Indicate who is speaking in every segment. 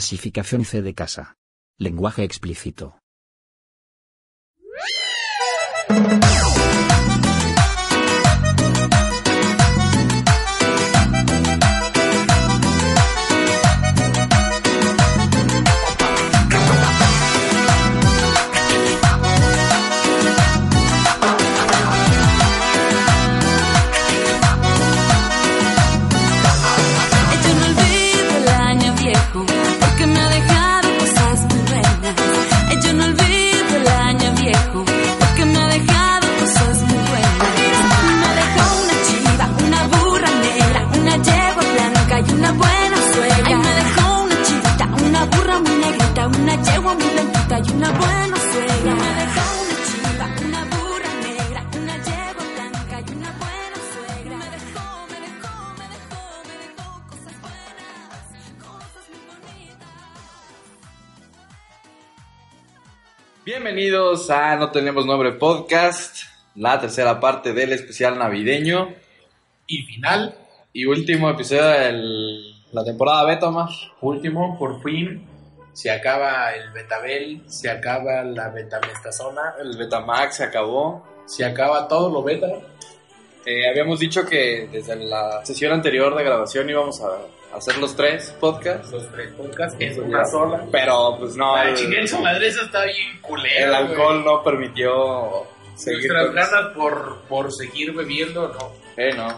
Speaker 1: Clasificación C de casa. Lenguaje explícito.
Speaker 2: Yo no olvido el año viejo, porque me ha dejado cosas muy buenas. Ay, Yo no olvido el año viejo, porque me ha dejado cosas muy buenas. Me dejó una chiva, una burra negra, una yegua blanca y una buena suegra. Ay, me dejó una chivita, una burra muy negrita, una yegua muy blanquita y una buena suegra. Me dejó una chiva, una burra negra, una yegua blanca y una buena suegra. Me dejó, me dejó, me dejó, me dejó cosas buenas, cosas muy bonitas.
Speaker 3: Bienvenidos a No Tenemos Nombre Podcast, la tercera parte del especial navideño
Speaker 4: y final.
Speaker 3: y último episodio de la temporada beta más.
Speaker 4: Último, por fin, se acaba el Betabel, se acaba la Betamestazona,
Speaker 3: El Betamax se acabó.
Speaker 4: se acaba todo lo beta.
Speaker 3: Eh, habíamos dicho que desde la sesión anterior de grabación íbamos a hacer los tres podcasts,
Speaker 4: Los tres podcasts en una sola.
Speaker 3: pero pues no,
Speaker 4: Para
Speaker 3: el,
Speaker 4: chingar su madre, eso está bien culero.
Speaker 3: el
Speaker 4: güey.
Speaker 3: alcohol no permitió seguir.
Speaker 4: Nuestras
Speaker 3: con-
Speaker 4: ganas por, por seguir bebiendo, no.
Speaker 3: Eh, no.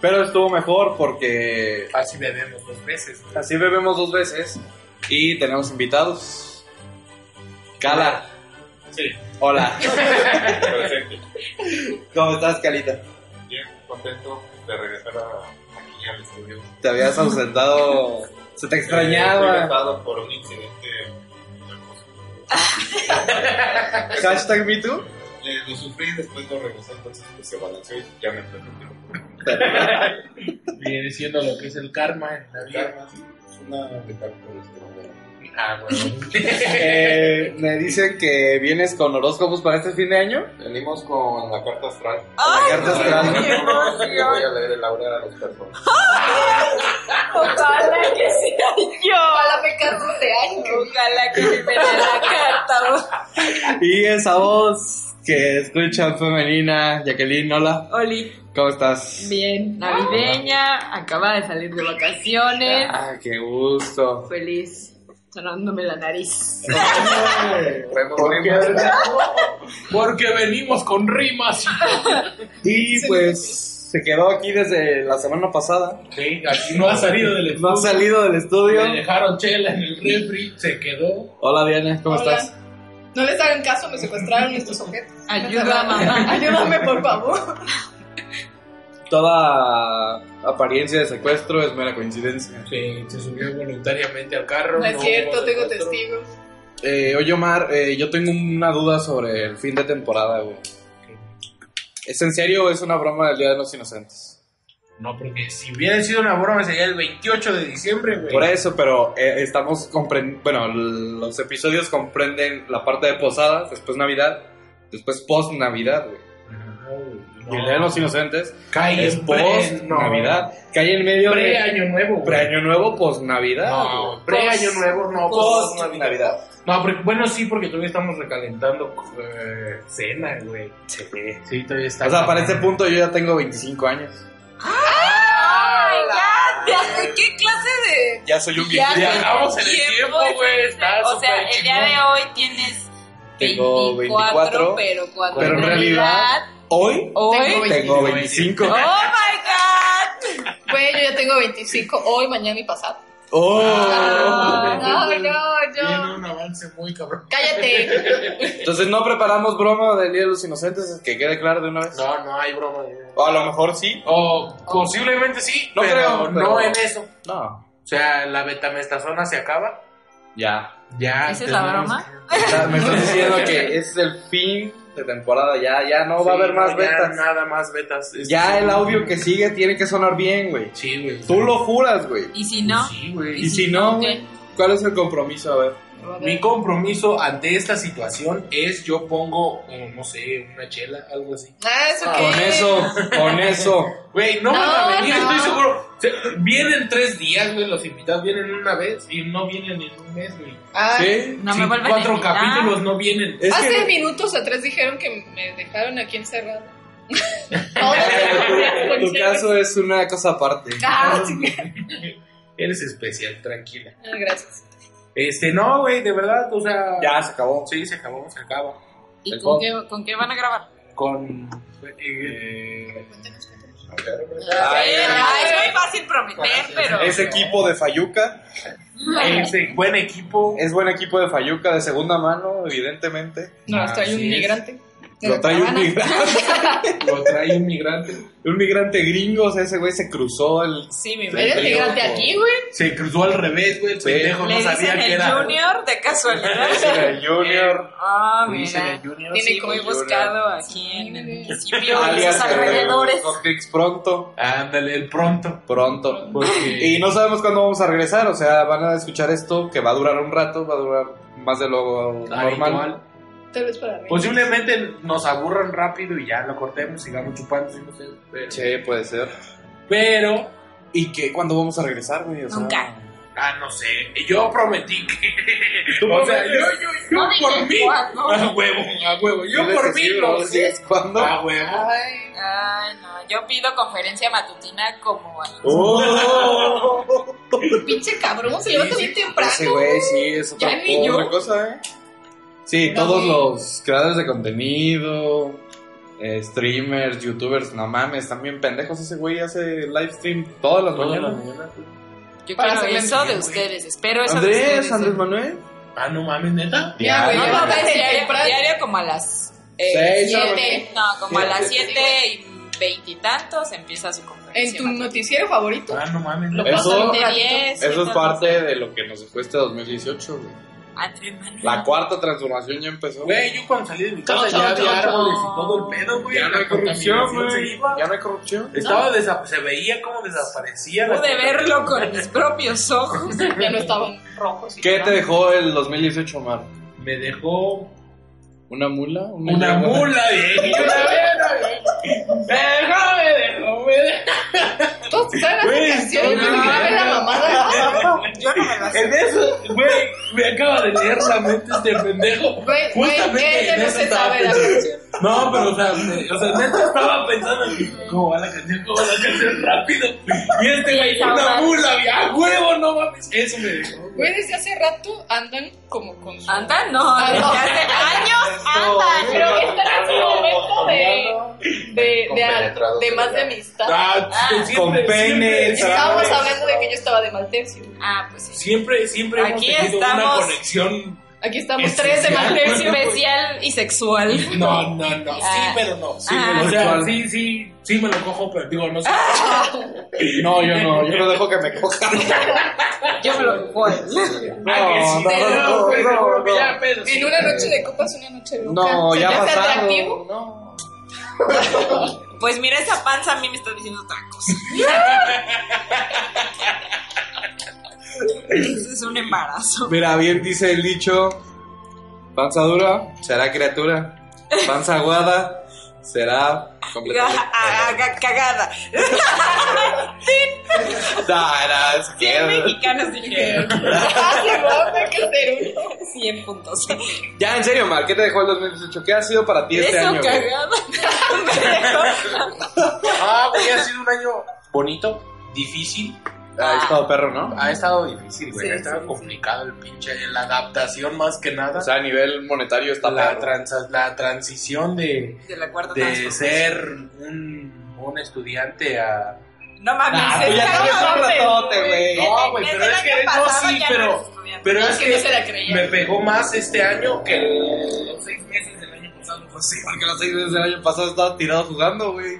Speaker 3: Pero estuvo mejor porque
Speaker 4: Así bebemos dos veces.
Speaker 3: así bebemos dos veces y tenemos invitados. Cala.
Speaker 5: Sí,
Speaker 3: Hola,
Speaker 5: presente.
Speaker 3: ¿cómo estás, Calita?
Speaker 5: Bien contento de regresar a- aquí al estudio.
Speaker 3: Te habías ausentado. Se te
Speaker 5: Fui
Speaker 3: extrañaba.
Speaker 5: vetado por un incidente hermoso.
Speaker 3: Hashtag me too.
Speaker 5: Eh, lo sufrí, después lo regresé, entonces pues, se balanceó y ya me permitió.
Speaker 4: Viene siendo lo que es el karma en la vida.
Speaker 5: Es una metáfora extraordinaria.
Speaker 3: este,
Speaker 4: Ah, bueno.
Speaker 3: Eh, me dicen que vienes con horóscopos para este fin de año.
Speaker 5: Venimos con la carta astral.
Speaker 3: La carta astral.
Speaker 5: qué emoción! Voy a leer el aura a las personas.
Speaker 6: Ojalá que sea yo. Ojalá me case de año. Ojalá que me dé la carta.
Speaker 3: Y esa voz que escuchan femenina, Jacqueline, hola.
Speaker 6: Oli,
Speaker 3: ¿Cómo estás?
Speaker 6: bien, navideña, acaba de salir de vacaciones.
Speaker 3: Ah, qué gusto.
Speaker 6: Feliz, sonándome la nariz.
Speaker 4: Porque venimos con rimas.
Speaker 3: Y pues se quedó aquí desde la semana pasada.
Speaker 4: Sí, aquí no ha salido del
Speaker 3: No ha
Speaker 4: estudio.
Speaker 3: salido del estudio.
Speaker 4: Le dejaron chela en el refri, se quedó.
Speaker 3: Hola Diana, ¿cómo
Speaker 7: Hola.
Speaker 3: estás?
Speaker 7: No les hagan caso, me secuestraron estos objetos.
Speaker 6: Ayuda, mamá.
Speaker 7: Ayúdame, por favor.
Speaker 3: Toda apariencia de secuestro es mera coincidencia.
Speaker 4: Se, se subió voluntariamente al carro.
Speaker 7: No es cierto,
Speaker 4: hubo
Speaker 7: tengo
Speaker 4: secuestro.
Speaker 7: testigos.
Speaker 3: Eh, oye, Omar, eh, yo tengo una duda sobre el fin de temporada, güey. ¿Es en serio o es una broma del Día de los Inocentes?
Speaker 4: No, porque si hubiera sido una broma sería el 28 de diciembre, güey.
Speaker 3: Por eso, pero eh, estamos comprendiendo... Bueno, l- los episodios comprenden la parte de posadas, después Navidad, después post-Navidad, güey. Y el Día de los Inocentes
Speaker 4: Cae
Speaker 3: es
Speaker 4: en pre- no.
Speaker 3: post-Navidad. Que hay en medio de...
Speaker 4: Pre-año nuevo, güey.
Speaker 3: Pre-Año Nuevo, post-Navidad. güey.
Speaker 4: No, pre-año nuevo, no.
Speaker 3: Post-Navidad.
Speaker 4: No, porque- bueno, sí, porque todavía estamos recalentando eh, cena, güey.
Speaker 3: Sí.
Speaker 4: Sí, todavía está.
Speaker 3: O sea, para este punto yo ya tengo 25 años.
Speaker 6: ¡Ay, ya!
Speaker 7: ¿Qué clase de.?
Speaker 3: Ya soy un
Speaker 6: Ya,
Speaker 3: viejito.
Speaker 6: ya.
Speaker 4: Estamos en el
Speaker 7: Tiempo,
Speaker 4: tiempo, güey. Está
Speaker 6: O sea,
Speaker 4: súper
Speaker 6: el día de
Speaker 4: chingón.
Speaker 6: hoy tienes
Speaker 3: Tengo 24,
Speaker 6: pero cuatro.
Speaker 3: pero en realidad, hoy
Speaker 6: hoy.
Speaker 3: tengo 25.
Speaker 6: ¡Oh, my God!
Speaker 7: Güey, yo ya tengo 25, hoy, mañana y pasado.
Speaker 3: ¡Oh!
Speaker 6: Ah.
Speaker 7: No, no,
Speaker 4: Tiene
Speaker 7: yo.
Speaker 4: un avance muy cabrón.
Speaker 7: Cállate.
Speaker 3: Entonces no preparamos broma del Día de los Inocentes, que quede claro de una vez.
Speaker 4: No, no hay broma. de-
Speaker 3: O a lo mejor sí.
Speaker 4: O posiblemente sí,
Speaker 3: No
Speaker 4: pero
Speaker 3: creo,
Speaker 4: no
Speaker 3: pero-
Speaker 4: en eso.
Speaker 3: No.
Speaker 4: O sea, la betamestazona se acaba.
Speaker 3: Ya.
Speaker 4: Ya.
Speaker 6: ¿Esa es la
Speaker 4: tenemos-
Speaker 7: Ah,
Speaker 6: broma?
Speaker 3: O sea, me estás diciendo que es el fin de temporada. Ya, ya no
Speaker 4: Sí,
Speaker 3: va a haber más
Speaker 4: ya
Speaker 3: betas.
Speaker 4: Nada más betas. Este
Speaker 3: Ya
Speaker 4: es
Speaker 3: el
Speaker 4: un-
Speaker 3: audio que sigue tiene que sonar bien, güey.
Speaker 4: Sí, güey.
Speaker 3: Tú lo juras, güey.
Speaker 6: Y si no,
Speaker 4: Sí, güey.
Speaker 3: Y si no,
Speaker 6: ¿qué?
Speaker 3: güey, ¿cuál es el compromiso? A ver.
Speaker 7: Vale.
Speaker 4: Mi compromiso ante esta situación es yo pongo, eh, no sé, una chela, algo así.
Speaker 7: Ah, eso
Speaker 4: Ah,
Speaker 7: qué.
Speaker 3: Con eso, con eso.
Speaker 4: Güey, no,
Speaker 7: No,
Speaker 4: van a venir,
Speaker 7: no.
Speaker 4: estoy seguro. Se- vienen tres días, güey, los invitados vienen una vez y no vienen en un mes, güey.
Speaker 7: Ah,
Speaker 3: ¿Sí?
Speaker 6: No
Speaker 4: Sí,
Speaker 6: me vuelven a
Speaker 4: Cuatro
Speaker 6: invitar. Ah,
Speaker 4: capítulos no vienen.
Speaker 3: Es
Speaker 7: Hace
Speaker 3: que
Speaker 7: minutos atrás dijeron que me dejaron aquí encerrado.
Speaker 3: tu- tu caso es una cosa aparte.
Speaker 7: Ah, sí.
Speaker 4: Eres especial, tranquila.
Speaker 7: Ah, gracias.
Speaker 4: Este, no, güey, de verdad, o sea.
Speaker 3: Ya se acabó.
Speaker 4: Sí, se acabó, se acaba.
Speaker 6: ¿Y
Speaker 3: El
Speaker 6: con
Speaker 3: pod.
Speaker 6: qué, con qué van a grabar?
Speaker 4: Con. eh,
Speaker 6: Ay,
Speaker 7: ay,
Speaker 6: es muy fácil prometer, pero.
Speaker 3: Es equipo de Fayuca.
Speaker 4: ese buen equipo.
Speaker 3: Es buen equipo de Fayuca de segunda mano, evidentemente.
Speaker 6: Ah,
Speaker 7: No, estoy
Speaker 4: Así
Speaker 7: un
Speaker 4: Ah, es.
Speaker 7: migrante. de
Speaker 3: Lo
Speaker 7: la
Speaker 3: trae un
Speaker 7: cabana.
Speaker 3: migrante.
Speaker 4: Lo trae un migrante.
Speaker 3: Un migrante gringo, o sea, ese güey se cruzó el.
Speaker 6: Sí, mi bebé.
Speaker 7: Eres migrante aquí, güey.
Speaker 4: Se cruzó al revés, güey. El
Speaker 3: Sí.
Speaker 4: pendejo
Speaker 6: Le
Speaker 4: no sabía
Speaker 6: dicen
Speaker 4: que
Speaker 6: el
Speaker 4: era. Eh,
Speaker 6: Junior de casualidad.
Speaker 3: el Junior.
Speaker 6: Ah,
Speaker 4: Le dicen
Speaker 6: mira.
Speaker 4: el Junior.
Speaker 6: Tiene
Speaker 3: Sí,
Speaker 6: muy
Speaker 3: el Junior.
Speaker 6: buscado aquí en el municipio y sus
Speaker 3: Alias eh,
Speaker 6: alrededores.
Speaker 3: Hot Cakes pronto.
Speaker 4: Ándale, el pronto.
Speaker 3: Pronto.
Speaker 4: Porque.
Speaker 3: Y no sabemos cuándo vamos a regresar, o sea, van a escuchar esto que va a durar un rato, va a durar más de lo
Speaker 4: Habitual.
Speaker 3: normal.
Speaker 7: Tal vez para mí.
Speaker 4: Posiblemente nos aburran rápido y ya lo cortemos, sigamos chupando. sí, no sé, pero-
Speaker 3: Sí, puede ser.
Speaker 4: Pero,
Speaker 3: ¿Y qué? ¿Cuándo vamos a regresar, güey? O sea,
Speaker 6: Nunca.
Speaker 4: ah, no sé. Yo prometí que.
Speaker 3: Tú
Speaker 4: o sea, yo,
Speaker 3: prometes.
Speaker 4: yo, yo
Speaker 6: No
Speaker 4: por
Speaker 6: digas
Speaker 4: mí.
Speaker 6: cuándo.
Speaker 4: A huevo, a huevo. Yo
Speaker 3: diles
Speaker 4: por mí
Speaker 3: que sí,
Speaker 4: lo
Speaker 3: no
Speaker 4: sé.
Speaker 3: digas ¿Cuándo?
Speaker 4: A huevo.
Speaker 7: Ay,
Speaker 6: Ay, no. Yo pido conferencia matutina como a las
Speaker 3: ¡Oh!
Speaker 7: pinche cabrón, se levanta bien temprano.
Speaker 3: Ese güey sí es otra,
Speaker 7: Ya ni yo.
Speaker 3: otra cosa, ¿eh? Sí,
Speaker 7: No,
Speaker 3: todos
Speaker 7: güey.
Speaker 3: los creadores de contenido, eh, streamers, youtubers, no mames, están bien pendejos. Ese güey hace live stream todas las
Speaker 4: Todas las
Speaker 3: mañanas.
Speaker 4: mañanas.
Speaker 6: Yo
Speaker 7: Para
Speaker 6: quiero
Speaker 7: hacerle
Speaker 6: eso de
Speaker 4: bien, güey.
Speaker 6: ustedes, espero eso de ustedes.
Speaker 3: Andrés,
Speaker 6: ¿eh?
Speaker 3: Andrés Manuel.
Speaker 4: Ah, no mames, neta.
Speaker 7: Ya, güey,
Speaker 6: No,
Speaker 7: ya.
Speaker 6: no, no,
Speaker 7: Desde
Speaker 6: diario,
Speaker 7: temprano.
Speaker 6: diario como a las eh,
Speaker 3: Seis,
Speaker 6: siete, no, como a las
Speaker 7: Siete.
Speaker 6: siete y veintitantos empieza su
Speaker 7: En
Speaker 6: conferencia.
Speaker 7: tu noticiero favorito.
Speaker 4: Ah, no mames.
Speaker 7: Lo
Speaker 3: Eso-
Speaker 7: pasan un
Speaker 6: de
Speaker 7: ratito.
Speaker 6: diez,
Speaker 3: Eso es
Speaker 6: entonces-
Speaker 3: parte de lo que nos cuesta 2018, güey.
Speaker 6: Andrés Manuel.
Speaker 3: La cuarta transformación ya empezó.
Speaker 4: Güey, yo cuando salí de mi casa ya
Speaker 6: Chon, chon,
Speaker 4: había
Speaker 6: chon,
Speaker 4: árboles
Speaker 6: chon.
Speaker 4: y todo el pedo, güey.
Speaker 3: ya no
Speaker 4: La
Speaker 3: hay corrupción,
Speaker 4: contaminación se
Speaker 3: güey.
Speaker 4: iba.
Speaker 3: Ya no hay corrupción.
Speaker 4: Estaba desa- se veía cómo desaparecía. la
Speaker 6: Pude
Speaker 4: contaminación.
Speaker 6: verlo con mis propios ojos.
Speaker 7: Ya no estaban rojos. y
Speaker 3: ¿Qué te
Speaker 7: blancos.
Speaker 3: dejó el 2018, Omar?
Speaker 4: Me dejó
Speaker 3: ¿Una mula? ¿Una,
Speaker 4: una
Speaker 3: yegua?
Speaker 4: mula, bien. Me dejó, me dejó, me dejó.
Speaker 7: Todos saben
Speaker 4: Güey,
Speaker 7: las canciones,
Speaker 4: no,
Speaker 7: pero
Speaker 4: no,
Speaker 7: no mames, la
Speaker 4: no.
Speaker 7: mamada.
Speaker 6: Yo no me la sé.
Speaker 4: En eso, güey, me acaba de leer la mente este pendejo.
Speaker 7: Güey, güey, ella
Speaker 4: en
Speaker 7: no
Speaker 4: eso
Speaker 7: se
Speaker 4: estaba
Speaker 7: sabe la
Speaker 4: pensando.
Speaker 7: canción.
Speaker 4: No, pero o sea, me- o sea, neta estaba pensando en cómo va la canción, cómo va la canción rápido. Y este güey, una mula, güey, a huevo, no mames. Eso me dejó.
Speaker 7: Güey, desde hace rato andan como con su...
Speaker 6: ¿Anda? No,
Speaker 7: Ah,
Speaker 6: desde
Speaker 7: no.
Speaker 6: hace años este anda.
Speaker 7: Creo que están en su momento de... De, de,
Speaker 8: Compenetrados
Speaker 7: de
Speaker 8: de
Speaker 7: más de
Speaker 8: verdad.
Speaker 7: amistad.
Speaker 4: Ah,
Speaker 3: con penes,
Speaker 4: siempre,
Speaker 7: Estábamos hablando de que yo estaba de Maltesio.
Speaker 6: Ah, pues sí.
Speaker 4: siempre, siempre hemos
Speaker 6: Aquí
Speaker 4: tenido
Speaker 6: estamos.
Speaker 4: una conexión.
Speaker 7: Aquí estamos
Speaker 4: Es
Speaker 7: tres de
Speaker 4: especial. pues.
Speaker 7: Maltesio.
Speaker 6: Especial y sexual.
Speaker 4: No, no, no, sí,
Speaker 6: Ah.
Speaker 4: pero no. Sí,
Speaker 6: Ah.
Speaker 4: o sea, sí, sí, sí me lo cojo, pero digo, no sé.
Speaker 6: Ah.
Speaker 3: No, yo no, yo no dejo que me cojan.
Speaker 6: Yo me lo recuerdo.
Speaker 4: Ah, que sí,
Speaker 3: no,
Speaker 4: te
Speaker 3: no,
Speaker 4: lo-
Speaker 3: no,
Speaker 4: seguro
Speaker 3: no.
Speaker 4: que ya, pero sí.
Speaker 7: En una noche de copas, una noche loca.
Speaker 3: No,
Speaker 7: ¿Se
Speaker 3: ya
Speaker 7: te hace
Speaker 3: pasaron.
Speaker 7: atractivo?
Speaker 3: No.
Speaker 6: Pues mira esa panza, a mí me está diciendo otra cosa. Eso es un embarazo.
Speaker 3: Mira, bien dice el dicho: panza dura será criatura, panza aguada será. completamente-
Speaker 6: Ah, ah, ca- Cagada.
Speaker 3: Da, era, es que-
Speaker 6: 100 mexicanos dijeron.
Speaker 7: Ah, se va, me caseruno.
Speaker 6: 100 puntos.
Speaker 3: Ya, en serio, Mar, ¿qué te dejó el 2018? ¿Qué ha sido para ti este
Speaker 6: Eso
Speaker 3: año? güey?
Speaker 6: cagada. Me dejó.
Speaker 4: Ah, güey, ha sido un año bonito, difícil.
Speaker 3: Ah, es todo perro, ¿no?
Speaker 4: Ha estado difícil, güey.
Speaker 6: Sí,
Speaker 4: ha estado
Speaker 6: sí, sí.
Speaker 4: complicado el pinche. La adaptación más que nada.
Speaker 3: O sea, a nivel monetario está
Speaker 4: la,
Speaker 3: perro.
Speaker 4: transa- la transición de,
Speaker 6: De la cuarta
Speaker 4: de
Speaker 6: transformación.
Speaker 4: ser un, un estudiante a.
Speaker 6: No mames,
Speaker 3: Ah,
Speaker 4: Nah,
Speaker 6: es
Speaker 4: pues ya
Speaker 6: cagada,
Speaker 4: estamos
Speaker 6: güey.
Speaker 3: ratote, güey.
Speaker 4: No, güey,
Speaker 6: Desde
Speaker 4: pero
Speaker 6: el
Speaker 4: es
Speaker 6: año
Speaker 4: que no,
Speaker 6: pasado
Speaker 4: sí,
Speaker 6: ya no eres
Speaker 4: pero.
Speaker 6: estudiante.
Speaker 4: Pero es
Speaker 7: Es que no se
Speaker 4: que
Speaker 7: la creía.
Speaker 4: me pegó más este año que los seis meses del año pasado.
Speaker 3: Pues sí, porque los seis meses del año pasado estaba tirado jugando, güey.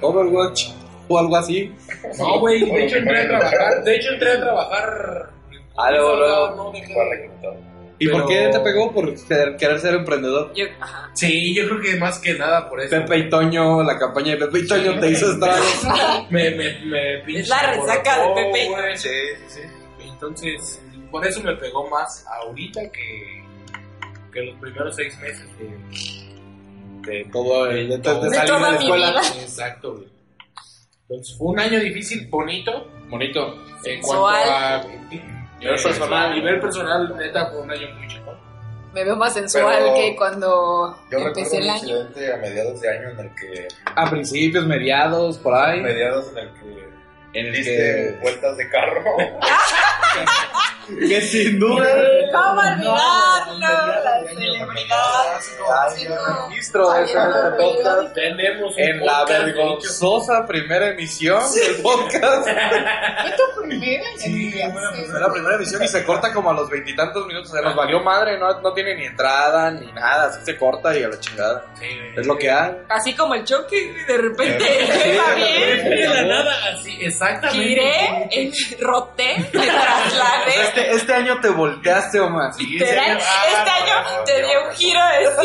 Speaker 3: Overwatch o algo así.
Speaker 4: No, güey, de hecho entré a
Speaker 8: Oye,
Speaker 4: trabajar. De hecho entré a trabajar.
Speaker 3: Ah, luego, luego.
Speaker 4: No, dejé
Speaker 8: Para
Speaker 4: de-
Speaker 8: reclutar.
Speaker 3: ¿Y
Speaker 4: Pero-
Speaker 3: por qué te pegó? Por ser- querer ser emprendedor.
Speaker 6: Yo, ajá.
Speaker 4: Sí, yo creo que más que nada por eso.
Speaker 3: Pepe y Toño, la campaña de Pepe y Toño te hizo estragos.
Speaker 4: me, me, me pinche
Speaker 6: la resaca de
Speaker 4: borró,
Speaker 6: Pepe.
Speaker 4: güey. Sí, sí, sí. Entonces, por eso me pegó más ahorita que, que los primeros seis meses de, de todo el de,
Speaker 6: De
Speaker 4: salir de
Speaker 6: toda
Speaker 4: la
Speaker 6: mi
Speaker 4: escuela.
Speaker 6: vida.
Speaker 4: Exacto, güey. Entonces fue un año difícil, bonito,
Speaker 3: Bonito.
Speaker 4: en cuanto
Speaker 6: Sensual.
Speaker 4: a nivel
Speaker 3: Sí,
Speaker 4: personal.
Speaker 3: sensual.
Speaker 4: A nivel personal, neta, fue un año muy chico.
Speaker 6: Me veo más sensual
Speaker 5: Pero-
Speaker 6: que cuando
Speaker 5: Yo
Speaker 6: empecé
Speaker 5: recuerdo
Speaker 6: el
Speaker 5: un
Speaker 6: año.
Speaker 5: incidente a mediados de año en el que.
Speaker 3: A principios, mediados, por ahí.
Speaker 5: Mediados en el que.
Speaker 3: En
Speaker 4: Este,
Speaker 3: el
Speaker 5: Diste
Speaker 3: que.
Speaker 5: vueltas de carro.
Speaker 3: Que sin duda.
Speaker 6: ¿Cómo olvidarlo? La
Speaker 5: Ah,
Speaker 6: celebridad.
Speaker 5: sí,
Speaker 6: Así
Speaker 5: no,
Speaker 6: como-
Speaker 3: Registro de este
Speaker 6: Salió del
Speaker 3: podcast.
Speaker 6: periódico.
Speaker 4: Tenemos un
Speaker 3: En la
Speaker 4: podcast, de
Speaker 3: vergonzosa primera emisión del podcast.
Speaker 6: Fue tu primera
Speaker 4: Sí,
Speaker 6: energía,
Speaker 4: bueno, pues,
Speaker 6: sí.
Speaker 3: Fue la primera emisión y se corta como a los veintitantos minutos. Se nos valió madre, no, no tiene ni entrada ni nada. Así se corta y a la chingada.
Speaker 4: hecho, sí, güey.
Speaker 3: Es lo que hay.
Speaker 6: Así como el choque, de repente
Speaker 3: Sí,
Speaker 6: va
Speaker 4: Es que
Speaker 6: bien.
Speaker 4: de la nada, así, exactamente.
Speaker 6: Giré, enroté, me trasladé.
Speaker 3: Este, este año te volteaste, Omar.
Speaker 6: Literal,
Speaker 3: ah,
Speaker 6: este año te dio un giro de
Speaker 3: Te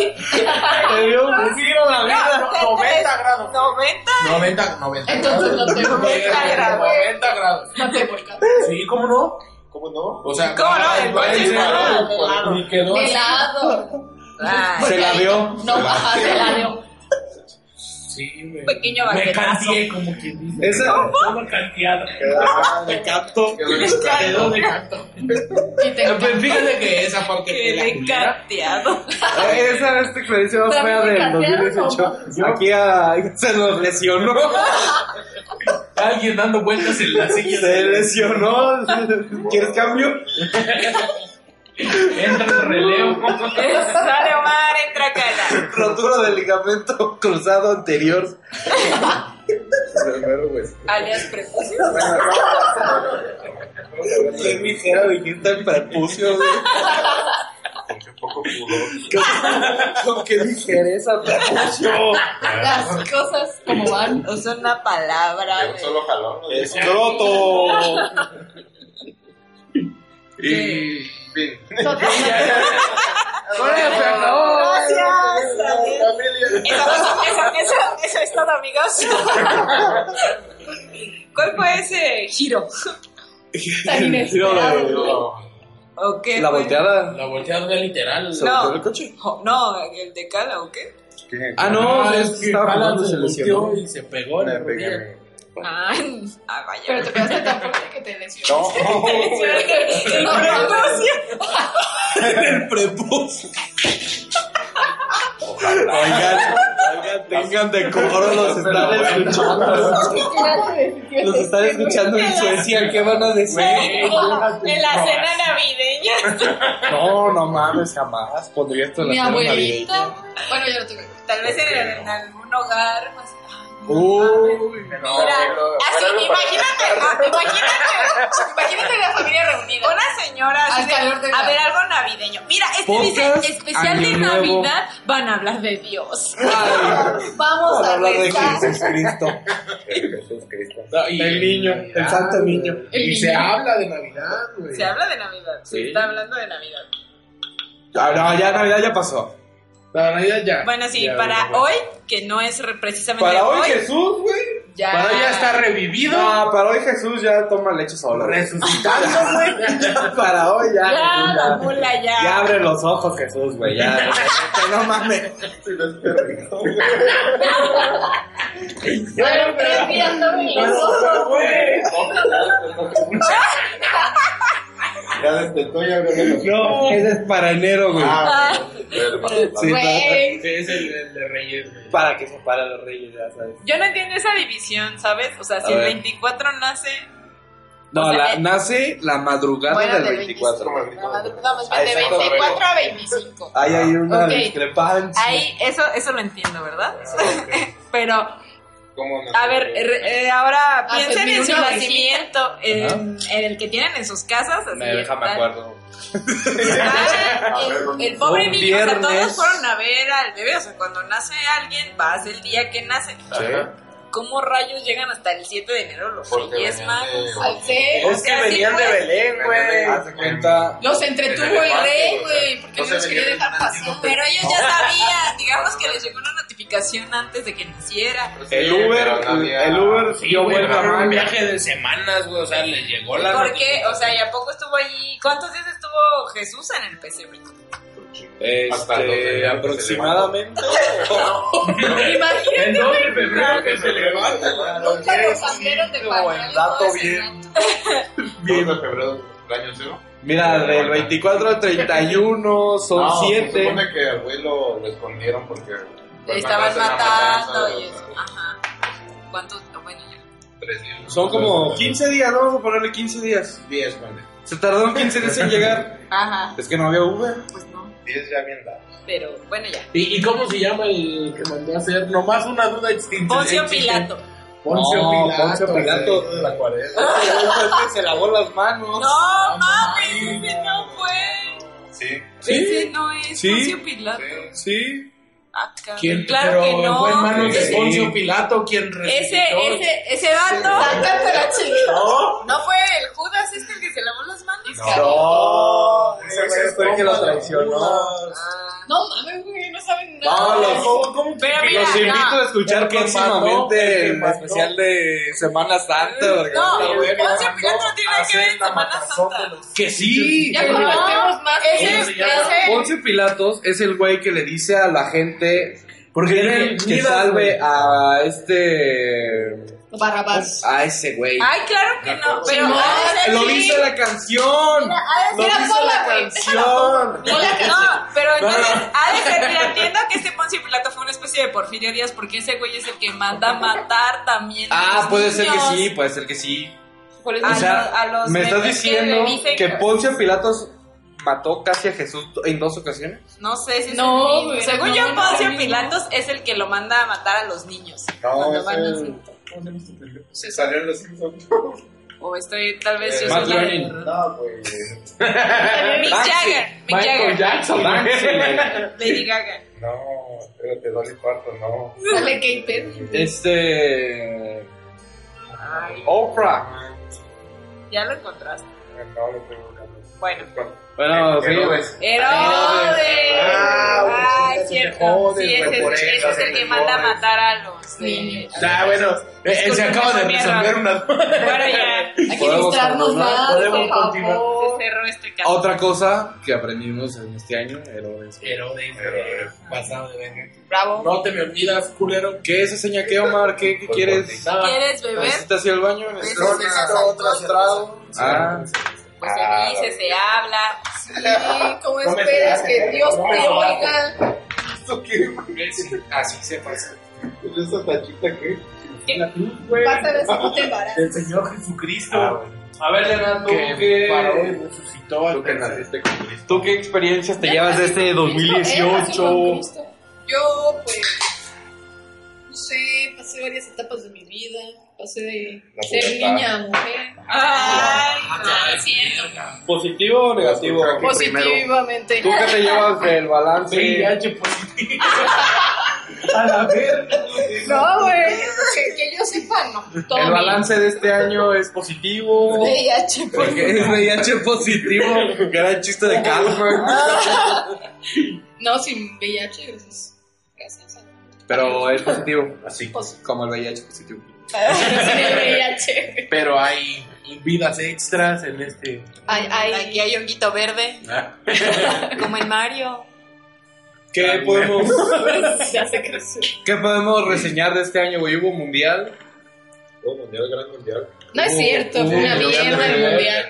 Speaker 3: dio un giro la vida.
Speaker 6: No,
Speaker 4: 90 grados.
Speaker 6: 90.
Speaker 4: 90, 90.
Speaker 6: Entonces no te
Speaker 4: 90 grados. 90 grados.
Speaker 6: No te volcas.
Speaker 4: Sí, ¿cómo no?
Speaker 5: ¿Cómo no?
Speaker 4: O sea,
Speaker 6: ¿Cómo no? El coche
Speaker 4: ni
Speaker 6: estaba
Speaker 4: quedó-
Speaker 6: pelado.
Speaker 4: pues, ni quedó
Speaker 7: De
Speaker 4: así.
Speaker 7: lado.
Speaker 3: Se la vio.
Speaker 7: No, ajá, se la dio.
Speaker 4: Sí, güey.
Speaker 6: Pequeño
Speaker 4: Me
Speaker 6: banquetazo.
Speaker 4: canteé, como quien dice.
Speaker 3: Ese-
Speaker 4: Estaba canteado.
Speaker 3: Me capto.
Speaker 4: Quedó de canto.
Speaker 7: Sí, te
Speaker 4: Pues fíjate que esa parte de
Speaker 6: Que
Speaker 4: la
Speaker 6: le
Speaker 4: culera,
Speaker 6: canteado.
Speaker 3: Esa es tu experiencia más fea del 2018. Aquí a- se nos lesionó.
Speaker 4: Alguien dando vueltas en la silla.
Speaker 3: Se lesionó. ¿Quieres cambio?
Speaker 4: Entra en relevo.
Speaker 6: Dale, Omar, entra cara.
Speaker 3: Rotura del ligamento cruzado anterior.
Speaker 6: Alias prepucio.
Speaker 3: Qué ligera dijiste el prepucio, güey. Con, con qué ligereza, prepucio.
Speaker 7: Las cosas como van.
Speaker 6: Usa una palabra.
Speaker 5: De un
Speaker 6: güey.
Speaker 5: solo jalón. ¿no?
Speaker 3: Escroto. Y. Bien.
Speaker 6: Gracias. adiós. Eso, eso, eso, eso es todo, amigos. ¿Cuál fue ese giro?
Speaker 7: inesperado,
Speaker 6: ¿O qué
Speaker 3: La
Speaker 6: fue?
Speaker 3: volteada.
Speaker 4: La volteada era literal.
Speaker 3: ¿Se
Speaker 6: No.
Speaker 3: volteó el coche?
Speaker 6: Jo- No, el de Cala, ¿o qué?
Speaker 3: Ah, no,
Speaker 4: Ah,
Speaker 3: es que estaba
Speaker 4: Haaland
Speaker 3: jugando y se lesionó.
Speaker 4: volteó y se pegó. en
Speaker 5: Me
Speaker 4: la
Speaker 5: pegué.
Speaker 4: rodilla.
Speaker 6: Ay, ah,
Speaker 7: Pero
Speaker 6: vaya.
Speaker 7: te pegaste tan fuerte que te lesionó.
Speaker 5: No.
Speaker 6: El prepucio.
Speaker 3: El prepucio. Oigan, oigan, tengan de coro los están escuchando. Los están escuchando en Suecia, ¿qué van a decir?
Speaker 6: En la cena navideña.
Speaker 3: No, no mames, jamás pondría esto en la
Speaker 7: Mi
Speaker 3: cena
Speaker 7: abuelita.
Speaker 3: navideña.
Speaker 7: Bueno, yo no tuve.
Speaker 6: Tal vez en, en algún hogar. más-
Speaker 3: Uy,
Speaker 6: Mira,
Speaker 5: pero-
Speaker 6: así,
Speaker 5: pero-
Speaker 6: imagínate, imagínate
Speaker 7: Imagínate la familia reunida.
Speaker 6: una señora así
Speaker 7: Al
Speaker 6: de,
Speaker 7: calor del
Speaker 6: a ver
Speaker 7: verano.
Speaker 6: algo navideño. Mira, este
Speaker 3: Podcast,
Speaker 6: dice especial de
Speaker 3: Año Nuevo.
Speaker 6: Navidad, van a hablar de Dios.
Speaker 7: Vamos
Speaker 3: para
Speaker 7: a
Speaker 3: hablar de
Speaker 7: rezar.
Speaker 3: Jesucristo.
Speaker 5: Jesús Cristo.
Speaker 4: No, y-
Speaker 3: El niño, el santo niño.
Speaker 7: El
Speaker 4: Y
Speaker 7: niño.
Speaker 4: se habla de Navidad, güey.
Speaker 6: Se habla de Navidad, se
Speaker 3: Sí.
Speaker 6: está hablando de Navidad.
Speaker 3: Ah, no, ya Navidad ya pasó.
Speaker 4: La Navidad ya.
Speaker 6: Bueno, sí,
Speaker 4: Ya,
Speaker 6: para
Speaker 4: güey.
Speaker 6: hoy, que no es re- precisamente
Speaker 3: Para hoy Jesús, güey.
Speaker 7: Ya.
Speaker 4: Para hoy ya está revivido.
Speaker 3: No, Ah, para hoy Jesús ya toma leche solo. güey.
Speaker 4: Resucitado, güey.
Speaker 3: Para hoy ya.
Speaker 6: ya,
Speaker 3: Jesús,
Speaker 6: la mula ya.
Speaker 3: Ya abre los ojos Jesús, güey. Ya, Que no mames.
Speaker 7: Bueno, pero es que ya está muy lejos.
Speaker 5: Ya desde tú ya abrió los-
Speaker 3: No, ese es para enero, güey.
Speaker 5: Ah,
Speaker 3: Sí,
Speaker 7: Güey.
Speaker 4: Sí, es el, el de Reyes, güey.
Speaker 3: Para que se para los reyes, ya sabes.
Speaker 6: Yo no entiendo esa división, ¿sabes? O sea, si
Speaker 3: A
Speaker 6: el
Speaker 3: ver.
Speaker 6: 24 nace,
Speaker 3: No,
Speaker 6: O sea,
Speaker 3: la-
Speaker 6: eh.
Speaker 3: nace la madrugada
Speaker 7: Bueno,
Speaker 3: del
Speaker 7: del
Speaker 3: 24.
Speaker 5: como el-
Speaker 7: No, Vamos,
Speaker 3: Ah,
Speaker 7: de
Speaker 3: exacto,
Speaker 7: 24 a 25.
Speaker 3: Ahí hay una
Speaker 7: Ok.
Speaker 3: discrepancia.
Speaker 6: ahí eso, eso lo entiendo, ¿verdad? Pero, a
Speaker 5: ¿Cómo no?
Speaker 6: ver, re- eh, ahora
Speaker 7: Ah,
Speaker 6: piensen en
Speaker 7: pues,
Speaker 6: su
Speaker 7: mira, una
Speaker 6: nacimiento, en, en el que tienen en sus casas. así
Speaker 3: Me deja, me
Speaker 6: están-
Speaker 3: acuerdo.
Speaker 6: Ah, el, el pobre
Speaker 3: Un
Speaker 6: niño, o sea, todos
Speaker 3: viernes.
Speaker 6: fueron a ver al bebé, o sea, cuando nace alguien, vas el día que nace. ¿Cómo rayos llegan hasta el 7 de enero los
Speaker 5: Porque
Speaker 6: reyes
Speaker 5: venían
Speaker 6: magos?
Speaker 5: de-
Speaker 7: Al ser.
Speaker 6: Es que Así venían fue. de
Speaker 3: Belén,
Speaker 5: güey.
Speaker 3: Haz de cuenta.
Speaker 7: Los entretuvo el rey, güey, porque
Speaker 5: No
Speaker 7: no
Speaker 5: se
Speaker 7: los quería
Speaker 5: venían
Speaker 7: dejar
Speaker 5: haciendo
Speaker 7: pasar.
Speaker 6: Pero ellos ya sabían, digamos que les llegó una aplicación antes de que naciera.
Speaker 5: Pues
Speaker 3: El Uber, el Uber
Speaker 4: Sí,
Speaker 3: dio
Speaker 4: güey,
Speaker 3: vuelta
Speaker 4: pero
Speaker 3: mal.
Speaker 4: un viaje de semanas, güey. O sea, les llegó la.
Speaker 6: ¿Por qué? O sea, ¿y a poco estuvo ahí? ¿Cuántos días estuvo Jesús en el pesebre?
Speaker 5: Pues Hasta los de-
Speaker 3: Este,
Speaker 5: se
Speaker 3: aproximadamente.
Speaker 4: El
Speaker 6: eh,
Speaker 7: Imagínate,
Speaker 4: 2
Speaker 7: güey.
Speaker 4: de febrero que se levanta,
Speaker 7: Un carosanderos de
Speaker 3: Qué
Speaker 7: pañales.
Speaker 3: buen dato,
Speaker 7: todo ese
Speaker 3: bien.
Speaker 7: dato.
Speaker 5: Bien. de febrero del año cero.
Speaker 3: Mira, del 24 al 31 son
Speaker 5: No, pues, Se
Speaker 3: 7.
Speaker 5: supone que al güey lo lo escondieron porque. pues,
Speaker 6: Le estaban
Speaker 5: mandaron a
Speaker 6: matando
Speaker 5: matanza,
Speaker 6: y
Speaker 5: o
Speaker 6: eso.
Speaker 5: sea,
Speaker 6: Ajá. ¿Cuántos? Bueno, ya.
Speaker 5: Tres días.
Speaker 3: Son
Speaker 6: Pues,
Speaker 3: como 15 días, ¿no? vamos a ponerle 15 días.
Speaker 5: Diez, vale.
Speaker 3: Se tardaron 15 días en llegar.
Speaker 6: Ajá.
Speaker 3: Es que no había Uber.
Speaker 6: Pues no.
Speaker 5: Diez ya bien dados.
Speaker 6: Pero bueno, ya.
Speaker 4: ¿Y, ¿Y cómo se llama el que mandó a hacer? Nomás una duda extinta.
Speaker 6: Poncio
Speaker 4: existe.
Speaker 6: Pilato.
Speaker 4: Poncio
Speaker 3: No,
Speaker 4: Pilato.
Speaker 3: Poncio Pilato. Este,
Speaker 4: güey, de la cuaresma.
Speaker 6: Ah,
Speaker 3: se lavó las manos.
Speaker 6: No, mames, ese no fue.
Speaker 5: Sí.
Speaker 6: Ese no es
Speaker 3: Sí.
Speaker 6: Poncio Pilato.
Speaker 3: Sí.
Speaker 6: Ah, cabrón.
Speaker 4: ¿Quién?
Speaker 6: Claro
Speaker 4: pero
Speaker 6: que no.
Speaker 4: Fue en manos de
Speaker 3: Sí.
Speaker 4: Poncio Pilato quien resucitó.
Speaker 6: Ese, ese, ese dato.
Speaker 7: Sácate la chica.
Speaker 4: No,
Speaker 6: ¿No fue el Judas este el que se lavó las manos?
Speaker 3: No. Ese
Speaker 5: güey
Speaker 3: fue el Pues, que lo
Speaker 5: compa de
Speaker 3: traicionó.
Speaker 6: Ah.
Speaker 7: No mames, güey, no saben
Speaker 3: No,
Speaker 7: nada.
Speaker 3: los-
Speaker 4: ¿Cómo, cómo que-
Speaker 6: Pero mira,
Speaker 3: Los
Speaker 6: no.
Speaker 3: invito a escuchar
Speaker 4: El que mató, el
Speaker 3: próximamente
Speaker 4: que
Speaker 3: el
Speaker 4: mató.
Speaker 3: especial de Semana Santa. porque
Speaker 6: No,
Speaker 3: está bueno.
Speaker 6: Poncio Pilato no tiene nada que ver en
Speaker 3: Hacer la
Speaker 6: Semana
Speaker 3: matazón
Speaker 6: Santa.
Speaker 3: de los- Que sí.
Speaker 7: Ya conocemos más.
Speaker 6: este. Ese es-
Speaker 7: Sí,
Speaker 6: ese-
Speaker 3: Poncio Pilatos es el güey que le dice a la gente
Speaker 4: Porque
Speaker 3: quieren
Speaker 4: dije,
Speaker 3: que
Speaker 4: mira, güey.
Speaker 3: salve a este
Speaker 7: Barrabás.
Speaker 3: a ese güey.
Speaker 6: Ay, claro que no. Pero ah, ese
Speaker 3: Lo
Speaker 6: sí.
Speaker 3: dice la canción. Lo
Speaker 7: mira,
Speaker 3: dice
Speaker 7: ponla,
Speaker 3: la
Speaker 7: güey.
Speaker 3: canción.
Speaker 6: No, pero
Speaker 3: No, no.
Speaker 6: entonces, ha de ser, mira, entiendo que este Poncio Pilato fue una especie de Porfirio Díaz porque ese güey es el que manda matar también a
Speaker 3: Ah,
Speaker 6: los
Speaker 3: puede ser que
Speaker 6: niños.
Speaker 3: sí, puede ser que sí.
Speaker 6: Por eso
Speaker 3: O
Speaker 6: a lo-
Speaker 3: sea,
Speaker 6: a los
Speaker 3: me estás
Speaker 6: bebés que le
Speaker 3: diciendo
Speaker 6: dicen
Speaker 3: que
Speaker 6: que-
Speaker 3: Poncio Pilatos mató casi a Jesús en dos ocasiones.
Speaker 6: No sé si es
Speaker 7: No,
Speaker 6: el mismo.
Speaker 7: güey,
Speaker 6: Según
Speaker 7: no,
Speaker 6: yo,
Speaker 7: no es el
Speaker 6: Poncio
Speaker 7: mismo.
Speaker 6: Pilatos es el que lo manda a matar a los niños.
Speaker 5: No,
Speaker 6: Cuando
Speaker 5: es
Speaker 6: van
Speaker 5: el-
Speaker 6: así.
Speaker 5: ¿Cómo se llama este pendejo? Se salió en los Simpsons.
Speaker 6: O estoy, tal vez yo
Speaker 5: Eh,
Speaker 6: soy
Speaker 3: Matt
Speaker 6: la-
Speaker 3: Groening.
Speaker 5: No, güey.
Speaker 3: Banksy.
Speaker 6: Mick Jagger, Mick
Speaker 4: Michael
Speaker 6: Jagger,
Speaker 4: Jackson.
Speaker 3: Banksy.
Speaker 6: Lady Gaga.
Speaker 5: No, espérate, Dolly Parton, no.
Speaker 7: Sale Kate Perry.
Speaker 3: Este
Speaker 6: Ay,
Speaker 3: Oprah.
Speaker 6: ya lo encontraste.
Speaker 5: No, lo estoy buscando.
Speaker 6: Bueno.
Speaker 3: Bueno,
Speaker 5: Eh,
Speaker 3: sí,
Speaker 5: Herodes.
Speaker 6: Herodes.
Speaker 5: Ah,
Speaker 6: Ay,
Speaker 5: pues,
Speaker 6: cierto.
Speaker 5: Herodes,
Speaker 6: sí, ese
Speaker 5: güey, por
Speaker 6: es, ese
Speaker 5: eso
Speaker 6: es el
Speaker 5: se
Speaker 6: que
Speaker 5: te
Speaker 6: manda a
Speaker 5: jodes.
Speaker 6: matar a los niños.
Speaker 7: Sí.
Speaker 4: Ah, bueno, eh, él se
Speaker 6: Disculpen
Speaker 4: acaba de
Speaker 6: esa mierda.
Speaker 4: resolver una duda.
Speaker 6: Bueno, ya
Speaker 7: Hay que distraernos más, por
Speaker 4: podemos continuar.
Speaker 7: favor.
Speaker 6: se cerró este caso.
Speaker 3: otra cosa que aprendimos en este año, Herodes.
Speaker 4: Herodes,
Speaker 5: Herodes.
Speaker 4: pasado de verga.
Speaker 6: Bravo.
Speaker 4: No te me olvidas, culero.
Speaker 3: ¿Qué es ese señor? ¿Qué, Omar? ¿Qué, qué
Speaker 5: Pues,
Speaker 3: quieres?
Speaker 4: Nada.
Speaker 6: ¿Quieres beber?
Speaker 3: ¿Necesitas ir al baño?
Speaker 6: Necesito
Speaker 3: otro trago. Ah,
Speaker 6: Pues se dice, se habla.
Speaker 7: Sí, ¿Cómo
Speaker 5: No me
Speaker 7: esperas que
Speaker 5: pegaste,
Speaker 7: Dios te
Speaker 5: no me
Speaker 7: oiga?
Speaker 5: ¿Esto qué, güey?
Speaker 4: Así se pasa.
Speaker 5: ¿Es esa tachita qué?
Speaker 4: La cruz, güey.
Speaker 7: Pásale si no te embarazas.
Speaker 4: Del Señor Jesucristo.
Speaker 5: Ah,
Speaker 4: a ver, Leonardo,
Speaker 3: Que paró y
Speaker 4: resucitó
Speaker 5: Tú que naciste con Cristo.
Speaker 3: ¿Tú qué experiencias te llevas
Speaker 7: ¿eh?
Speaker 3: de
Speaker 6: ¿eh?
Speaker 3: este
Speaker 7: Cristo, eh,
Speaker 3: 2018?
Speaker 7: Cristo. Yo, pues, no sé, pasé varias etapas de mi vida. Pasé de
Speaker 5: La
Speaker 7: ser
Speaker 5: pubertad.
Speaker 7: niña a mujer.
Speaker 6: Ay, no, sí.
Speaker 3: ¿Positivo o negativo?
Speaker 4: Pues,
Speaker 5: Positivo.
Speaker 7: Positivamente.
Speaker 3: ¿Tú qué te llevas del balance?
Speaker 4: VIH positivo. a la verga.
Speaker 7: No, güey. Que, que yo sepa, no. Todo
Speaker 3: El balance de este año es positivo.
Speaker 7: VIH.
Speaker 3: Porque es VIH positivo. Gran chiste de Carmen.
Speaker 7: No, sin VIH, gracias. Gracias.
Speaker 3: Pero es positivo.
Speaker 4: Así.
Speaker 3: Como el VIH positivo.
Speaker 7: Sin el VIH.
Speaker 4: Pero hay vidas extras en este.
Speaker 7: Ay, ay.
Speaker 6: Aquí hay honguito verde, como en Mario.
Speaker 3: ¿Qué podemos,
Speaker 7: Ya se creció.
Speaker 3: ¿Qué podemos reseñar de este año, güey? ¿Hubo mundial?
Speaker 5: Oh, mundial, gran mundial.
Speaker 7: No es cierto,
Speaker 3: Uh,
Speaker 7: fue una
Speaker 3: uh,
Speaker 7: mierda el
Speaker 3: mundial.
Speaker 7: mundial.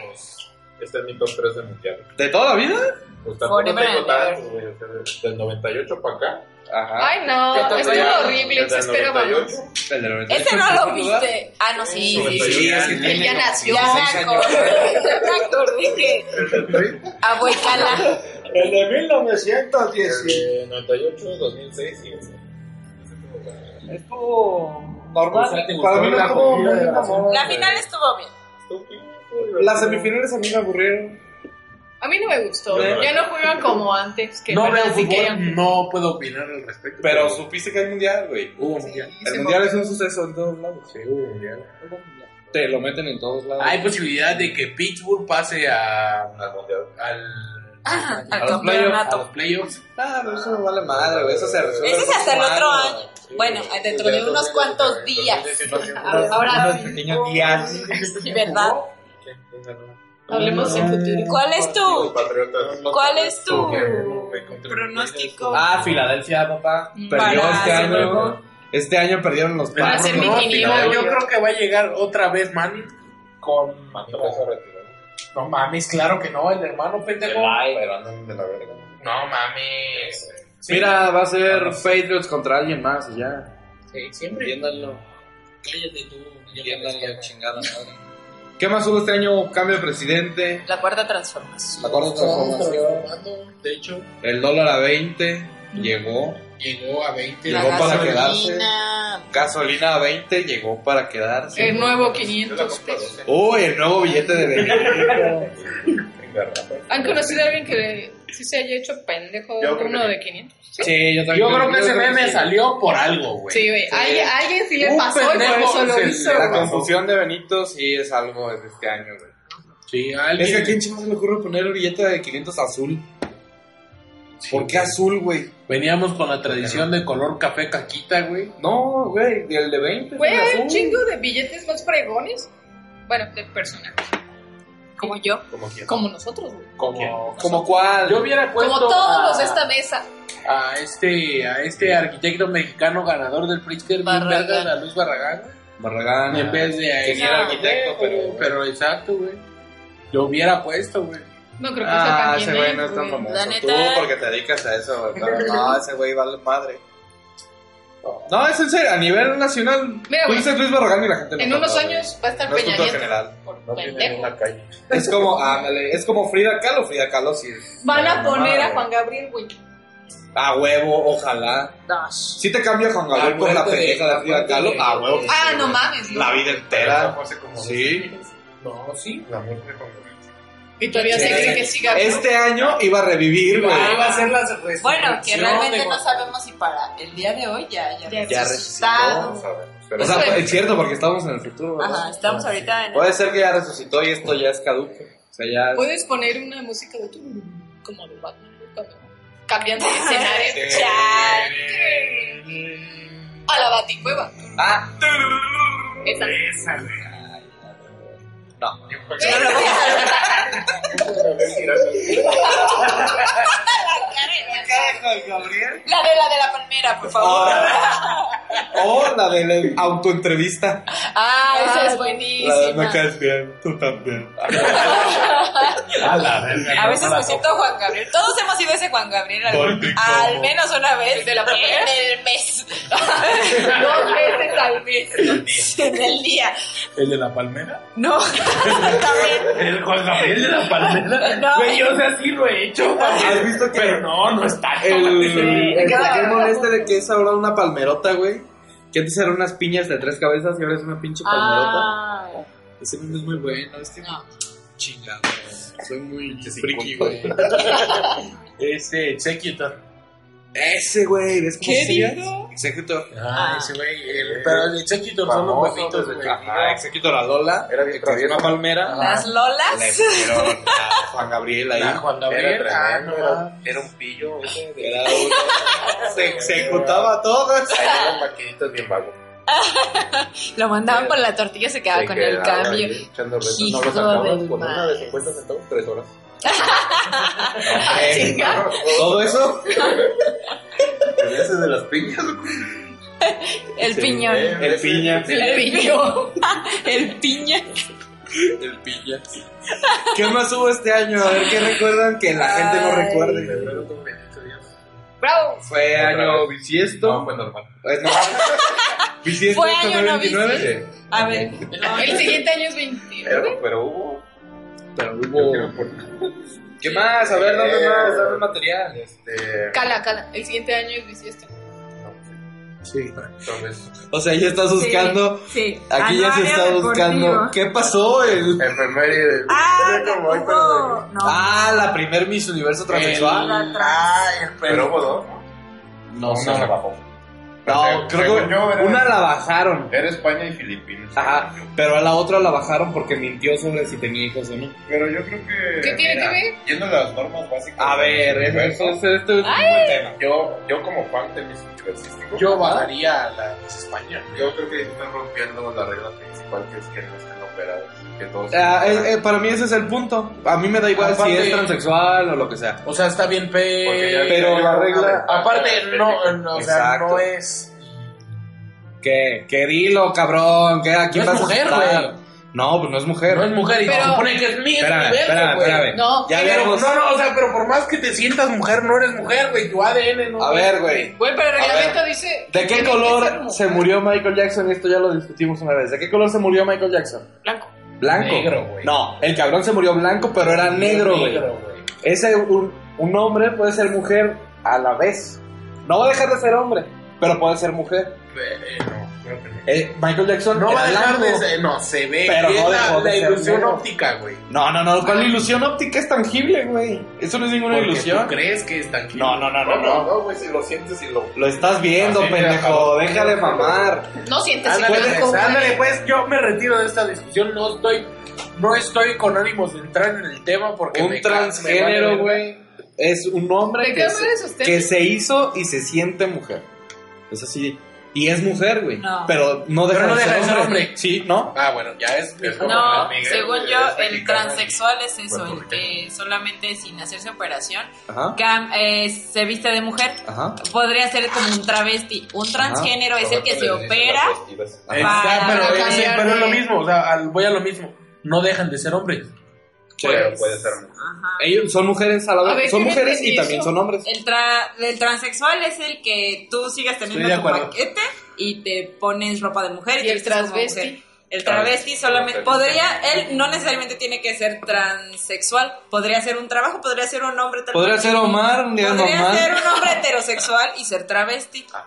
Speaker 5: Este es mi top 3 de mundial.
Speaker 3: ¿De toda la vida?
Speaker 5: Pues tampoco
Speaker 6: Forever
Speaker 5: tengo
Speaker 6: and ever.
Speaker 5: tantos, güey. o sea, de- Del 98 para acá.
Speaker 3: Ajá.
Speaker 7: Ay, no,
Speaker 5: Entonces,
Speaker 7: estuvo
Speaker 5: ya,
Speaker 7: horrible,
Speaker 5: desde
Speaker 7: se
Speaker 5: el
Speaker 7: esperaba más.
Speaker 5: 98.
Speaker 3: El de la verdad.
Speaker 6: Ese no lo viste. Ah, no, sí, sí, sí.
Speaker 3: Sí, es que
Speaker 7: Él ya
Speaker 3: tiene-
Speaker 7: nació.
Speaker 6: Ya me acordé, ya me acordé que abuelcala.
Speaker 5: El de 1910. El 98, 2006 y eso.
Speaker 3: Estuvo
Speaker 4: O sea,
Speaker 3: normal.
Speaker 4: ¿te gustó
Speaker 3: Para mí no
Speaker 4: la
Speaker 3: estuvo
Speaker 4: comida
Speaker 3: muy
Speaker 4: de la
Speaker 3: mamón.
Speaker 6: La final estuvo bien.
Speaker 3: Las semifinales a mí me aburrieron.
Speaker 7: A mí no me gustó.
Speaker 5: No, no,
Speaker 7: Ya
Speaker 5: no.
Speaker 7: no juegan como antes. Que
Speaker 4: No veo
Speaker 7: parece que
Speaker 4: fútbol,
Speaker 7: eran-
Speaker 4: no puedo opinar al respecto.
Speaker 3: Pero supiste que hay mundial, güey.
Speaker 4: Hubo mundial.
Speaker 3: El mundial es un suceso en todos lados.
Speaker 5: Sí, hubo mundial.
Speaker 3: Te lo meten en todos lados.
Speaker 4: Hay posibilidad de que Pittsburgh pase a,
Speaker 5: Al mundial.
Speaker 4: al,
Speaker 6: Ah, al
Speaker 3: los Ah,
Speaker 4: a los
Speaker 3: playoffs.
Speaker 6: campeonato.
Speaker 4: playoffs.
Speaker 3: Claro, eso no vale madre, güey. Eso se resuelve.
Speaker 6: Ese es hasta el
Speaker 3: próximo
Speaker 6: otro año. Bueno, dentro de unos cuantos días. Ahora-
Speaker 9: unos pequeños días.
Speaker 6: Sí, ¿verdad?
Speaker 7: Hablemos en futuro.
Speaker 6: ¿Cuál es tu,
Speaker 5: Patriotas.
Speaker 6: cuál es tu pronóstico?
Speaker 3: Ah, Filadelfia, papá.
Speaker 7: Mm,
Speaker 3: Perdió
Speaker 6: Para
Speaker 3: este
Speaker 6: Super
Speaker 3: año.
Speaker 6: Bowl.
Speaker 3: Este año perdieron los
Speaker 7: Va a
Speaker 3: Pats.
Speaker 7: ser mi
Speaker 3: ¿no?
Speaker 7: quiniela,
Speaker 4: Ah, yo
Speaker 7: güey.
Speaker 4: creo que va a llegar otra vez Manning con...
Speaker 5: se retiró.
Speaker 4: No mames, claro que no, el hermano pendejo.
Speaker 5: Pero andan de la verga. Este,
Speaker 4: No mames.
Speaker 3: Sí. Mira, va a ser Patriots contra alguien más y ya.
Speaker 4: Sí, siempre.
Speaker 3: Entiéndanlo.
Speaker 9: Cállate tú.
Speaker 3: chingada ¿Qué más hubo este año? Cambio de presidente.
Speaker 6: La cuarta transformación.
Speaker 3: La cuarta transformación.
Speaker 9: De hecho,
Speaker 3: El dólar a 20.
Speaker 7: Mm.
Speaker 3: Llegó.
Speaker 9: llegó a 20.
Speaker 3: Llegó
Speaker 6: la
Speaker 3: para
Speaker 6: gasolina.
Speaker 3: Gasolina a 20. Llegó para quedarse.
Speaker 7: El nuevo 500 pesos.
Speaker 3: Uy, el nuevo billete de 20.
Speaker 7: ¿Han conocido a alguien que sí se haya hecho pendejo
Speaker 5: Yo creo
Speaker 7: uno
Speaker 5: que-
Speaker 7: de 500?
Speaker 3: Sí, yo
Speaker 4: Yo creo que ese meme salió por algo, güey.
Speaker 7: Sí, güey. Alguien- A alguien sí le
Speaker 4: Un
Speaker 7: pasó y por
Speaker 4: pendejo
Speaker 7: eso lo
Speaker 4: se-
Speaker 7: hizo.
Speaker 3: La
Speaker 7: güey.
Speaker 3: confusión de Benito sí es algo de este año, güey.
Speaker 4: Sí,
Speaker 3: Es que a
Speaker 4: alguien.
Speaker 3: quién chingados se le ocurre poner el billete de 500 azul.
Speaker 4: Sí,
Speaker 3: ¿Por qué azul, güey?
Speaker 4: Veníamos con la tradición de color café caquita, güey.
Speaker 3: No, güey, el de 20.
Speaker 7: Güey,
Speaker 3: es el
Speaker 7: hay un
Speaker 3: azul.
Speaker 7: chingo de billetes más pregones. Bueno, de personajes.
Speaker 6: Como yo.
Speaker 5: Como quiera.
Speaker 7: Como nosotros, güey.
Speaker 4: Como,
Speaker 3: ¿Como cuál?
Speaker 4: yo hubiera puesto
Speaker 7: Como todos
Speaker 4: a,
Speaker 7: los de esta mesa.
Speaker 4: a este a este arquitecto mexicano ganador del Pritzker bien
Speaker 6: Barragán.
Speaker 4: verga, la Luz Barragán, güey.
Speaker 3: Barragán.
Speaker 4: en vez de a
Speaker 3: que
Speaker 4: ese
Speaker 3: sí era arquitecto,
Speaker 4: güey,
Speaker 6: Oh.
Speaker 3: pero-
Speaker 4: pero exacto, güey. Lo hubiera puesto, güey.
Speaker 7: No creo que
Speaker 3: Ah,
Speaker 7: sepan
Speaker 3: ese
Speaker 7: quién
Speaker 3: güey no es tan
Speaker 7: güey.
Speaker 3: famoso.
Speaker 6: La neta-
Speaker 3: Tú porque te dedicas a eso, güey. Pero no, ese güey vale madre. No, es en serio, a nivel nacional.
Speaker 7: Mira,
Speaker 3: tú
Speaker 7: güey.
Speaker 3: dices Luis Barragán y la gente no
Speaker 7: En
Speaker 3: sabe,
Speaker 7: unos
Speaker 3: güey.
Speaker 7: años va a estar
Speaker 3: No es
Speaker 7: Peña
Speaker 3: cultura
Speaker 7: Nieto.
Speaker 3: general.
Speaker 7: Por
Speaker 5: No tiene
Speaker 7: pendejo.
Speaker 5: una calle.
Speaker 3: Es como, ándale, es como Frida Kahlo, Frida Kahlo sí. es-
Speaker 7: Van a
Speaker 3: no,
Speaker 7: poner
Speaker 3: no,
Speaker 7: a Juan Gabriel, güey.
Speaker 3: A huevo, ojalá. Si te cambia Juan Gabriel
Speaker 4: La
Speaker 3: por la
Speaker 4: muerte de-
Speaker 3: pendeja de
Speaker 4: la
Speaker 3: Frida
Speaker 4: muerte
Speaker 3: Kahlo,
Speaker 4: de-
Speaker 3: a huevo.
Speaker 7: Ah, no mames.
Speaker 3: La vida entera.
Speaker 5: Fue como
Speaker 3: Sí.
Speaker 4: No, sí.
Speaker 5: La muerte con
Speaker 7: Y todavía se cree que siga.
Speaker 3: Este año iba a revivir, güey.
Speaker 4: Ahí va a ser las
Speaker 6: Bueno, que
Speaker 4: restricciones,
Speaker 6: realmente no
Speaker 4: güey.
Speaker 6: sabemos si para el día de hoy ya, ya,
Speaker 7: Ya
Speaker 3: Ya
Speaker 6: resucitado.
Speaker 3: resucitó.
Speaker 5: sabemos.
Speaker 3: O
Speaker 5: Pero
Speaker 3: sea, es cierto, porque estamos en el futuro. ¿verdad?
Speaker 6: Ajá, estamos ahorita en.
Speaker 3: Puede ser que ya resucitó y esto ya es caduco. O sea, ya.
Speaker 7: Puedes poner una música de tu. Como de Batman, güey, cuando cambian de escenario. A la baticueva.
Speaker 3: Ah,
Speaker 7: Esa.
Speaker 3: no.
Speaker 6: No lo voy a hacer. La de la de la palmera, por favor.
Speaker 3: O la de la autoentrevista.
Speaker 6: Ah, esa es
Speaker 3: La de me
Speaker 6: buenísima.
Speaker 3: caes bien, tú también.
Speaker 4: A la verga,
Speaker 6: A
Speaker 4: no
Speaker 6: veces
Speaker 4: me la
Speaker 6: me siento Juan Gabriel. Todos hemos sido ese Juan Gabriel al, al menos una vez
Speaker 7: ¿De la primera?
Speaker 6: en el mes.
Speaker 7: Dos veces al mes.
Speaker 6: en el día.
Speaker 4: topo. ¿El de la palmera?
Speaker 6: No, también.
Speaker 4: ¿El Juan Gabriel de la palmera?
Speaker 6: No.
Speaker 4: Güey, yo o sea, sí lo he hecho,
Speaker 3: ¿Has
Speaker 4: güey.
Speaker 3: visto que
Speaker 4: Pero no, no es tanto.
Speaker 3: el, el
Speaker 4: güey.
Speaker 3: Pokémon este de que es ahora una palmerota, güey? Que antes eran unas piñas de tres cabezas y ahora es una pinche palmerota.
Speaker 6: Ah,
Speaker 3: Ese meme es muy bueno, es que
Speaker 6: No.
Speaker 3: chingado. Soy muy friki, güey.
Speaker 4: Este, Executor.
Speaker 3: Ese güey, ¿ves cómo
Speaker 7: ¿Qué
Speaker 3: se llama?
Speaker 7: dijo?
Speaker 3: Executor.
Speaker 4: Ah,
Speaker 6: Ah.
Speaker 4: ese güey. el- Pero el Executor son los
Speaker 5: Famoso
Speaker 4: huevitos,
Speaker 5: desde
Speaker 4: güey.
Speaker 3: Ajá, Executor la Lola.
Speaker 5: Era bien
Speaker 3: que es una
Speaker 5: travieso.
Speaker 3: palmera.
Speaker 6: las Lolas.
Speaker 3: Le pusieron a Juan Gabriel ahí.
Speaker 4: Ah, Juan Gabriel.
Speaker 5: Era
Speaker 4: ah,
Speaker 5: tremendo,
Speaker 4: no
Speaker 5: era,
Speaker 4: mames.
Speaker 5: era un pillo. ese de-
Speaker 3: Era uno- se, se ejecutaba a todos.
Speaker 5: Ahí eran maquinitas bien vago.
Speaker 6: Lo mandaban por la tortilla, se quedaba
Speaker 5: Se
Speaker 6: con el
Speaker 5: quedaba
Speaker 6: cambio.
Speaker 5: ahí echando retos.
Speaker 6: Hijo
Speaker 5: No lo sacabas
Speaker 6: de
Speaker 5: con una
Speaker 6: madre.
Speaker 5: de 50 centavos, 3 horas.
Speaker 6: Ah, Chinga.
Speaker 3: Todo eso.
Speaker 5: Ese de las piñas.
Speaker 6: El piñón.
Speaker 3: El piña.
Speaker 6: El piñón. el piña.
Speaker 3: El piña. ¿Qué más hubo este año? A ver, ¿qué recuerdan que la gente no
Speaker 6: Ay.
Speaker 3: recuerde?
Speaker 7: Bravo.
Speaker 3: Fue
Speaker 5: Otra
Speaker 3: año
Speaker 5: vez.
Speaker 3: bisiesto.
Speaker 5: fue normal.
Speaker 3: Pues no. Bisiesto
Speaker 6: Fue año no
Speaker 3: 29.
Speaker 6: A ver.
Speaker 7: El siguiente año es 29.
Speaker 5: Pero, pero hubo.
Speaker 3: Pero
Speaker 5: yo creo,
Speaker 3: hubo.
Speaker 5: por-
Speaker 3: ¿Qué más? A ver, dame
Speaker 5: Eh,
Speaker 3: más, dame material.
Speaker 5: Este.
Speaker 7: Cala, cala. El siguiente año es bisiesto.
Speaker 3: Sí.
Speaker 5: Entonces,
Speaker 3: O sea, ya estás buscando.
Speaker 6: Sí.
Speaker 3: Aquí ya se
Speaker 6: Anuario
Speaker 3: está buscando.
Speaker 6: deportivo.
Speaker 3: ¿Qué pasó? El.
Speaker 5: enfermería.
Speaker 6: Ah,
Speaker 5: Era como hoy,
Speaker 6: hubo-
Speaker 5: pero.
Speaker 6: no.
Speaker 3: Ah, la primer Miss Universo transexual.
Speaker 6: La tra-
Speaker 4: Ay,
Speaker 5: Pero
Speaker 4: pero.
Speaker 5: hubo dos.
Speaker 3: No,
Speaker 5: Una
Speaker 3: sé.
Speaker 5: la bajó.
Speaker 3: No, creo
Speaker 5: según yo,
Speaker 3: que
Speaker 5: era-
Speaker 3: una la bajaron.
Speaker 5: Era España y Filipinas.
Speaker 3: Ajá, pero a la otra la bajaron porque mintió sobre si tenía hijos o no.
Speaker 5: Pero yo creo que.
Speaker 7: ¿Qué tiene que ver?
Speaker 5: Yendo a las normas básicas.
Speaker 3: A ver,
Speaker 5: del universo,
Speaker 3: entonces esto Ah, este es un buen tema.
Speaker 5: Yo, yo como fan de mis universistas.
Speaker 4: Yo bajaría a la Miss España.
Speaker 5: Yo creo que están rompiendo la regla principal que es que no estén operados. Que todos.
Speaker 3: Ah, eh, eh, para mí ese es el punto. A mí me da igual si
Speaker 4: Aparte-
Speaker 3: es transexual o lo que sea.
Speaker 4: O sea, está bien,
Speaker 5: Porque ya-
Speaker 4: pe...
Speaker 3: pero la regla-
Speaker 4: Aparte, no, no, o sea,
Speaker 3: Exacto.
Speaker 4: no es.
Speaker 3: ¿Qué? ¿Qué dilo, cabrón? ¿Qué? ¿A quién
Speaker 4: No es
Speaker 3: vas a
Speaker 4: mujer,
Speaker 3: asustar?
Speaker 4: güey.
Speaker 3: No, pues no es mujer.
Speaker 4: No es mujer y
Speaker 7: Pero-
Speaker 4: se supone que es mi
Speaker 3: Espérame,
Speaker 4: universo,
Speaker 3: espérame,
Speaker 4: güey.
Speaker 3: espérame.
Speaker 7: No,
Speaker 3: ya
Speaker 4: Pero,
Speaker 3: habíamos-
Speaker 4: no, no, o sea, pero por más que te sientas mujer, no eres mujer, güey. Tu ADN no.
Speaker 3: A ver, güey.
Speaker 7: Güey, pero el
Speaker 3: A
Speaker 7: reglamento
Speaker 3: ver,
Speaker 7: dice.
Speaker 3: ¿De qué
Speaker 7: tiene que ser
Speaker 3: color
Speaker 7: mujer.
Speaker 3: se murió Michael Jackson? Esto ya lo discutimos una vez. ¿De qué color se murió Michael Jackson?
Speaker 4: Blanco.
Speaker 3: Blanco.
Speaker 4: Negro, güey.
Speaker 3: No, el cabrón se murió blanco, pero era negro, güey. Ese un, un hombre puede ser mujer a la vez. No va a dejar de ser hombre, pero puede ser mujer.
Speaker 5: Eh, no, creo que no.
Speaker 3: Eh, Michael Jackson
Speaker 4: No
Speaker 3: era
Speaker 4: va a dejar de
Speaker 3: blanco.
Speaker 4: ser. No, se ve.
Speaker 3: Pero
Speaker 4: Es
Speaker 3: no
Speaker 4: la-
Speaker 3: dejó de
Speaker 4: la
Speaker 3: ser
Speaker 4: ilusión
Speaker 3: negro.
Speaker 4: óptica, güey.
Speaker 3: No, no, no. ¿Cuál ilusión óptica es tangible, güey? Eso no es ninguna
Speaker 4: Porque
Speaker 3: ilusión.
Speaker 4: ¿Tú crees que es tan
Speaker 3: No, no, no, no, no.
Speaker 5: güey, si lo sientes y lo.
Speaker 3: Lo estás viendo,
Speaker 5: Así te
Speaker 3: pendejo.
Speaker 5: acabo.
Speaker 3: Deja de mamar.
Speaker 7: No sientes
Speaker 4: Ándale,
Speaker 7: igual
Speaker 4: pues,
Speaker 7: como-
Speaker 4: ándale, pues, yo me retiro de esta discusión. No estoy, no estoy con ánimos de entrar en el tema porque
Speaker 3: Un
Speaker 4: me ca- me
Speaker 3: transgénero,
Speaker 4: vale verga.
Speaker 3: güey, es un hombre
Speaker 7: ¿De qué
Speaker 3: que
Speaker 7: habla
Speaker 3: se,
Speaker 7: es usted?
Speaker 3: que se hizo y se siente mujer. Es así. Y es mujer, güey.
Speaker 6: No.
Speaker 3: Pero no deja,
Speaker 4: Pero no
Speaker 3: de,
Speaker 4: deja
Speaker 3: ser
Speaker 4: de ser hombre.
Speaker 3: Sí, ¿no?
Speaker 4: Ah, bueno, ya es. es como
Speaker 6: No,
Speaker 4: Luis Miguel,
Speaker 6: según
Speaker 4: güey,
Speaker 6: yo,
Speaker 4: es
Speaker 6: el
Speaker 4: mexicano.
Speaker 6: transexual es eso, el
Speaker 4: puertorriqueño.
Speaker 6: que solamente sin hacerse operación
Speaker 3: Ajá.
Speaker 6: cam- eh, se viste de mujer.
Speaker 3: Ajá.
Speaker 6: Podría ser como un travesti. Un transgénero es el que se opera.
Speaker 4: Eh,
Speaker 6: Para
Speaker 4: está, pero,
Speaker 7: cambiar
Speaker 4: es, pero es lo
Speaker 7: de-
Speaker 4: mismo, o sea, al- voy a lo mismo. No dejan de ser hombres.
Speaker 5: Pero puede ser.
Speaker 6: pues, Ajá.
Speaker 3: Ellos son mujeres a la
Speaker 7: Pues, A
Speaker 3: vez.
Speaker 7: ver,
Speaker 3: son
Speaker 7: ¿qué
Speaker 3: mujeres
Speaker 7: entendí
Speaker 3: y también
Speaker 7: eso?
Speaker 3: son hombres.
Speaker 6: El, tra- el transexual es el que tú sigas
Speaker 4: Estoy de
Speaker 6: teniendo tu
Speaker 4: acuerdo.
Speaker 6: paquete y te pones ropa de mujer y,
Speaker 7: Y
Speaker 6: te
Speaker 7: el
Speaker 6: vistes como
Speaker 7: transvesti.
Speaker 6: mujer. El travesti solamente podría, él no necesariamente tiene que ser transexual, podría ser un trabajo, podría ser un hombre. tal-
Speaker 3: Podría ser Omar, un día
Speaker 6: Podría
Speaker 3: normal.
Speaker 6: ser un hombre heterosexual y ser travesti.
Speaker 7: Ah.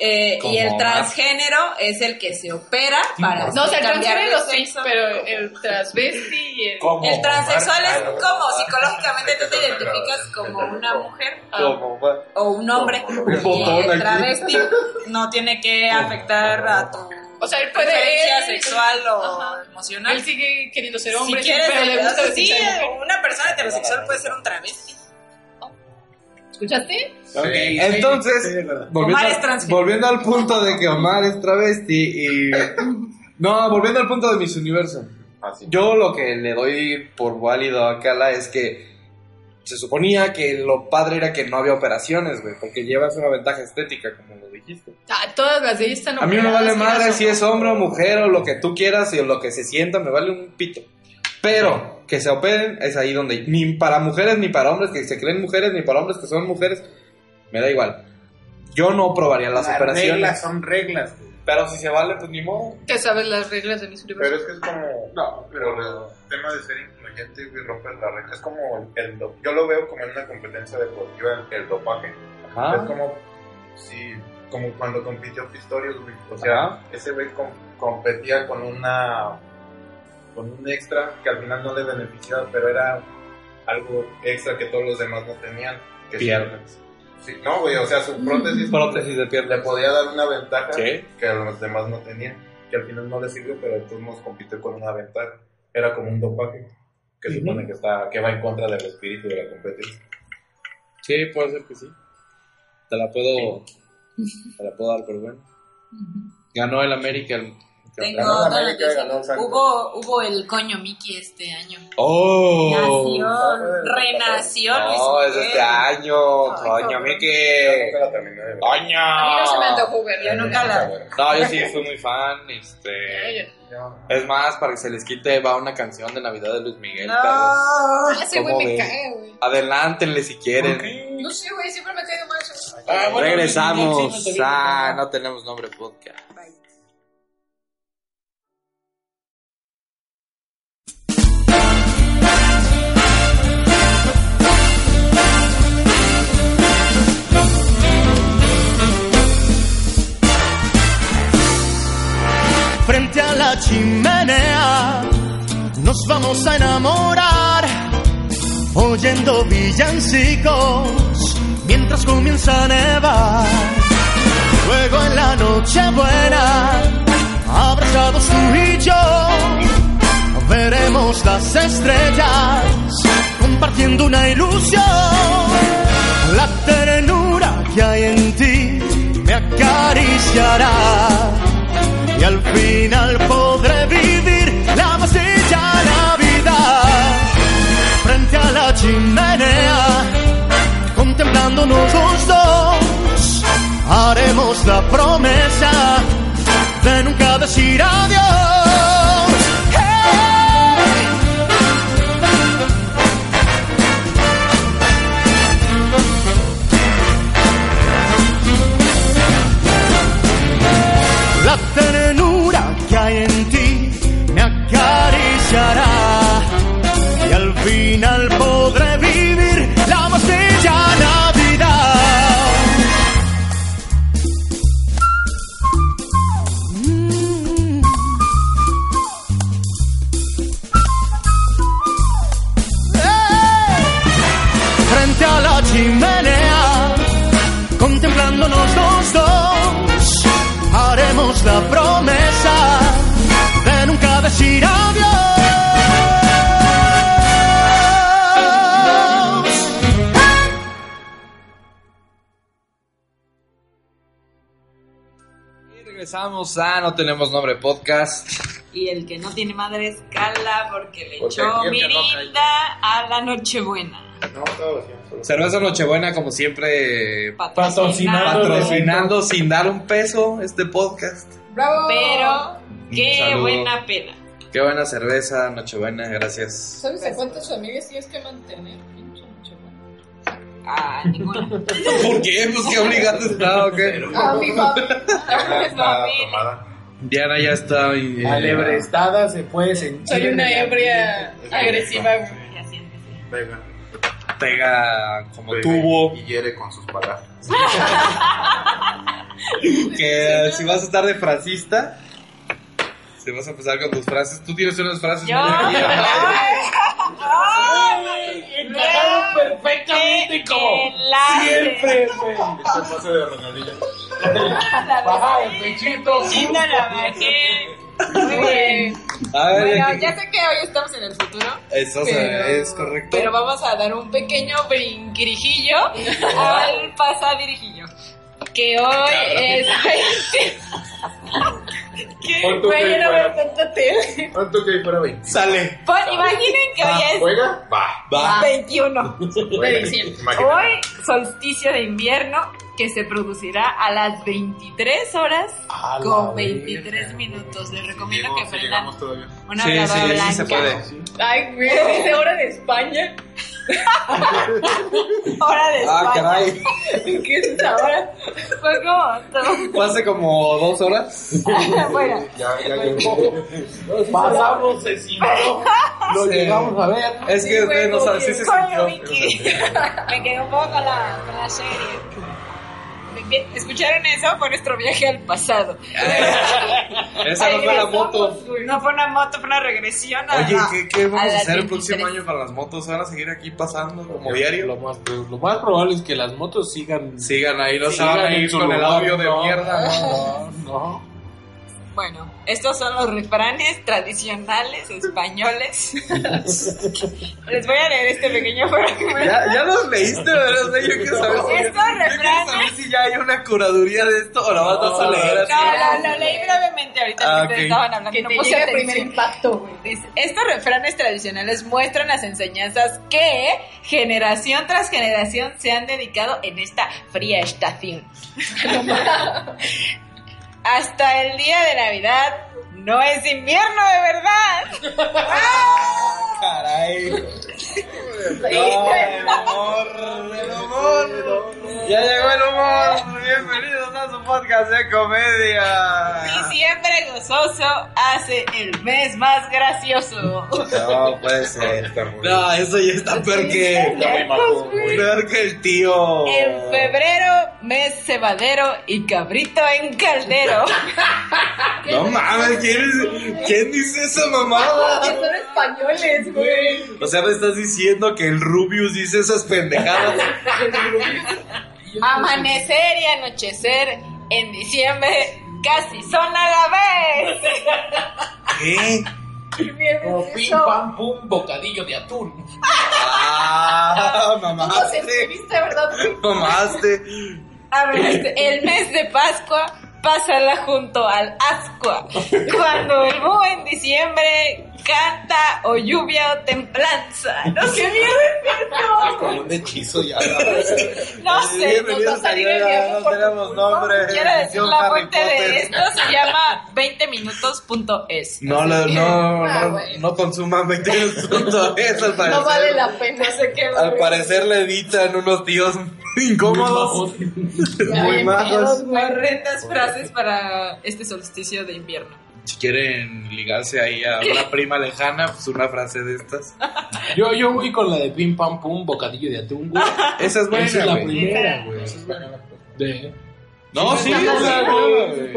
Speaker 6: Eh, y
Speaker 3: Como
Speaker 6: el
Speaker 3: Omar.
Speaker 6: transgénero es el que se opera para
Speaker 7: No, o sea, el
Speaker 6: cambiar de
Speaker 7: transgénero sí,
Speaker 6: sexo.
Speaker 7: pero el transvesti y el.
Speaker 4: ¿Cómo?
Speaker 6: El transexual es
Speaker 5: Omar.
Speaker 6: como psicológicamente tú te
Speaker 5: Ay, qué
Speaker 6: identificas
Speaker 5: raro.
Speaker 6: como una mujer
Speaker 3: Como, bueno,
Speaker 6: o un hombre
Speaker 3: Un botón
Speaker 6: y el
Speaker 3: aquí.
Speaker 6: travesti no tiene que afectar a tu
Speaker 7: O sea, él puede.
Speaker 6: preferencia
Speaker 7: él-
Speaker 6: sexual o
Speaker 7: Ajá.
Speaker 6: emocional.
Speaker 7: Él sigue queriendo ser hombre,
Speaker 6: si quieres,
Speaker 7: pero le gusta
Speaker 6: o sea, sí,
Speaker 7: vestirse de mujer.
Speaker 6: una persona heterosexual puede ser un travesti.
Speaker 7: ¿Escuchaste?
Speaker 4: Ok, sí,
Speaker 3: Entonces,
Speaker 4: estoy de acuerdo.
Speaker 3: volviendo,
Speaker 6: Omar es
Speaker 3: al-
Speaker 6: transgénero.
Speaker 3: volviendo al punto de que Omar es travesti y... No, volviendo al punto de mis universos.
Speaker 5: Así.
Speaker 3: Yo lo que le doy por válido a Kala es que se suponía que lo padre era que no había operaciones, güey, porque llevas una ventaja estética, como lo dijiste.
Speaker 7: Ah, todas las de ellas están
Speaker 3: A mí me vale
Speaker 7: operadas,
Speaker 3: madre
Speaker 7: quieras o
Speaker 3: si
Speaker 7: no.
Speaker 3: es hombre o mujer o lo que tú quieras y lo que se sienta, me vale un pito. Pero que se operen es ahí donde ni para mujeres ni para hombres que se creen mujeres ni para hombres que son mujeres, me da igual. Yo no probaría las, operaciones.
Speaker 4: reglas son reglas, güey.
Speaker 3: Pero si se vale, pues ni modo.
Speaker 7: Te sabes las reglas de mis
Speaker 5: Pero
Speaker 7: universos.
Speaker 5: es que es como. No, pero el tema de ser incluyente y romper la regla es como. El do- yo lo veo como en una competencia deportiva, el, el dopaje. Es
Speaker 3: Ajá.
Speaker 5: como. Sí, como cuando compitió Pistorius, güey. O sea,
Speaker 3: Ajá.
Speaker 5: ese güey com- competía con una. con un extra que al final no le beneficiaba, pero era algo extra que todos los demás no tenían. Que sí-
Speaker 3: Piernas.
Speaker 5: Sí, no, güey, o sea, su prótesis.
Speaker 3: Prótesis de
Speaker 5: le
Speaker 3: pierna.
Speaker 5: podía dar una ventaja
Speaker 3: Sí.
Speaker 5: que a los demás no tenían, que al final no le sirvió, pero entonces nos compitió con una ventaja. Era como un dopaje que
Speaker 3: Ujú.
Speaker 5: supone que está que va en contra del espíritu de la competencia.
Speaker 3: Sí, puede ser que sí. Te la puedo, te la puedo dar, pero bueno. Ganó el América. el
Speaker 6: Tengo
Speaker 3: campeonato.
Speaker 5: Ganó la
Speaker 6: otra
Speaker 5: América,
Speaker 6: noticia.
Speaker 5: ganó el Santos.
Speaker 6: Hubo, hubo el coño Mickey este año.
Speaker 3: ¡Oh!
Speaker 6: Nació,
Speaker 5: Ah,
Speaker 6: renació Luis
Speaker 3: No, es
Speaker 6: Miguel.
Speaker 3: este año, coño, Miki.
Speaker 5: Nunca la terminé de ver.
Speaker 3: Coño.
Speaker 7: A mí no se me antojó verlo.
Speaker 6: Yo nunca
Speaker 5: Está
Speaker 6: la...
Speaker 5: bueno.
Speaker 3: No, yo sí fui muy fan, este. Es más, para que se les quite va una canción de Navidad de Luis Miguel. perros.
Speaker 6: No.
Speaker 7: Ah, Ese güey
Speaker 3: ¿Cómo
Speaker 7: me
Speaker 3: ves?
Speaker 7: cae, güey.
Speaker 3: Adelántenle si quieren.
Speaker 7: No sé, güey, siempre me ha caído mal. ese güey.
Speaker 4: Ah, bueno,
Speaker 3: Regresamos.
Speaker 4: sí, sí, sí,
Speaker 3: ah, no tenemos nombre podcast.
Speaker 10: frente a la chimenea nos vamos a enamorar oyendo villancicos mientras comienza a nevar Luego en la noche buena, abrazados tú y yo, veremos las estrellas compartiendo una ilusión. La ternura que hay en ti me acariciará y al final podré vivir la más bella Navidad frente a la chimenea, contemplándonos los dos, haremos la promesa de nunca decir adiós. ¡Hey! La ternura que hay en ti me acariciará y al final podré vivir la más bella Navidad. Mm. ¡Eh! Frente a la chimenea, contemplándonos los dos, haremos la promesa de nunca decir adiós.
Speaker 3: Y regresamos a No Tenemos Nombre Podcast.
Speaker 6: Y el que no tiene madre es Cala porque le
Speaker 5: Porque
Speaker 6: echó
Speaker 5: aquí el que no
Speaker 6: mirinda a la Nochebuena.
Speaker 5: No, todos, ya, solo-
Speaker 3: Cerveza Nochebuena, como siempre,
Speaker 6: Patrocinado.
Speaker 3: patrocinando sin dar un peso este podcast.
Speaker 7: ¡Bravo!
Speaker 6: Pero qué
Speaker 3: Saludo.
Speaker 6: buena pena.
Speaker 3: Qué buena cerveza, Nochebuena, gracias.
Speaker 7: ¿Sabes a cuántas familias tienes que mantener? Pinche Nochebuena.
Speaker 6: Ah, ninguna.
Speaker 3: ¿Por qué? Pues qué obligado está, ¿o qué?
Speaker 7: Ah, mi mami.
Speaker 5: ya está
Speaker 6: mami.
Speaker 5: tomada.
Speaker 3: Diana ya está. eh,
Speaker 4: Alebrestada se puede sentir.
Speaker 7: Soy
Speaker 4: en
Speaker 7: una
Speaker 4: el
Speaker 7: ebria
Speaker 5: ambiente.
Speaker 7: agresiva, güey.
Speaker 6: Y así empecé.
Speaker 5: Pega,
Speaker 3: Pega como
Speaker 5: bebe
Speaker 3: tubo.
Speaker 5: Y hiere con sus palabras.
Speaker 3: Que si vas a estar de frasista, si vas a empezar con tus frases, tú tienes unas frases.
Speaker 6: Yo.
Speaker 3: muy divertidas.
Speaker 6: Ay,
Speaker 11: Encajaron perfectamente
Speaker 6: qué
Speaker 11: como
Speaker 6: enlace.
Speaker 11: siempre, güey.
Speaker 5: Este pase de Ronaldinho.
Speaker 11: Baja el pechito.
Speaker 6: Sí, no la bajé.
Speaker 7: Muy bien.
Speaker 3: A ver,
Speaker 7: Bueno,
Speaker 3: ya que-
Speaker 7: ya sé que hoy estamos en el futuro.
Speaker 3: Eso se-
Speaker 7: pero-
Speaker 3: es correcto.
Speaker 7: Pero vamos a dar un pequeño brinquirijillo
Speaker 6: Al pasadirijillo.
Speaker 7: que hoy es.
Speaker 5: Pon tú que
Speaker 7: Güey,
Speaker 5: ahí
Speaker 7: yo no veo
Speaker 5: fuera-
Speaker 7: tanta tele.
Speaker 5: pon tú que ahí fuera 20.
Speaker 3: sale.
Speaker 6: Pues imaginen que hoy es
Speaker 5: ¿Juega? Va.
Speaker 3: Ah, pues, Va.
Speaker 6: 21.
Speaker 5: Juega.
Speaker 7: diciembre.
Speaker 5: Imagínate.
Speaker 6: Hoy, solsticio de invierno, que se producirá a las 23 horas
Speaker 4: A la
Speaker 6: con
Speaker 4: verga.
Speaker 6: 23 minutos. Pues Les recomiendo
Speaker 5: Llegamos,
Speaker 6: que
Speaker 5: sí,
Speaker 6: prendan
Speaker 5: llegamos todavía.
Speaker 6: una
Speaker 3: sí, sí,
Speaker 6: grabadora
Speaker 3: sí se
Speaker 6: blanca.
Speaker 3: puede.
Speaker 7: Ay, güey, dice ahora de España.
Speaker 6: Hora de
Speaker 3: Ah,
Speaker 6: España.
Speaker 3: caray.
Speaker 7: ¿Qué es esa hora? Pues,
Speaker 6: Fue como todo.
Speaker 3: Hace como dos horas.
Speaker 6: bueno,
Speaker 5: Ya, ya llegó.
Speaker 4: Pasamos, se sintió. Lo
Speaker 3: Sí.
Speaker 4: llegamos a ver.
Speaker 3: Es que
Speaker 7: Sí,
Speaker 3: ustedes no
Speaker 7: güey,
Speaker 3: saben, sí se
Speaker 6: coño,
Speaker 3: sintió.
Speaker 6: Vicky. Me quedé un poco con la, con la serie. Me que- ¿Escucharon eso? Fue nuestro viaje al pasado.
Speaker 3: Esa no fue la
Speaker 6: Regresamos,
Speaker 3: moto.
Speaker 6: güey. No fue una moto, fue una regresión. a
Speaker 3: Oye,
Speaker 6: la-
Speaker 3: ¿qué, qué vamos a,
Speaker 6: las
Speaker 3: hacer el próximo
Speaker 6: 23.
Speaker 3: año para las motos? ¿Van a seguir aquí pasando como
Speaker 4: Lo
Speaker 3: diario?
Speaker 4: más, pues, lo más probable es que las motos sigan.
Speaker 3: Sigan ahí, no se
Speaker 4: sigan
Speaker 3: van a
Speaker 4: en
Speaker 3: ir
Speaker 4: su
Speaker 3: con el
Speaker 4: lugar,
Speaker 3: audio de
Speaker 4: no,
Speaker 3: mierda.
Speaker 4: No, no.
Speaker 6: Bueno, estos son los refranes tradicionales españoles. Les voy a leer este pequeño fragmento.
Speaker 3: ¿Ya, ya los leíste, ¿verdad? Yo quiero saber si,
Speaker 6: Estos
Speaker 3: yo quiero saber
Speaker 6: refranes.
Speaker 3: si ya hay una curaduría de esto o la vas a leer así.
Speaker 6: No, lo, lo leí brevemente ahorita
Speaker 3: Ah,
Speaker 6: que ustedes
Speaker 3: ok.
Speaker 6: estaban hablando.
Speaker 7: Que
Speaker 6: no
Speaker 7: te
Speaker 6: puse
Speaker 7: llega el
Speaker 6: atención.
Speaker 7: primer impacto, güey.
Speaker 6: Dice, Estos refranes tradicionales muestran las enseñanzas que generación tras generación se han dedicado en esta fría estación. Hasta el día de Navidad no es invierno de verdad.
Speaker 3: Caray. Ay, amor, el humor. Ya llegó el humor. Bienvenidos a su podcast de comedia.
Speaker 6: Diciembre gozoso hace el mes más gracioso.
Speaker 3: No, puede ser.
Speaker 5: Está muy-
Speaker 3: No, eso ya está peor
Speaker 5: está
Speaker 3: que.
Speaker 5: muy majo, güey.
Speaker 3: Peor que el tío.
Speaker 6: En febrero, mes cebadero y cabrito en caldero.
Speaker 3: No mames, ¿quién, es- quién dice esa mamada?
Speaker 7: Son españoles, güey.
Speaker 3: O sea, me estás diciendo que el Rubius dice esas pendejadas.
Speaker 6: Amanecer y anochecer en diciembre casi son a la vez.
Speaker 3: ¿Qué?
Speaker 4: Como pim, pam, pum, bocadillo de atún.
Speaker 3: Ah,
Speaker 6: Todos
Speaker 3: mamaste.
Speaker 6: escribiste, ¿verdad?
Speaker 3: Mamaste.
Speaker 6: A ver, este, el mes de Pascua, pásala junto al Ascua. Cuando el búho en diciembre canta o lluvia o templanza. No sé bien
Speaker 3: Como un hechizo ya.
Speaker 6: No sé, no,
Speaker 3: Bienvenidos
Speaker 6: no salí
Speaker 3: a
Speaker 6: del
Speaker 3: Yoga,
Speaker 6: viaje
Speaker 3: no
Speaker 6: por tu
Speaker 3: tenemos
Speaker 6: culpa.
Speaker 3: nombre.
Speaker 6: Quiero decir,
Speaker 3: Edición
Speaker 6: la
Speaker 3: Harry
Speaker 6: fuente
Speaker 3: Potter.
Speaker 6: de esto se llama 20minutos.es.
Speaker 3: No,
Speaker 6: Así
Speaker 3: no,
Speaker 6: que,
Speaker 3: no,
Speaker 6: ah,
Speaker 3: no,
Speaker 6: güey.
Speaker 3: no consuman 20 minutos eso al parecer.
Speaker 6: No vale la pena, sé que
Speaker 3: Al parecer le editan unos tíos incómodos, muy majos.
Speaker 6: horrendas frases para este solsticio de invierno.
Speaker 3: Si quieren ligarse ahí a una prima lejana, pues una frase de estas.
Speaker 4: Yo, yo voy con la de pim, pam, pum, bocadillo de atún, güey.
Speaker 3: Esa es
Speaker 4: Esa es
Speaker 3: buena,
Speaker 4: la
Speaker 3: güey.
Speaker 4: primera, güey. Esa es buena. De...
Speaker 3: No, sí,
Speaker 4: Esa
Speaker 3: es
Speaker 4: es
Speaker 3: la
Speaker 4: española,
Speaker 3: güey.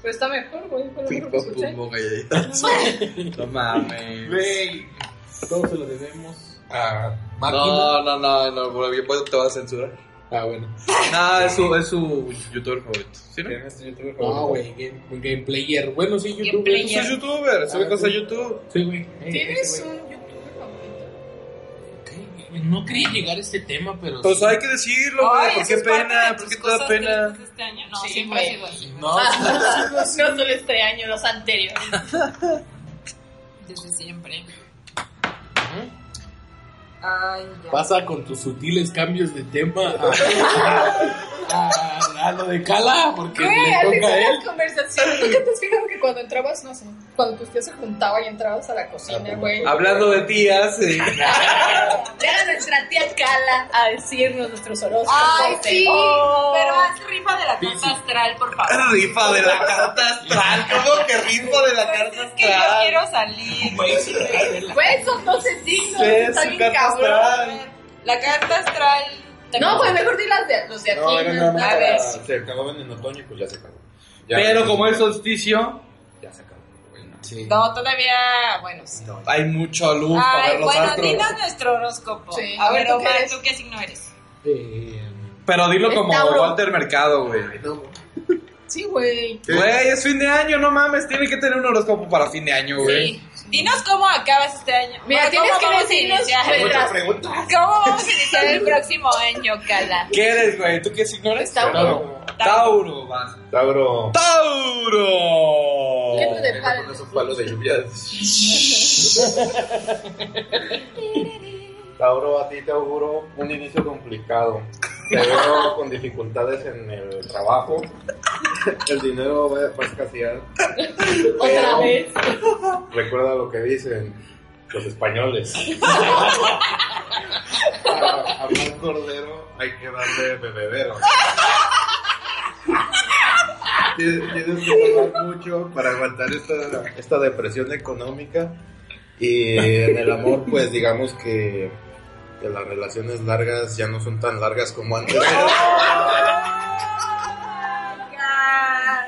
Speaker 7: Pero está mejor, güey. por lo
Speaker 3: Pim,
Speaker 7: menos
Speaker 3: pam,
Speaker 7: escuché.
Speaker 3: pum, bocadillitas. No mames.
Speaker 4: Güey, todos se lo debemos.
Speaker 3: Ah,
Speaker 4: Máquina.
Speaker 3: No, no, no, no, por bien puedo- te vas a censurar.
Speaker 4: Ah, bueno.
Speaker 3: No, es su, es su youtuber favorito. ¿Sí, no?
Speaker 5: ¿Quién es tu youtuber
Speaker 4: No,
Speaker 5: favorito?
Speaker 4: Ah, güey, game, gameplayer. Bueno, sí, YouTube.
Speaker 6: Gameplayer.
Speaker 3: Es youtuber, sube cosas a YouTube.
Speaker 4: Sí, güey.
Speaker 7: ¿Tienes un youtuber favorito?
Speaker 4: No quería llegar a este tema, pero.
Speaker 3: Pues
Speaker 4: sí.
Speaker 3: hay que decirlo, güey.
Speaker 6: Ay,
Speaker 3: ¿Por
Speaker 6: eso
Speaker 3: qué
Speaker 6: es parte
Speaker 3: pena?
Speaker 6: de
Speaker 3: ¿Por
Speaker 6: tus
Speaker 3: qué te da
Speaker 6: cosas que
Speaker 3: pena?
Speaker 6: haces Este año. No,
Speaker 7: Sí,
Speaker 6: siempre ha
Speaker 7: güey.
Speaker 6: sido así. Ah,
Speaker 4: No,
Speaker 7: No solo este año, los anteriores.
Speaker 6: Desde siempre. Ay, ya.
Speaker 4: pasa con tus sutiles cambios de tema a, a- a lo de Cala, porque
Speaker 7: Güey, al
Speaker 4: le toca a
Speaker 7: inicio de
Speaker 4: él.
Speaker 7: la conversación, ¿nunca te has fijado que cuando entrabas, no sé, cuando tu tía se juntaba y entrabas a la
Speaker 4: Ah,
Speaker 7: cocina, güey?
Speaker 3: Ah, Hablando de tías, eh,
Speaker 7: Llega nuestra tía Cala a decirnos nuestros horóscopos.
Speaker 6: Ay,
Speaker 7: de
Speaker 6: sí.
Speaker 7: hoy.
Speaker 6: Pero haz rifa de la carta astral, por favor.
Speaker 3: rifa de la carta astral. ¿Cómo que rifa de la
Speaker 6: Pues
Speaker 3: carta
Speaker 6: es que yo
Speaker 3: astral?
Speaker 6: quiero salir.
Speaker 7: Güey, son 12 signos.
Speaker 3: Sí,
Speaker 7: está
Speaker 3: su
Speaker 7: bien
Speaker 3: carta
Speaker 7: cabrón.
Speaker 3: astral.
Speaker 6: La carta astral.
Speaker 7: No, güey, mejor di las de, los de aquí.
Speaker 5: No, era nada más
Speaker 7: A ver.
Speaker 5: para- Se acababan en otoño y pues ya se acabó. Ya-
Speaker 3: Pero como es solsticio,
Speaker 5: Ya se acabó, güey. no.
Speaker 4: Sí.
Speaker 6: No, todavía. Bueno, sí.
Speaker 3: hay mucha luz para
Speaker 6: Ay,
Speaker 3: ver los
Speaker 6: bueno,
Speaker 3: astros.
Speaker 6: dinos nuestro horóscopo.
Speaker 7: Sí.
Speaker 6: A ver,
Speaker 7: ¿Tú qué
Speaker 6: Omar,
Speaker 7: eres?
Speaker 6: ¿tú qué signo eres?
Speaker 4: Eh,
Speaker 3: Pero dilo como
Speaker 7: Tauro.
Speaker 3: Walter Mercado, güey.
Speaker 4: no.
Speaker 7: Sí, güey.
Speaker 3: Güey, es fin de año, no mames. Tiene que tener un horóscopo para fin de año, güey.
Speaker 6: Dinos cómo acabas este año.
Speaker 7: Mira,
Speaker 6: Bueno,
Speaker 7: tienes
Speaker 6: ¿cómo
Speaker 7: que
Speaker 6: vamos a
Speaker 7: decirnos,
Speaker 6: iniciar?
Speaker 7: güey,
Speaker 5: Otra
Speaker 7: Tras-
Speaker 5: pregunta.
Speaker 6: ¿Cómo vamos a iniciar el próximo año, Cala?
Speaker 3: ¿Qué eres, güey? ¿Tú qué signo eres?
Speaker 5: Tauro.
Speaker 3: Tauro, vas.
Speaker 5: Tauro.
Speaker 3: ¡Tauro!
Speaker 7: ¿Qué te
Speaker 5: Me voy a
Speaker 7: depara?
Speaker 5: poner un palo de lluvia. Tauro, a ti te auguro un inicio complicado. Te veo con dificultades en el trabajo. El dinero va va a escasear.
Speaker 7: Otra
Speaker 5: Pero
Speaker 7: vez.
Speaker 5: Recuerda lo que dicen los españoles. A, a un cordero hay que darle bebedero. Tienes tienes que trabajar mucho para aguantar esta, esta depresión económica. Y en el amor, pues digamos que, que las relaciones largas ya no son tan largas como antes.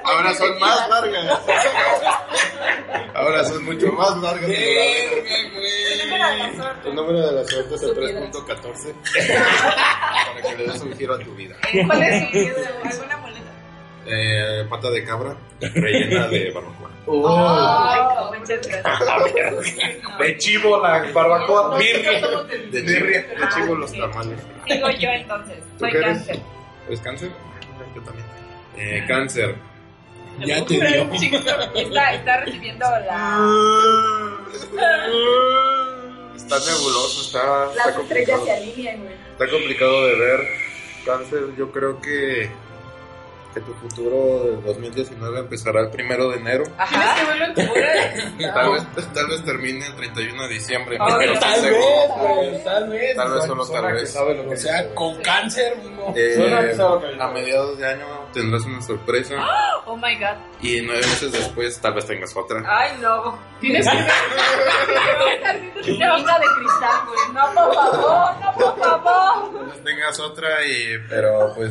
Speaker 5: Ahora son más largas. Ahora son mucho más largas. El número de la suerte es el 3.14. Para que le des un giro a tu vida.
Speaker 6: ¿Cuál es su miedo? ¿Alguna moleta?
Speaker 5: Eh, pata de cabra, rellena de barbacoa.
Speaker 6: Ay, no, muchas gracias.
Speaker 5: Ah,
Speaker 3: De chivo la barbacoa.
Speaker 5: De chivo, de chivo los tamales.
Speaker 6: Ah, Sigo yo entonces.
Speaker 5: ¿Tú
Speaker 6: Soy
Speaker 5: qué eres?
Speaker 6: cáncer.
Speaker 5: ¿Es cáncer? Yo también. Eh, cáncer.
Speaker 4: Ya te dio.
Speaker 6: Está, está recibiendo la.
Speaker 5: Está nebuloso, está, está
Speaker 6: Las estrellas
Speaker 5: complicado.
Speaker 6: se alinean, güey.
Speaker 5: Está complicado de ver. Cáncer, yo creo que, que tu futuro de 2019 empezará el primero de enero.
Speaker 6: Ajá.
Speaker 4: Ah.
Speaker 5: Tal vez, pues, tal vez termine el 31 de diciembre.
Speaker 6: Ay,
Speaker 5: pero
Speaker 4: Tal
Speaker 5: seguro.
Speaker 4: vez, güey, tal vez.
Speaker 5: Tal vez, solo
Speaker 4: Persona
Speaker 5: tal
Speaker 4: Ah, que
Speaker 5: vez.
Speaker 4: sabe lo que- O sea, con cáncer, no.
Speaker 5: Eh,
Speaker 4: Suena que sabe lo que-
Speaker 5: a mediados de año tendrás una sorpresa
Speaker 6: Oh my god.
Speaker 5: y nueve meses después tal vez tengas otra.
Speaker 7: Ah.
Speaker 6: Ay, no.
Speaker 7: Tienes que
Speaker 6: Una mina de cristal, güey. No, por favor, no, por favor.
Speaker 5: Tal vez tengas otra y... Pero pues...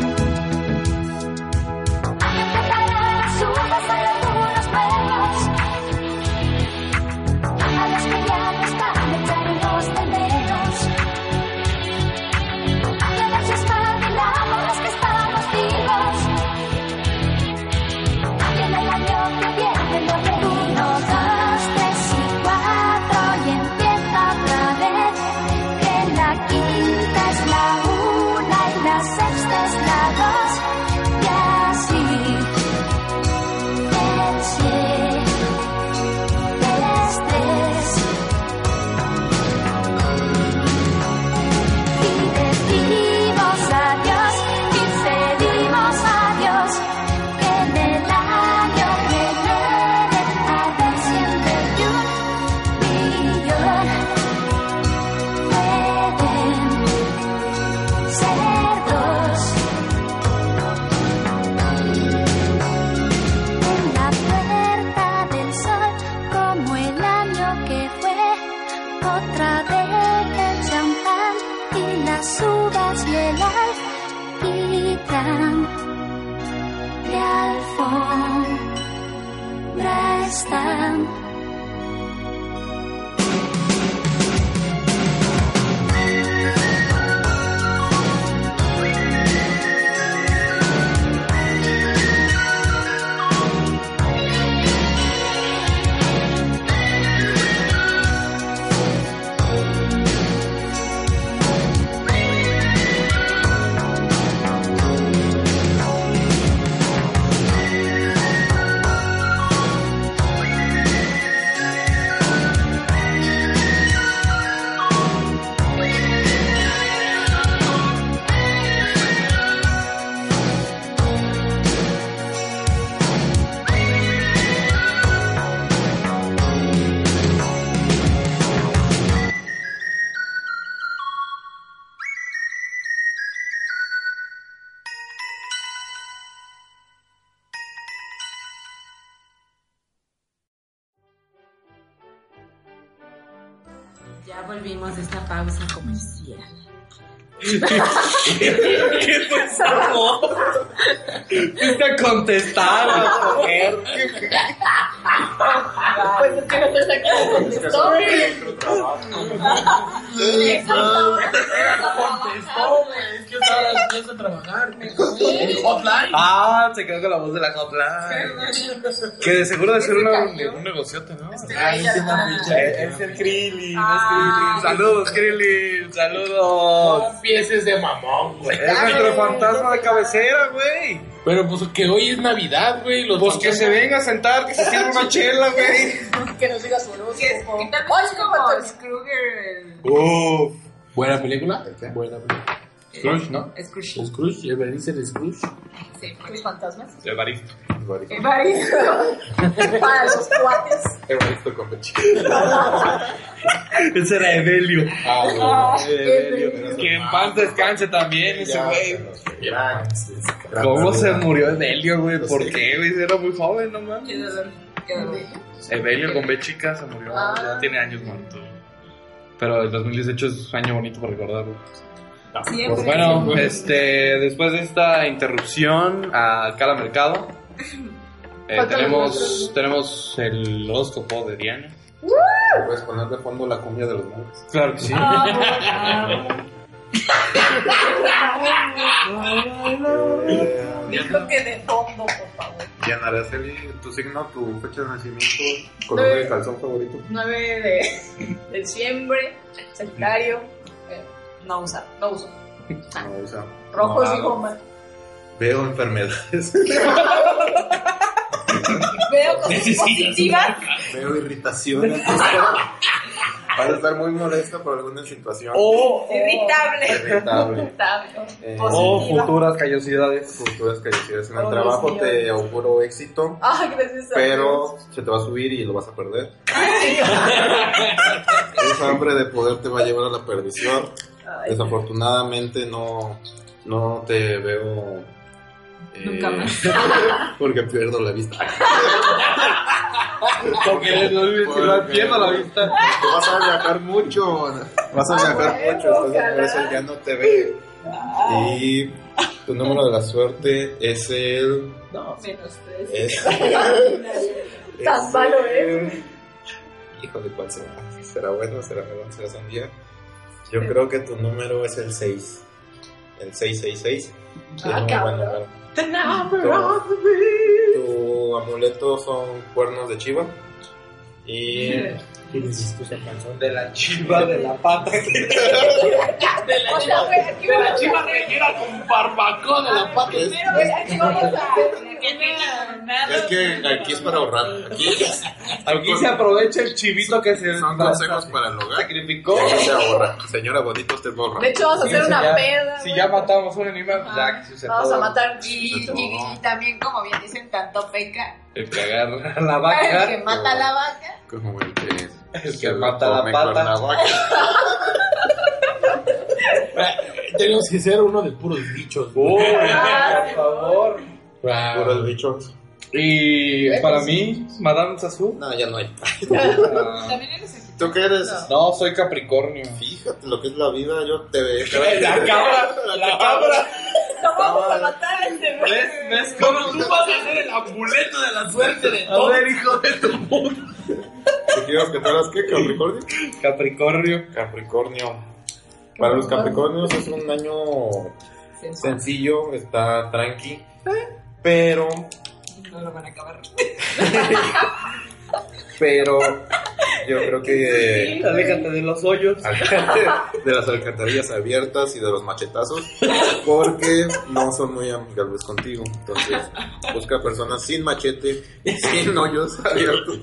Speaker 12: Atarán las uvas a algunos nuevos. A los que ya no están, echaremos de menos. Que nos espabilamos los que estábamos vivos. Y en el año que viene lo de uno, dos, tres y cuatro. Y empieza otra vez. Que la quinta es la una y la sexta es la dos. Y así. El siete, el tres. Y decimos adiós y pedimos adiós que en el año que viene habrá siempre un millón pueden ser dos en la puerta del sol como el año que fue otra vez el champán y las uvas y el alquitrán de alfombra están.
Speaker 6: Ya volvimos de esta pausa comercial.
Speaker 3: ¿Qué pasó? Fuiste a contestar. a coger.
Speaker 13: Pues es que no te contestó.
Speaker 4: Contestó, güey. Es que estaba empieza a trabajar. Hotline.
Speaker 3: Ah, se quedó con la voz de la hotline. Que de seguro de ser una, un negociote, ¿no?
Speaker 4: Ay, sí, mami,
Speaker 3: Eh, Es el Krillin, es Krillin. Saludos, Krillin. Saludos.
Speaker 4: Empieces de mamón, güey.
Speaker 3: Es nuestro fantasma de cabecera, güey.
Speaker 4: Pero pues que hoy es Navidad, güey. Los
Speaker 3: Pues que se venga a sentar, que se sirva una chela, güey.
Speaker 13: Que nos digas su horóscopo.
Speaker 6: ¿Qué tal
Speaker 13: Hoy
Speaker 6: es
Speaker 13: como
Speaker 6: como
Speaker 13: tus-
Speaker 6: Scrooge?
Speaker 3: Uf.
Speaker 4: Buena película. Buena película. Scrooge, ¿no?
Speaker 6: Scrooge.
Speaker 4: Eh, Scrooge, Ebenezer Scrooge.
Speaker 6: Sí,
Speaker 13: tus fantasmas.
Speaker 3: Evaristo.
Speaker 13: Para los cuates.
Speaker 5: Evaristo con pecho.
Speaker 3: Ese era Evelio.
Speaker 5: Ah,
Speaker 3: Que en paz descanse también ese güey.
Speaker 5: Gran.
Speaker 3: ¿Cómo se murió Evelio, güey? ¿Por qué, güey? Era muy joven, no mames.
Speaker 6: Qué dolor. Qué dolor.
Speaker 3: Evelio con B chica se murió.
Speaker 6: Ah.
Speaker 3: Ya tiene años muerto. Pero el 2018 es año bonito para recordarlo.
Speaker 6: Siempre.
Speaker 3: Pues bueno, este, después de esta interrupción a Cala Mercado, eh,
Speaker 13: Falta
Speaker 3: tenemos, tenemos el horóscopo de Diana.
Speaker 5: Puedes poner de fondo la cumbia de los monjes.
Speaker 3: Claro que sí.
Speaker 13: Dijo que de fondo, por favor.
Speaker 5: Diana Araceli, tu signo, tu fecha de nacimiento, color de calzón favorito.
Speaker 13: 9 de, de diciembre, Sagitario, eh,
Speaker 6: No usa.
Speaker 13: no uso.
Speaker 5: No, o sea,
Speaker 13: Rojos
Speaker 5: morado.
Speaker 13: y goma.
Speaker 5: Veo enfermedades.
Speaker 13: Veo cosas positivas.
Speaker 5: Ah, Veo irritaciones. Vas a estar muy molesta por alguna situación.
Speaker 7: Oh,
Speaker 3: O,
Speaker 13: Irritable.
Speaker 5: Irritable.
Speaker 13: Irritable.
Speaker 5: Eh,
Speaker 3: o
Speaker 13: Positiva.
Speaker 3: futuras callosidades.
Speaker 5: Futuras carencias. En
Speaker 13: Oh,
Speaker 5: el trabajo
Speaker 13: Dios mío.
Speaker 5: te auguro éxito,
Speaker 13: Ah, gracias a
Speaker 5: pero se te va a subir y lo vas a perder. Esa hambre de poder te va a llevar a la perdición.
Speaker 13: Dios. Ay,
Speaker 5: Desafortunadamente no, no te veo. eh,
Speaker 6: Nunca más.
Speaker 5: Porque pierdo la vista.
Speaker 3: Porque no
Speaker 5: Porque-
Speaker 3: pierdo la vista.
Speaker 5: Te vas a viajar mucho. Vas a viajar
Speaker 13: bueno,
Speaker 5: mucho, entonces
Speaker 13: ojalá.
Speaker 5: por eso ya no te ve. Y tu número de la suerte es el.
Speaker 13: no, menos tres.
Speaker 5: es-
Speaker 13: Tan
Speaker 5: es
Speaker 13: malo ¿eh?
Speaker 5: el- Híjole, ¿cuál será? ¿Será bueno? ¿Será malo? ¿Será sandía? Yo creo que tu número es el 6. El 666. Sí,
Speaker 13: Ah,
Speaker 5: muy buen
Speaker 13: cabrón.
Speaker 5: número.
Speaker 13: The number
Speaker 5: Tu-
Speaker 13: of the beast.
Speaker 5: Tu amuleto son cuernos de chiva. Y. pues,
Speaker 3: De la chiva de la pata.
Speaker 13: O sea, güey, aquí
Speaker 4: De la
Speaker 13: vamos
Speaker 4: chiva
Speaker 13: a hacer-
Speaker 4: rellena con barbacoa de la pata.
Speaker 13: Primero, güey, aquí vamos a
Speaker 5: Es que aquí es para ahorrar. Aquí,
Speaker 3: Aquí se aprovecha el chivito que se
Speaker 5: son consejos para el hogar.
Speaker 3: sacrificó.
Speaker 5: Aquí se ahorra. Señora bonito, usted borra.
Speaker 13: De hecho, vamos a hacer
Speaker 3: Sí,
Speaker 13: una
Speaker 3: si ya-
Speaker 13: peda.
Speaker 3: Si
Speaker 13: güey.
Speaker 3: ya matamos un animal, pues ya
Speaker 13: Ajá.
Speaker 3: que se se
Speaker 13: Vamos a
Speaker 3: joda.
Speaker 13: matar.
Speaker 6: Y, y- y también, como bien dicen, tanto peca.
Speaker 3: El que agarra a la
Speaker 13: El
Speaker 3: vaca.
Speaker 13: que mata a la vaca.
Speaker 5: Como el que.
Speaker 3: El que mata la
Speaker 5: come
Speaker 3: pata.
Speaker 5: cuernavaca.
Speaker 4: Tenemos que ser uno de puros bichos, güey.
Speaker 3: Uy, por favor.
Speaker 5: Puro el bicho.
Speaker 3: Y
Speaker 13: pues.
Speaker 3: para mí, Madame Sassou.
Speaker 5: No, ya no hay.
Speaker 3: ah,
Speaker 6: También eres el
Speaker 5: ¿Tú qué eres?
Speaker 3: No, soy Capricornio.
Speaker 5: Fíjate lo que es la vida. Yo te veo.
Speaker 3: La cabra, la cabra.
Speaker 13: No vamos a matar a este güey.
Speaker 3: ¿Ves? ¿Ves cómo?
Speaker 4: Como tú vas a ser el amuleto de la suerte de
Speaker 3: A
Speaker 4: todo.
Speaker 3: ver, hijo de tu puta.
Speaker 5: ¿Te quieres que tú eras qué? ¿Capricornio?
Speaker 3: Capricornio.
Speaker 5: Capricornio. Para los Capricornios es un año sencillo, está tranqui, pero,
Speaker 6: No lo van a acabar.
Speaker 5: pero yo creo que
Speaker 3: Aléjate de los hoyos.
Speaker 5: de las alcantarillas abiertas y de los machetazos, porque no son muy amigables contigo. Entonces, busca personas sin machete, sin hoyos abiertos,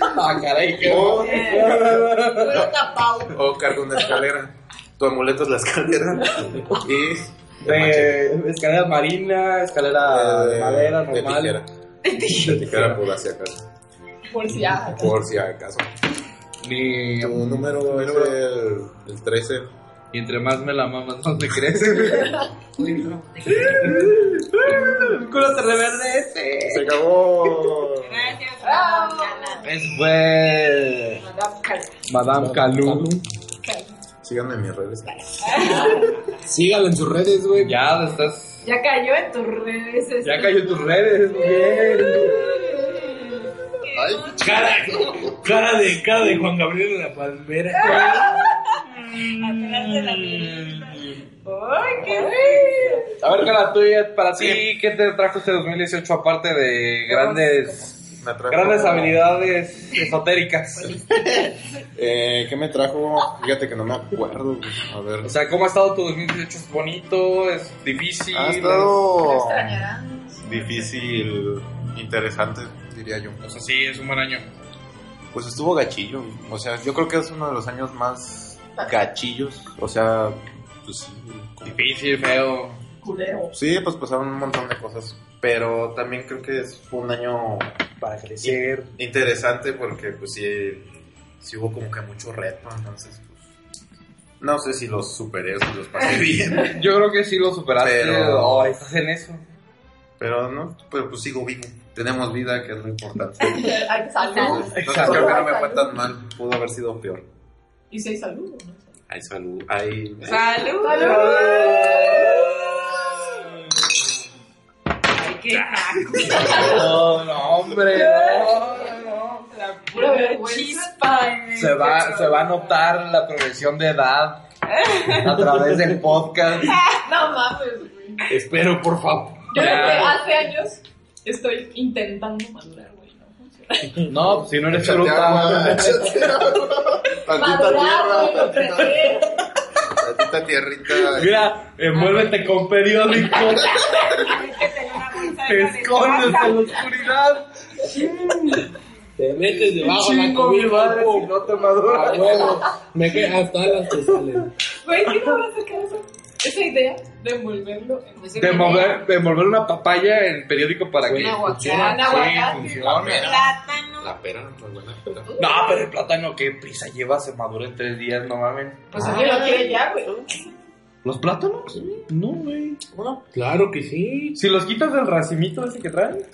Speaker 3: Ah, caray, qué
Speaker 5: o,
Speaker 13: Fue una pausa.
Speaker 5: o carga una escalera. Tu amuleto es la escalera y el machete.
Speaker 3: De escalera marina, escalera de madera
Speaker 5: Eh, de tijera.
Speaker 3: normal.
Speaker 5: De tijera por hacia acá.
Speaker 13: Por si ah,
Speaker 5: Por si acaso.
Speaker 3: Ni-
Speaker 5: Tu número es el, el 13.
Speaker 3: Y entre más me la mamas, más me crece. El culo se reverdece.
Speaker 5: ¡Se
Speaker 3: Oh.
Speaker 5: acabó!
Speaker 6: Gracias.
Speaker 13: Bravo.
Speaker 6: Ana.
Speaker 3: Es fue
Speaker 13: Madame Cal-
Speaker 3: Pues, Madame Calú.
Speaker 5: Síganme en mis redes.
Speaker 4: Sígalo en sus redes, güey.
Speaker 3: Ya, estás.
Speaker 7: Ya cayó en tus redes.
Speaker 3: Ya cayó en tus redes, muy bien.
Speaker 4: Cara, cara de cara de Juan Gabriel en la palmera.
Speaker 7: Atrás de la ¡Ay, qué
Speaker 3: A ver, cara, tuya, para ti, ¿qué te trajo este 2018 aparte de grandes, grandes habilidades esotéricas?
Speaker 5: Eh, ¿Qué me trajo? Fíjate que no me acuerdo. güey. A ver.
Speaker 3: O sea, ¿cómo ha estado tu 2018? ¿Es bonito? ¿Es difícil?
Speaker 5: Ha
Speaker 3: ¿Es-
Speaker 5: estado
Speaker 10: extrañarán.
Speaker 5: difícil, interesante, diría yo.
Speaker 3: O sea, sí, es un buen año.
Speaker 5: Pues estuvo gachillo. O sea, yo creo que es uno de los años más gachillos. O sea, pues sí.
Speaker 3: Difícil, feo.
Speaker 13: Culeo.
Speaker 5: Sí, pues pasaron un montón de cosas. Pero también creo que es- fue un año
Speaker 4: Para
Speaker 5: interesante porque pues sí, sí hubo como que mucho reto. Entonces, pues, no sé si los superé o si los pasé bien.
Speaker 3: Yo creo que sí lo superaste.
Speaker 5: Pero-
Speaker 3: Ahora estás en eso.
Speaker 5: Pero no, pero pues sigo vivo. Tenemos vida, que es lo importante.
Speaker 13: Hay salud.
Speaker 5: Entonces creo que no me fue tan mal. Pudo haber sido peor.
Speaker 13: Y si hay salud.
Speaker 5: Ay, salud. Ay.
Speaker 7: ¡Salud! ¡Ay, qué
Speaker 3: No, no, hombre, no.
Speaker 7: Pura chispa en el
Speaker 3: Se va,
Speaker 7: pecho.
Speaker 3: se va a notar la progresión de edad a través del podcast.
Speaker 13: No mames, güey.
Speaker 4: Espero, por favor.
Speaker 13: Yo
Speaker 3: Ya.
Speaker 13: desde hace años estoy intentando madurar, güey. No funciona.
Speaker 3: No, pues, si no eres
Speaker 5: Échate agua,
Speaker 3: fruta.
Speaker 5: échate agua. Tantita
Speaker 13: Madurar,
Speaker 5: tierra,
Speaker 13: güey, lo
Speaker 5: tantita,
Speaker 13: crecer.
Speaker 5: tantita tierrita.
Speaker 3: Mira, envuélvete con periódico. Te escondes en la oscuridad.
Speaker 4: Te metes debajo de la
Speaker 3: Chingo mi
Speaker 4: comida.
Speaker 3: madre si no te
Speaker 4: A
Speaker 3: maduras.
Speaker 4: huevo. Me quedan hasta las que salen.
Speaker 13: Güey, ¿qué no vas a sacar eso? Esa idea de envolverlo en ese
Speaker 3: De mover, de envolver una papaya en periódico para que.
Speaker 7: Aguacate,
Speaker 3: Sí,
Speaker 7: aguacate.
Speaker 3: funciona.
Speaker 7: Plátano.
Speaker 5: La pera, la buena pera.
Speaker 3: No, pero el plátano, qué prisa lleva, se madura en tres días, no mames.
Speaker 13: Pues
Speaker 6: Ah.
Speaker 13: alguien lo quiere ya, güey.
Speaker 3: ¿Los plátanos? No, güey.
Speaker 4: Claro que sí.
Speaker 3: Si los quitas del racimito ese que traen,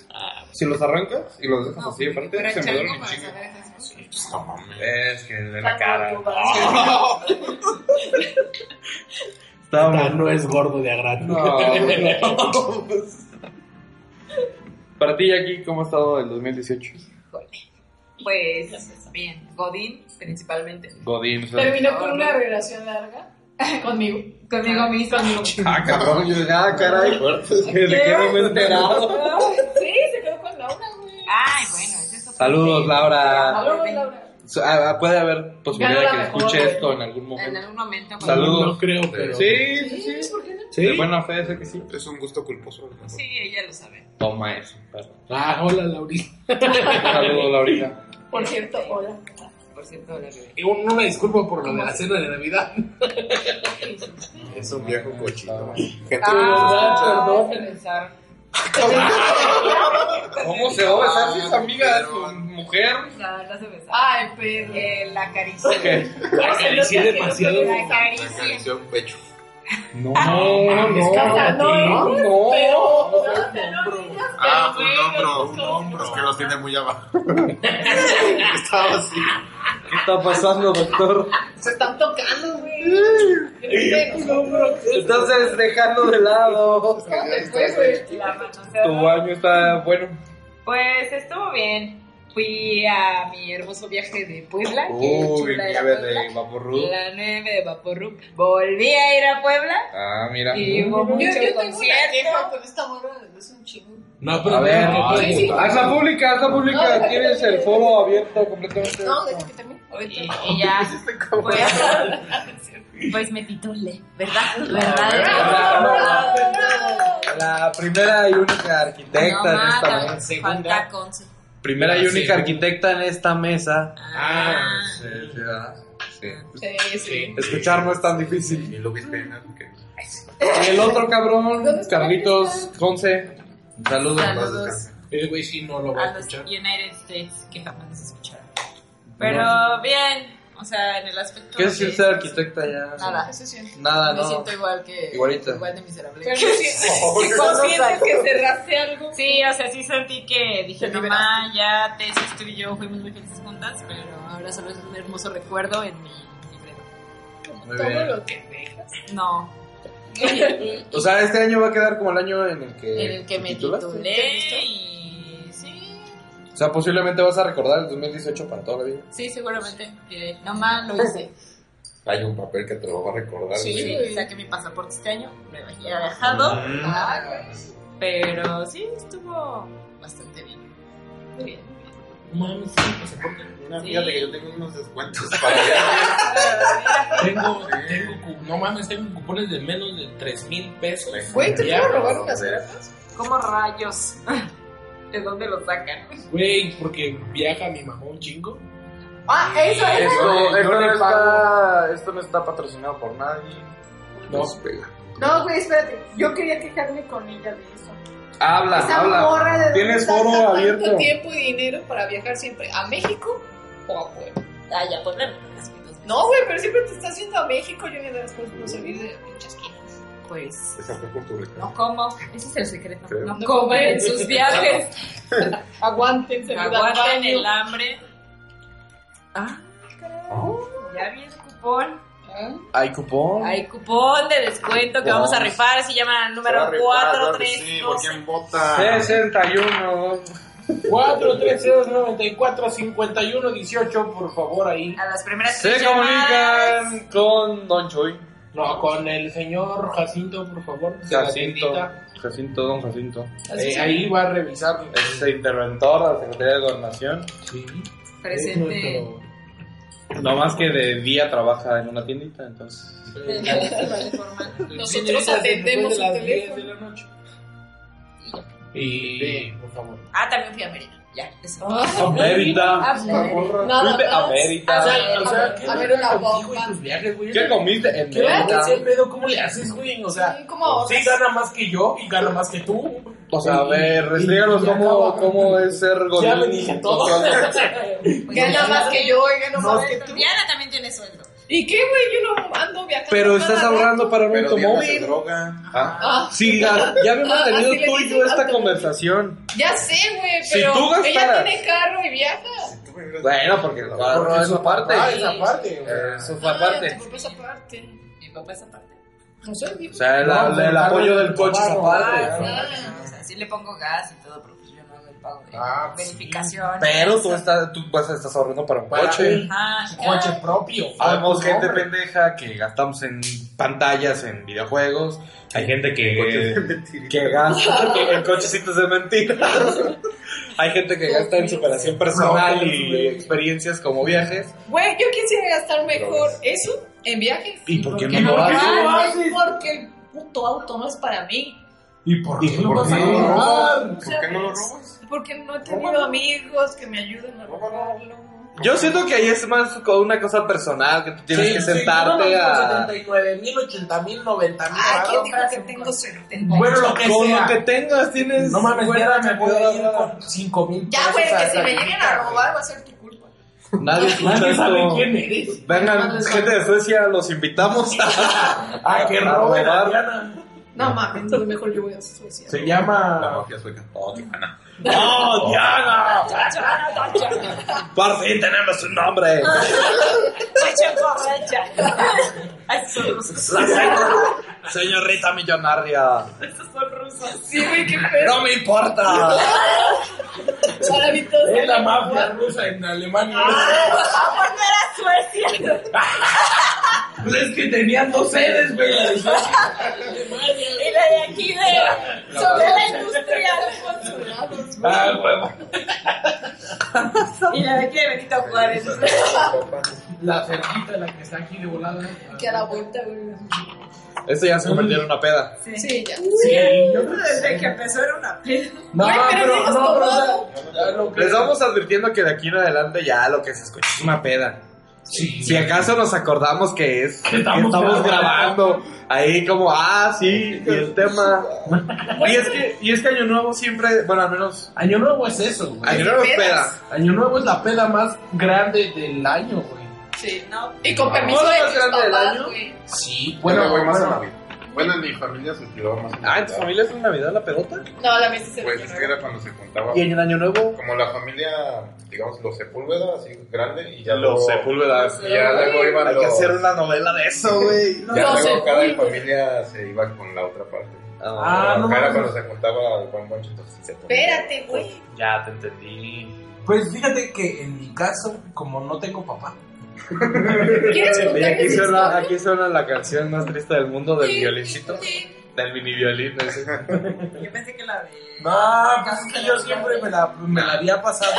Speaker 3: si los arrancas y los dejas así de frente, se maduran en chinga.
Speaker 5: pues,
Speaker 3: Es que de la cara.
Speaker 4: Esta
Speaker 3: Estamos.
Speaker 4: no es gordo de agrado.
Speaker 3: No, Para ti, Jackie, ¿cómo ha estado el 2018?
Speaker 6: Pues bien, Godín principalmente.
Speaker 3: Godín, o sea, Ah,
Speaker 13: Terminó con una relación larga conmigo.
Speaker 6: Conmigo mismo.
Speaker 3: Ah, cabrón, yo dije, ah, caray. ¿De qué no me he enterado?
Speaker 13: Ay, Sí, se quedó con Laura, güey.
Speaker 6: Ay, bueno, eso es otro
Speaker 3: Saludos,
Speaker 6: tema.
Speaker 3: Laura.
Speaker 13: Saludos, Laura.
Speaker 3: So- ah, ah, Puede haber posibilidad de
Speaker 13: Ganó
Speaker 3: que
Speaker 13: la mejor,
Speaker 3: escuche
Speaker 13: güey.
Speaker 3: esto en algún
Speaker 6: En
Speaker 3: momento.
Speaker 6: algún momento. cuando-
Speaker 3: Saludos.
Speaker 4: No creo, pero.
Speaker 3: Sí, sí, sí.
Speaker 13: ¿Por qué no?
Speaker 4: ¿Sí?
Speaker 3: De buena fe, sé que sí.
Speaker 5: Es un gusto culposo. ¿no?
Speaker 6: Sí, ella lo sabe.
Speaker 3: Toma eso, perro.
Speaker 4: Ah, hola, Laurita.
Speaker 3: Saludos, Laurita.
Speaker 13: Por cierto, hola.
Speaker 6: Este, Por cierto, la bebé.
Speaker 4: Y un- una disculpa por lo de la cena de Navidad.
Speaker 5: Es un viejo cochino. Gente,
Speaker 4: Ah, perdón.
Speaker 6: pensar.
Speaker 3: ¿Cómo se va a besar
Speaker 5: Ah,
Speaker 3: sus amigas?
Speaker 5: pero-
Speaker 3: ¿Con mujer?
Speaker 6: No, no se pensar.
Speaker 13: Ay, pero.
Speaker 6: Eh, la caricia.
Speaker 3: ¿Qué?
Speaker 4: Acaricié demasiado.
Speaker 6: La
Speaker 5: me
Speaker 6: caricia.
Speaker 5: acarició un pecho.
Speaker 3: No,
Speaker 4: no, no,
Speaker 13: sea, no,
Speaker 4: no,
Speaker 13: es
Speaker 4: no.
Speaker 13: Pero, o sea, no digas,
Speaker 5: Ah,
Speaker 3: pues
Speaker 13: pero,
Speaker 5: un
Speaker 13: güey,
Speaker 5: hombro,
Speaker 13: no
Speaker 5: un
Speaker 13: sé.
Speaker 5: hombro. Es que lo tiene muy abajo. Estaba así.
Speaker 3: ¿Qué está pasando, doctor?
Speaker 13: Se están tocando, güey. No, bro.
Speaker 3: Entonces, dejando de lado.
Speaker 13: Pues, güey.
Speaker 6: La mano se
Speaker 3: Tu año está bueno.
Speaker 6: Pues estuvo bien. Fui a mi hermoso viaje de Puebla. que
Speaker 3: Uy,
Speaker 6: chula era
Speaker 3: nieve
Speaker 6: Puebla.
Speaker 3: de vaporru.
Speaker 6: La 9 de Vaporrup. Volví a ir a Puebla
Speaker 3: Ah, mira.
Speaker 6: y hubo
Speaker 13: Yo, yo
Speaker 6: mucho
Speaker 13: tengo una queja
Speaker 6: concierto.
Speaker 13: con esta morra de es un chingo.
Speaker 4: No, pero.
Speaker 3: A ver,
Speaker 4: Ay,
Speaker 13: sí.
Speaker 3: hazla pública, hazla pública. Tienes el foro abierto completamente.
Speaker 13: No, deja que termine.
Speaker 6: Y, y ya, pues, pues me titulé, ¿verdad?
Speaker 3: Ah,
Speaker 6: ¿Verdad?
Speaker 3: La primera y única arquitecta en
Speaker 6: No,
Speaker 3: esta
Speaker 6: mata,
Speaker 3: mesa.
Speaker 6: falta Conce.
Speaker 3: Primera y
Speaker 4: Ah,
Speaker 3: única
Speaker 4: sí.
Speaker 3: arquitecta en esta mesa.
Speaker 6: Ah,
Speaker 3: Sí, sí, ¿verdad? Sí.
Speaker 13: Sí, sí.
Speaker 3: Escuchar no es tan difícil.
Speaker 5: Y Luis Pena, que
Speaker 3: Y el otro cabrón,
Speaker 13: ¿Dónde está
Speaker 3: Carlitos Conce. Saludos.
Speaker 6: saludos
Speaker 4: El güey sí no lo va a
Speaker 6: a los
Speaker 4: escuchar.
Speaker 6: United States que jamás escucharon. Pero bien, o sea, en el aspecto.
Speaker 3: ¿Qué
Speaker 6: de-
Speaker 3: es ser arquitecta ya?
Speaker 6: Nada.
Speaker 13: Eso siento.
Speaker 3: Nada,
Speaker 6: Me
Speaker 3: no.
Speaker 6: siento igual que.
Speaker 3: Igualita.
Speaker 6: Igual de miserable.
Speaker 13: Pero no sientes- cuando sientes que cerraste algo.
Speaker 6: Sí, o sea, sí sentí que dije,
Speaker 13: Te
Speaker 6: mamá, ya Tesis, tú y yo fuimos muy felices juntas, pero ahora solo es un hermoso recuerdo en mi libreto.
Speaker 10: como
Speaker 3: Muy
Speaker 10: todo
Speaker 3: bien.
Speaker 10: lo que dejas.
Speaker 6: No.
Speaker 3: O sea, este año va a quedar como el año en el que.
Speaker 6: En el que
Speaker 3: te
Speaker 6: me
Speaker 3: titulaste.
Speaker 6: titulé y. Sí,
Speaker 3: O sea, posiblemente vas a recordar el 2018 para toda la vida.
Speaker 6: sí, seguramente. Diré, nomás lo hice.
Speaker 3: Hay un papel que te lo va a recordar.
Speaker 6: Sí,
Speaker 3: güey.
Speaker 6: saqué mi pasaporte este año, me lo había dejado.
Speaker 3: Mm.
Speaker 10: Ah,
Speaker 6: Pero sí, estuvo bastante bien. Muy bien.
Speaker 2: Mames, sí, pasaporte. Una,
Speaker 6: Sí.
Speaker 5: Fíjate que yo tengo unos descuentos para allá.
Speaker 4: Tengo, tengo, cu- no mames, tengo cupones de menos de 3 mil pesos.
Speaker 10: Güey, ¿te
Speaker 4: Ya,
Speaker 10: puedo robar unas grapas?
Speaker 6: ¿Cómo rayos? ¿De dónde lo sacan?
Speaker 4: Güey, porque viaja mi mamá un chingo.
Speaker 6: Ah, eso es.
Speaker 3: Esto,
Speaker 4: Yo
Speaker 3: esto,
Speaker 4: le pago.
Speaker 3: no está, Ah, esto no está patrocinado por nadie.
Speaker 4: No.
Speaker 13: No, güey, espérate. Yo quería quejarme con ella de eso.
Speaker 3: Habla,
Speaker 13: Esa
Speaker 3: habla.
Speaker 13: morra de-
Speaker 3: Tienes foro
Speaker 10: Tanto
Speaker 3: abierto.
Speaker 10: tiempo y dinero para viajar siempre a México o a Puebla.
Speaker 6: Ah, ya, pues bueno,
Speaker 10: No, güey, pero siempre te estás yendo a México. Yo me da las cosas por salir de pinches quejas.
Speaker 6: Pues
Speaker 5: Esa fue por tu recado.
Speaker 6: no como. Ese es el secreto.
Speaker 5: Creo.
Speaker 6: No comen en sus viajes.
Speaker 10: Aguántense,
Speaker 6: Aguarden el hambre. Ah, ya vi el cupón.
Speaker 10: Ah.
Speaker 3: Hay cupón.
Speaker 6: Hay cupón de descuento que vamos a rifar. Se llama al número
Speaker 5: Se va a rifar, claro que Sí, ¿por
Speaker 6: 4312.
Speaker 5: quién vota?
Speaker 3: 61.
Speaker 4: 430-94-51-18, por favor, ahí.
Speaker 6: A las primeras
Speaker 3: Se
Speaker 6: tres llamadas.
Speaker 3: comunican con Don Chuy.
Speaker 4: No, con el señor Jacinto, por favor. de la
Speaker 3: Jacinto.
Speaker 4: tiendita.
Speaker 3: Jacinto, Don Jacinto.
Speaker 4: Eh, ahí va a revisar.
Speaker 3: Es interventor de la Secretaría de Gobernación.
Speaker 4: Sí.
Speaker 6: Presente.
Speaker 3: No más que de día trabaja en una tiendita, entonces.
Speaker 10: Nosotros atendemos su teléfono.
Speaker 4: de la noche. Y, por favor.
Speaker 6: Ah, también fui a Mérida. Ya,
Speaker 10: Ah.
Speaker 6: eso.
Speaker 3: América.
Speaker 10: Nada
Speaker 3: Fuiste a
Speaker 10: más.
Speaker 3: Mérida.
Speaker 4: O sea, o sea, ¿qué
Speaker 10: A ver,
Speaker 4: pedo
Speaker 10: una
Speaker 4: contigo
Speaker 10: bomba.
Speaker 4: y tus viajes, güey?
Speaker 3: ¿Qué comiste en
Speaker 4: ¿Qué
Speaker 3: Mérida?
Speaker 4: haces, pedo? ¿Cómo le haces, güey? O sea,
Speaker 10: Sí, ¿cómo ahorras?
Speaker 4: sí gana más que yo y gana más que tú.
Speaker 3: O sea, a ver,
Speaker 4: restríganos
Speaker 3: restríganos cómo, cómo es ser
Speaker 4: Ya
Speaker 3: godín.
Speaker 4: le dije todo.
Speaker 10: Gana más que yo, y gana
Speaker 4: No,
Speaker 10: más que tú.
Speaker 6: Diana también tiene sueldo.
Speaker 10: ¿Y qué, güey? Yo no ando viajando.
Speaker 3: Pero
Speaker 10: cada
Speaker 3: estás
Speaker 10: rato.
Speaker 3: ahorrando para un
Speaker 5: Pero Diana se
Speaker 3: automóvil.
Speaker 5: droga.
Speaker 10: Ah,
Speaker 3: Sí, ya, ya habíamos
Speaker 10: Ah,
Speaker 3: tenido
Speaker 10: así le
Speaker 3: tú y
Speaker 10: dicen
Speaker 3: yo esta
Speaker 10: al-
Speaker 3: conversación.
Speaker 10: ya sé, güey,
Speaker 3: Si
Speaker 10: pero
Speaker 3: tú gastaras-
Speaker 10: ella tiene carro y viaja.
Speaker 5: Tú me hubieras-
Speaker 3: Bueno, porque el carro
Speaker 4: Por
Speaker 3: es
Speaker 4: su
Speaker 3: aparte.
Speaker 4: papá, es aparte. o sea.
Speaker 3: Eh, Eso fue
Speaker 10: Ah,
Speaker 3: aparte.
Speaker 10: tu papá es aparte.
Speaker 6: Mi papá es aparte.
Speaker 10: No sé, digo.
Speaker 3: O sea, el,
Speaker 4: No,
Speaker 3: el
Speaker 4: el
Speaker 3: apoyo
Speaker 4: carro
Speaker 3: del
Speaker 4: del
Speaker 3: coche es
Speaker 4: papá,
Speaker 3: aparte.
Speaker 10: Ah,
Speaker 6: O sea, sí le pongo gas y todo, pero pues yo no hago el pago de
Speaker 4: Ah, sí.
Speaker 6: verificación.
Speaker 3: Pero tú, estás, tú vas, estás ahorrando para un
Speaker 4: Para
Speaker 3: coche.
Speaker 4: un
Speaker 6: Ajá, ya.
Speaker 4: Coche propio.
Speaker 3: Sabemos
Speaker 4: Ah,
Speaker 3: gente
Speaker 4: hombre.
Speaker 3: pendeja que gastamos en pantallas, en videojuegos. Hay gente que, que gasta que en cochecitos de mentira. Hay gente que gasta en superación personal y experiencias como viajes.
Speaker 10: Güey, yo quisiera gastar mejor eso en viajes.
Speaker 3: ¿Y por qué
Speaker 4: qué
Speaker 3: no
Speaker 4: no
Speaker 3: lo
Speaker 4: lo
Speaker 3: haces?
Speaker 4: haces?
Speaker 10: Ay,
Speaker 4: haces?
Speaker 10: Porque el puto auto no es para mí.
Speaker 4: ¿Y por
Speaker 5: ¿Y
Speaker 4: qué no
Speaker 5: por
Speaker 4: vas a
Speaker 5: qué no lo
Speaker 4: robar?
Speaker 10: O sea,
Speaker 5: ¿Por qué no lo robas?
Speaker 10: Porque no he tenido
Speaker 5: Róbalo.
Speaker 10: amigos que me ayuden a robarlo.
Speaker 3: Yo siento que ahí es más como una cosa personal, que tú tienes que sentarte a...
Speaker 4: 79 mil, 80 mil, 90 mil.
Speaker 10: Ay, ¿quién dijo que tengo 70?
Speaker 4: Bueno, lo que
Speaker 3: Con
Speaker 4: sea.
Speaker 3: lo que tengas tienes...
Speaker 4: No mames,
Speaker 3: buena
Speaker 4: nada, me voy a ir
Speaker 3: cantidad.
Speaker 4: con 5 mil.
Speaker 10: Ya, güey, que si me lleguen a robar va a ser tu culpa.
Speaker 3: Nadie escucha
Speaker 4: Nadie sabe
Speaker 3: esto.
Speaker 4: quién eres.
Speaker 3: Vengan, gente de Suecia, los invitamos a...
Speaker 4: Ah, que
Speaker 3: A
Speaker 4: roben a
Speaker 3: robar.
Speaker 4: Diana.
Speaker 10: No mames, lo mejor yo voy a Suecia.
Speaker 4: Se
Speaker 5: La
Speaker 4: llama.
Speaker 5: mafia sueca. Oh, Diana.
Speaker 4: ¡No, Diana!
Speaker 3: Por fin tenemos un nombre.
Speaker 4: Ah,
Speaker 6: Coche borracha. Ay, son rusos.
Speaker 3: La señor- señorita millonaria.
Speaker 6: Estos son rusos.
Speaker 10: Sí, güey, qué pedo.
Speaker 3: No me importa.
Speaker 10: Para mí todo
Speaker 4: Es la mafia rusa en Alemania. Ah.
Speaker 6: A volver a Suecia.
Speaker 4: Pues es que tenían dos sedes, güey. la de Suecia.
Speaker 6: Y la de aquí de. Sobre la industria.
Speaker 4: Ah, huevo.
Speaker 6: Y la de aquí de Benito Juárez.
Speaker 4: La cerquita, la que está aquí de volada.
Speaker 10: que a la vuelta, güey.
Speaker 3: Esto ya se convirtió en una peda.
Speaker 10: Sí, ya.
Speaker 4: Sí, yo creo que
Speaker 6: Desde que empezó era una pena.
Speaker 4: No,
Speaker 10: Güey, pero
Speaker 4: pero, no,
Speaker 10: hemos
Speaker 4: pero, o
Speaker 10: tomado.
Speaker 4: sea, ya lo que-
Speaker 3: Les vamos advirtiendo que de aquí en adelante ya lo que se escucha es una peda.
Speaker 4: Sí.
Speaker 3: Si acaso nos acordamos que es
Speaker 4: Que
Speaker 3: que
Speaker 4: estamos
Speaker 3: estamos, grabando ahí como ah sí y el tema y es que y es que año nuevo siempre bueno al menos
Speaker 4: Año Nuevo es eso, güey.
Speaker 3: año nuevo es
Speaker 10: pedas.
Speaker 3: peda
Speaker 4: Año Nuevo es la peda más grande del año, güey.
Speaker 10: Sí, no. Y con permiso
Speaker 3: ¿Cómo
Speaker 10: de
Speaker 3: lo más
Speaker 10: mis
Speaker 3: grande del
Speaker 10: papás,
Speaker 3: año?
Speaker 10: güey.
Speaker 4: Sí,
Speaker 5: Bueno,
Speaker 4: bueno,
Speaker 5: voy más a
Speaker 4: bueno.
Speaker 5: la vida. Bueno, en mi familia se tiró más. en
Speaker 4: Ah, ¿en tu
Speaker 5: Navidad.
Speaker 4: familia es en Navidad la pelota?
Speaker 14: No, la mía sí se
Speaker 5: Pues es que era cuando se juntaba.
Speaker 4: ¿Y en el Año Nuevo?
Speaker 5: Como la familia, digamos, los Sepúlveda, así grande, y ya
Speaker 3: Los
Speaker 5: luego-
Speaker 3: Sepúlveda.
Speaker 5: Y Pues, ya luego iban
Speaker 3: Hay
Speaker 5: los.
Speaker 3: que hacer una novela de eso, güey.
Speaker 5: Ya luego cada familia se iba con la otra parte.
Speaker 4: Ah,
Speaker 5: Pero
Speaker 4: no
Speaker 5: Era
Speaker 4: mames.
Speaker 5: cuando se juntaba el buen Boncho, entonces se ponía.
Speaker 14: Espérate, güey.
Speaker 4: Ya te entendí. Pues fíjate que en mi caso, como no tengo papá,
Speaker 14: ¿Quieres
Speaker 3: Y
Speaker 14: contar
Speaker 3: aquí
Speaker 14: esa
Speaker 3: suena,
Speaker 14: historia?
Speaker 3: aquí suena la canción más triste del mundo del violincito. Del mini violín, ese.
Speaker 15: Yo pensé que la de.
Speaker 4: No, pues es que yo siempre me la, me la había pasado.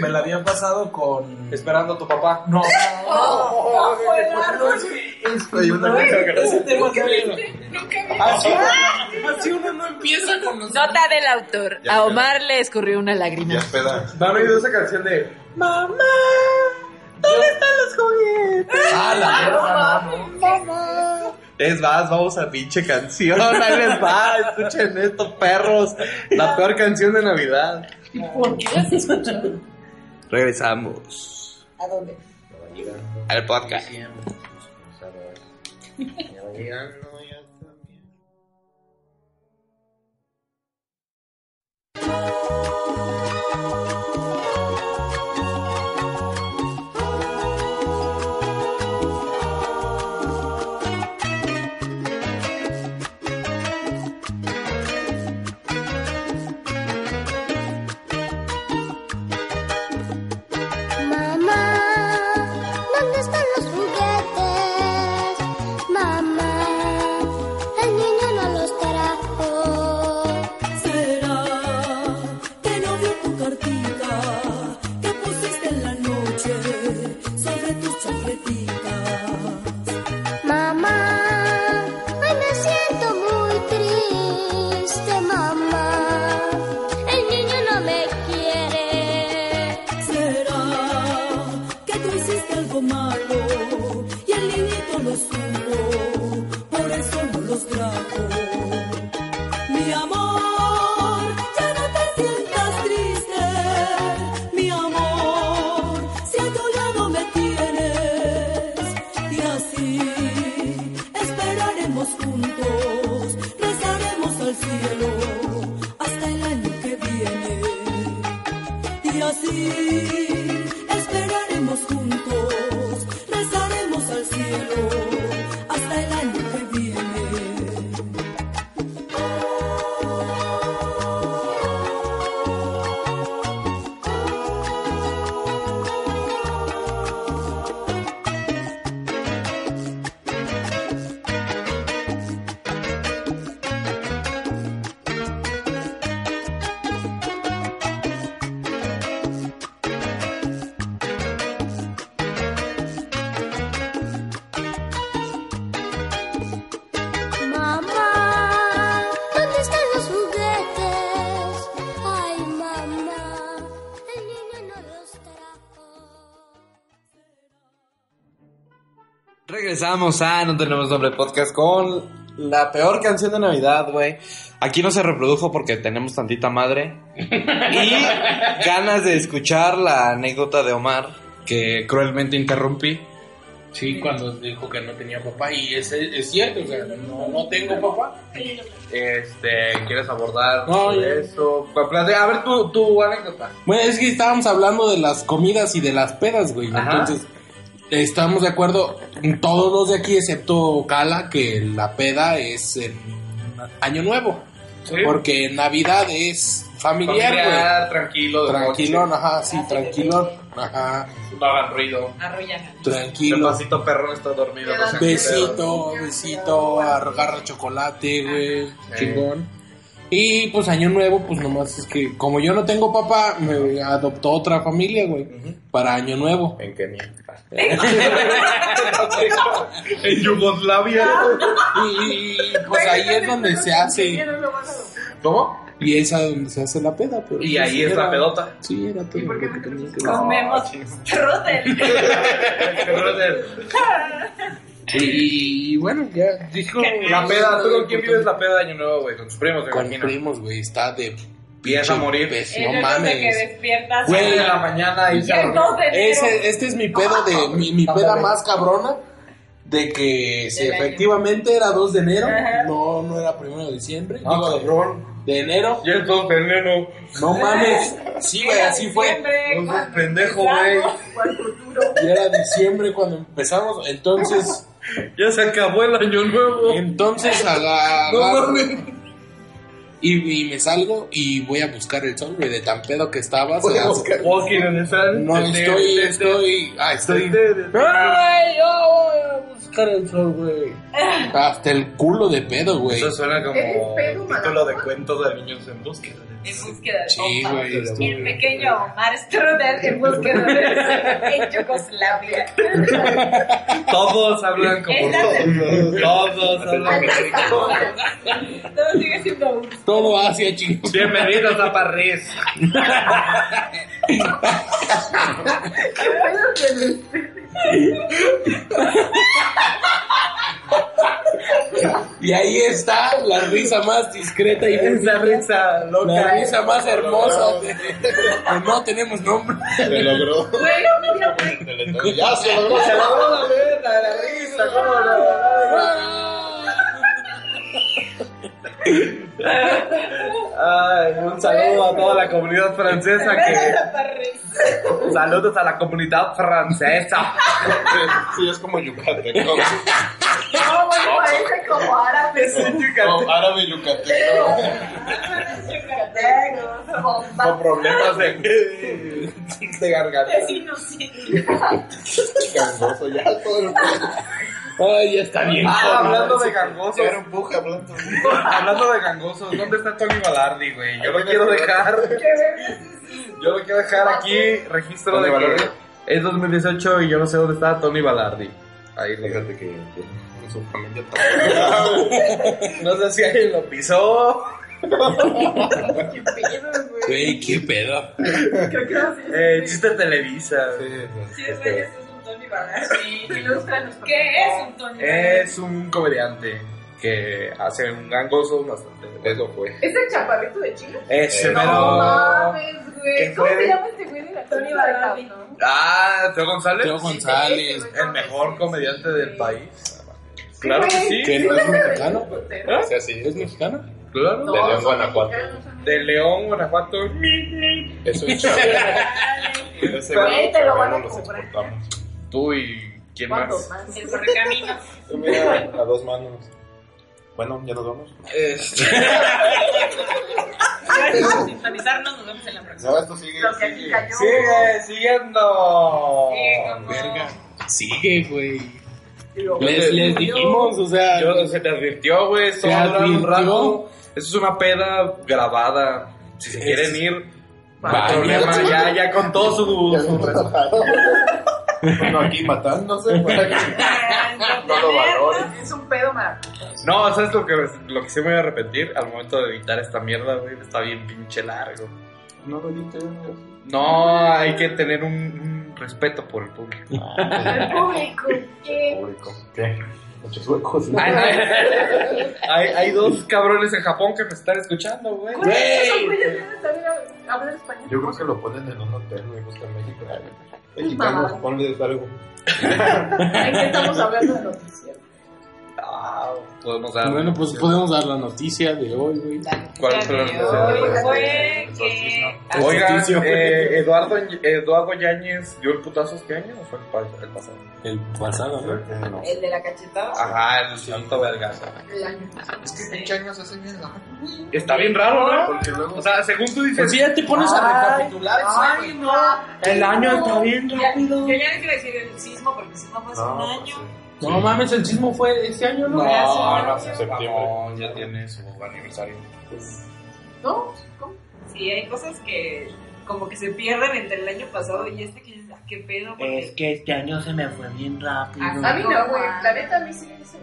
Speaker 4: me la había pasado con.
Speaker 3: Esperando a tu papá.
Speaker 4: No,
Speaker 14: No, no fue
Speaker 4: no,
Speaker 14: largo.
Speaker 4: es que- es que-
Speaker 3: Hay una
Speaker 4: güey,
Speaker 3: cosa que-
Speaker 4: ese tema
Speaker 14: Nunca
Speaker 4: no-
Speaker 14: viste, nunca viste.
Speaker 4: Así uno- así uno no empieza con los.
Speaker 6: Nota del autor.
Speaker 5: Ya
Speaker 6: a Omar le escurrió una lágrima.
Speaker 5: Ya es peda.
Speaker 3: ¿No han oído esa canción de
Speaker 4: ¡Mamá! ¿Dónde están los juguetes? Ah, la verdad, no, no.
Speaker 3: Es más, vamos a pinche canción. Ahí les va, escuchen esto, perros. La peor canción de Navidad.
Speaker 14: ¿Por qué las escuchas?
Speaker 3: Regresamos
Speaker 14: ¿A dónde?
Speaker 3: al podcast.
Speaker 7: Mamá, ¿dónde están los juguetes? Mamá, el niño no los trajo. ¿Será que no vio tu cartita que pusiste en la noche sobre tus chaquetitas? Mamá, hoy me siento muy triste, mamá. El niño no me quiere. ¿Será que tú hiciste algo malo y el niñito lo supo? Por eso no los trajo. Mi amor, ya no te sientas triste. Mi amor, si a tu lado me tienes. Y así esperaremos juntos, rezaremos al cielo hasta el año que viene. Y así esperaremos juntos, rezaremos al cielo hasta el año que viene. Mamá, ¿dónde están los juguetes? Ay, mamá, el niño no los
Speaker 3: Regresamos a No Tenemos Nombre Podcast con la peor canción de Navidad, güey. Aquí no se reprodujo porque tenemos tantita madre. Y ganas de escuchar la anécdota de Omar que cruelmente interrumpí.
Speaker 4: Sí, cuando dijo que no tenía papá, y es, es cierto, o sea, no, no tengo papá.
Speaker 3: Este, ¿quieres abordar
Speaker 4: No, ya.
Speaker 3: eso? Pa- plate- A ver tu, tu anécdota.
Speaker 4: Bueno, es que estábamos hablando de las comidas y de las pedas, güey.
Speaker 3: Ajá.
Speaker 4: Entonces, estamos de acuerdo, todos los de aquí, excepto Cala, que la peda es en Año Nuevo. Porque Navidad es familiar, güey.
Speaker 3: Familiar, tranquilo, de
Speaker 4: Tranquilón, ajá, sí,
Speaker 6: Ah, sí,
Speaker 4: tranquilón, ajá,
Speaker 3: noche, No hagan ruido.
Speaker 15: Arrollana.
Speaker 3: El
Speaker 4: tranquilo.
Speaker 3: pasito perrón está dormido. no sean
Speaker 4: Besito, besito, agarra chocolate, güey, chingón. Y pues Año Nuevo, pues nomás es que como yo no tengo papá, me adoptó otra familia, güey, para Año Nuevo.
Speaker 5: En Kenia.
Speaker 3: culeros. En Yugoslavia.
Speaker 4: Y, y- y, pues ahí es donde se hace.
Speaker 3: ¿Cómo?
Speaker 4: Y es a donde se hace la peda. Pero
Speaker 3: Y
Speaker 4: pues,
Speaker 3: ahí es
Speaker 4: era-
Speaker 3: la pedota.
Speaker 4: Sí, era todo. lo que tenía que hacer.
Speaker 6: Comemos strudel.
Speaker 4: Y, y bueno, ya dijo.
Speaker 3: La peda, ¿tú con quién vives la peda de Año Nuevo, güey? Con tus primos, me
Speaker 4: Con
Speaker 3: imagino.
Speaker 4: primos, güey. Está de.
Speaker 3: Pies a morir.
Speaker 4: pez,
Speaker 16: El
Speaker 4: no
Speaker 16: otro de que
Speaker 4: mames.
Speaker 16: despiertas.
Speaker 4: Güey,
Speaker 16: a-
Speaker 3: Nueve de la mañana y
Speaker 16: y el 2 de enero.
Speaker 4: Ese- este es mi pedo de. Mi, mi peda más cabrona. de que si
Speaker 6: Del año.
Speaker 4: efectivamente era 2 de enero,
Speaker 6: Ajá.
Speaker 4: no, no era 1 de diciembre,
Speaker 3: Ah,
Speaker 4: digo, de,
Speaker 3: cabrón.
Speaker 4: de enero.
Speaker 3: Ya es 2 de enero.
Speaker 4: No mames, sí, güey, así fue.
Speaker 6: Diciembre,
Speaker 3: No seas
Speaker 6: cuando
Speaker 3: pendejo,
Speaker 6: empezamos, ¿Cuál futuro?
Speaker 4: Y era diciembre cuando empezamos, entonces,
Speaker 3: Ya se acabó el año nuevo.
Speaker 4: entonces a la-
Speaker 3: No
Speaker 4: agarro-
Speaker 3: mames.
Speaker 4: y, y me salgo y voy a buscar el sol, güey, de tan pedo que estabas.
Speaker 5: Voy a
Speaker 4: o sea,
Speaker 5: buscar-
Speaker 3: Walking in the sun.
Speaker 4: No, estoy, estoy, ah, estoy.
Speaker 3: Ah,
Speaker 4: Ay, yo voy a buscar el sol, güey. Hasta el culo de pedo, güey.
Speaker 5: Eso suena como
Speaker 13: Es pedo,
Speaker 5: título de cuentos de niños en búsqueda.
Speaker 6: En búsqueda de
Speaker 4: Sí,
Speaker 6: Opa.
Speaker 4: güey. estuvo-
Speaker 6: El pequeño Omar Strudel en búsqueda de en Yugoslavia.
Speaker 3: Todos hablan como
Speaker 6: Esta
Speaker 3: todos.
Speaker 5: se-
Speaker 3: Todos hablan como
Speaker 6: Todo sigue siendo un.
Speaker 4: Todo Asia, chicos.
Speaker 3: Bienvenidos a París.
Speaker 6: ¿Qué pedo que les-
Speaker 4: Y ahí está la risa más discreta y
Speaker 3: Esa risa
Speaker 4: la
Speaker 3: loca. eh.
Speaker 4: risa más hermosa. de- de no tenemos nombre.
Speaker 5: Se logró.
Speaker 6: Güey, no, mira, güey.
Speaker 5: ya se logró.
Speaker 3: Se la vamos a ver, la la risa, cómo no. Ay, un saludo a toda la comunidad francesa que. Saludos a la comunidad francesa.
Speaker 5: Sí, es como Yucatán.
Speaker 6: No, güey, parece como árabes.
Speaker 5: No, árabe yucateco.
Speaker 6: Yucatecos, bomba.
Speaker 5: Con problemas de, de garganta.
Speaker 6: Es inocente.
Speaker 5: Gangoso, ya todo el
Speaker 4: Ay, ya está bien.
Speaker 3: Ah, hablando de gangosos.
Speaker 5: Era un puje hablando.
Speaker 3: Hablando de gangosos, ¿dónde está Tony Balardi, güey? Yo lo quiero dejar. Yo lo quiero dejar aquí, registro
Speaker 5: ¿Tony
Speaker 3: de
Speaker 5: Balardi?
Speaker 3: que es 2018 y yo no sé dónde está Tony Balardi. Ahí lo
Speaker 5: Fíjate que en su familia también.
Speaker 3: No sé si alguien lo pisó.
Speaker 4: Güey, qué pedo.
Speaker 6: Creo que así es.
Speaker 3: Eh, chiste Televisa. Este,
Speaker 6: Sí, es güey, eso es un Tony Barras. Sí, ilústranos.
Speaker 7: por
Speaker 6: ¿Qué
Speaker 7: favor.
Speaker 6: es un Tony
Speaker 4: Eh,
Speaker 6: Barras?
Speaker 3: Es un comediante que hace un gangoso bastante. Este,
Speaker 5: Eso fue. Eh,
Speaker 7: ¿Es el chaparrito de Chile?
Speaker 3: Ese
Speaker 5: No
Speaker 3: mero.
Speaker 7: mames,
Speaker 3: ¿Qué
Speaker 7: güey. ¿Cómo
Speaker 3: fue de-
Speaker 7: se llama este güey de la
Speaker 6: Tony
Speaker 7: Tony
Speaker 6: Barrabi.
Speaker 3: Ah, Teo González.
Speaker 4: Teo González.
Speaker 3: El mejor comediante del país. Claro que sí.
Speaker 4: ¿Que no es mexicano?
Speaker 5: O sea, sí,
Speaker 4: ¿Es mexicano?
Speaker 3: Claro.
Speaker 5: De León, Guanajuato.
Speaker 3: De León, Guanajuato.
Speaker 5: Eso es chaval. Ese
Speaker 7: Güey,
Speaker 5: güey,
Speaker 7: te lo van a
Speaker 5: los
Speaker 7: comprar.
Speaker 5: exportamos.
Speaker 3: Tú y quién más.
Speaker 6: El correcamino.
Speaker 5: Yo, Mira, a dos manos. Bueno, ya nos vamos.
Speaker 3: Este,
Speaker 6: Gracias por sintonizarnos. Nos vemos en la próxima.
Speaker 5: No, esto sigue.
Speaker 6: Lo que aquí
Speaker 5: sigue.
Speaker 6: cayó.
Speaker 3: sigue, siguiendo.
Speaker 6: Eh, como-
Speaker 4: Verga. Sigue, güey. Les, les dijimos, o sea.
Speaker 3: Yo- se te advirtió, güey. Esto
Speaker 4: Se
Speaker 3: va a durar un
Speaker 4: advirtió.
Speaker 3: rato. Esto es una peda grabada. Si se
Speaker 4: Es-
Speaker 3: quieren ir, no hay
Speaker 4: Vaya.
Speaker 3: problema. Ya, ya con todo
Speaker 5: Ya
Speaker 3: su.
Speaker 5: se relajaron. Bueno, aquí matándose. para que- No lo valores.
Speaker 6: Es un pedo maravilloso.
Speaker 3: No, ¿sabes lo que, lo que sí me voy a arrepentir? Al momento de editar esta mierda, güey. Está bien pinche largo.
Speaker 5: No lo dije.
Speaker 3: No, hay que tener un, un respeto por el público.
Speaker 7: El público. ¿Qué?
Speaker 5: Público. ¿Qué? Muchos huecos. ¿no?
Speaker 3: Ay, no. hay, hay dos cabrones en Japón que me están escuchando, güey.
Speaker 7: Güey, esos güeyes deben saber hablar español.
Speaker 5: Yo creo que lo ponen en un hotel, güey, busca en México.
Speaker 7: Mamá.
Speaker 5: Mexicanos, ponles algo.
Speaker 7: Aquí estamos hablando de noticias.
Speaker 3: Ah, podemos dar.
Speaker 4: Bueno, pues podemos dar la noticia de hoy, güey.
Speaker 3: ¿Cuál fue la noticia?
Speaker 6: Fue que.
Speaker 3: Oigan,
Speaker 4: Justicia.
Speaker 3: eh, Eduardo, Eduardo Yáñez dio el putazo este año o fue el, pa- el pasado?
Speaker 4: El pasado, ¿no?
Speaker 6: Eh,
Speaker 7: El de la cachetada.
Speaker 3: Ajá, el santo vergazo.
Speaker 7: El año.
Speaker 5: Es que pinche años hace bien la.
Speaker 3: Está bien raro, ¿no?
Speaker 5: Porque luego.
Speaker 3: O sea, según tú dices,
Speaker 4: Pues sí, ya te pones a recapitular.
Speaker 6: Ay, no.
Speaker 3: el año está bien
Speaker 6: Ya-
Speaker 3: rápido.
Speaker 6: Yo ya no quiero decir el sismo porque el sismo fue hace
Speaker 5: No,
Speaker 6: un
Speaker 5: pues
Speaker 6: año.
Speaker 5: sí.
Speaker 4: No mames, el sismo fue este año, ¿no?
Speaker 6: Fue hace un
Speaker 3: No, no,
Speaker 6: año.
Speaker 5: septiembre.
Speaker 3: no, ya tiene su aniversario.
Speaker 7: ¿No?
Speaker 6: Sí, hay cosas que como que se pierden entre el año pasado y este que dices, ah, qué pedo. Porque...
Speaker 3: que este año se me fue bien rápido.
Speaker 7: A mí no, güey. La neta a mí sí me se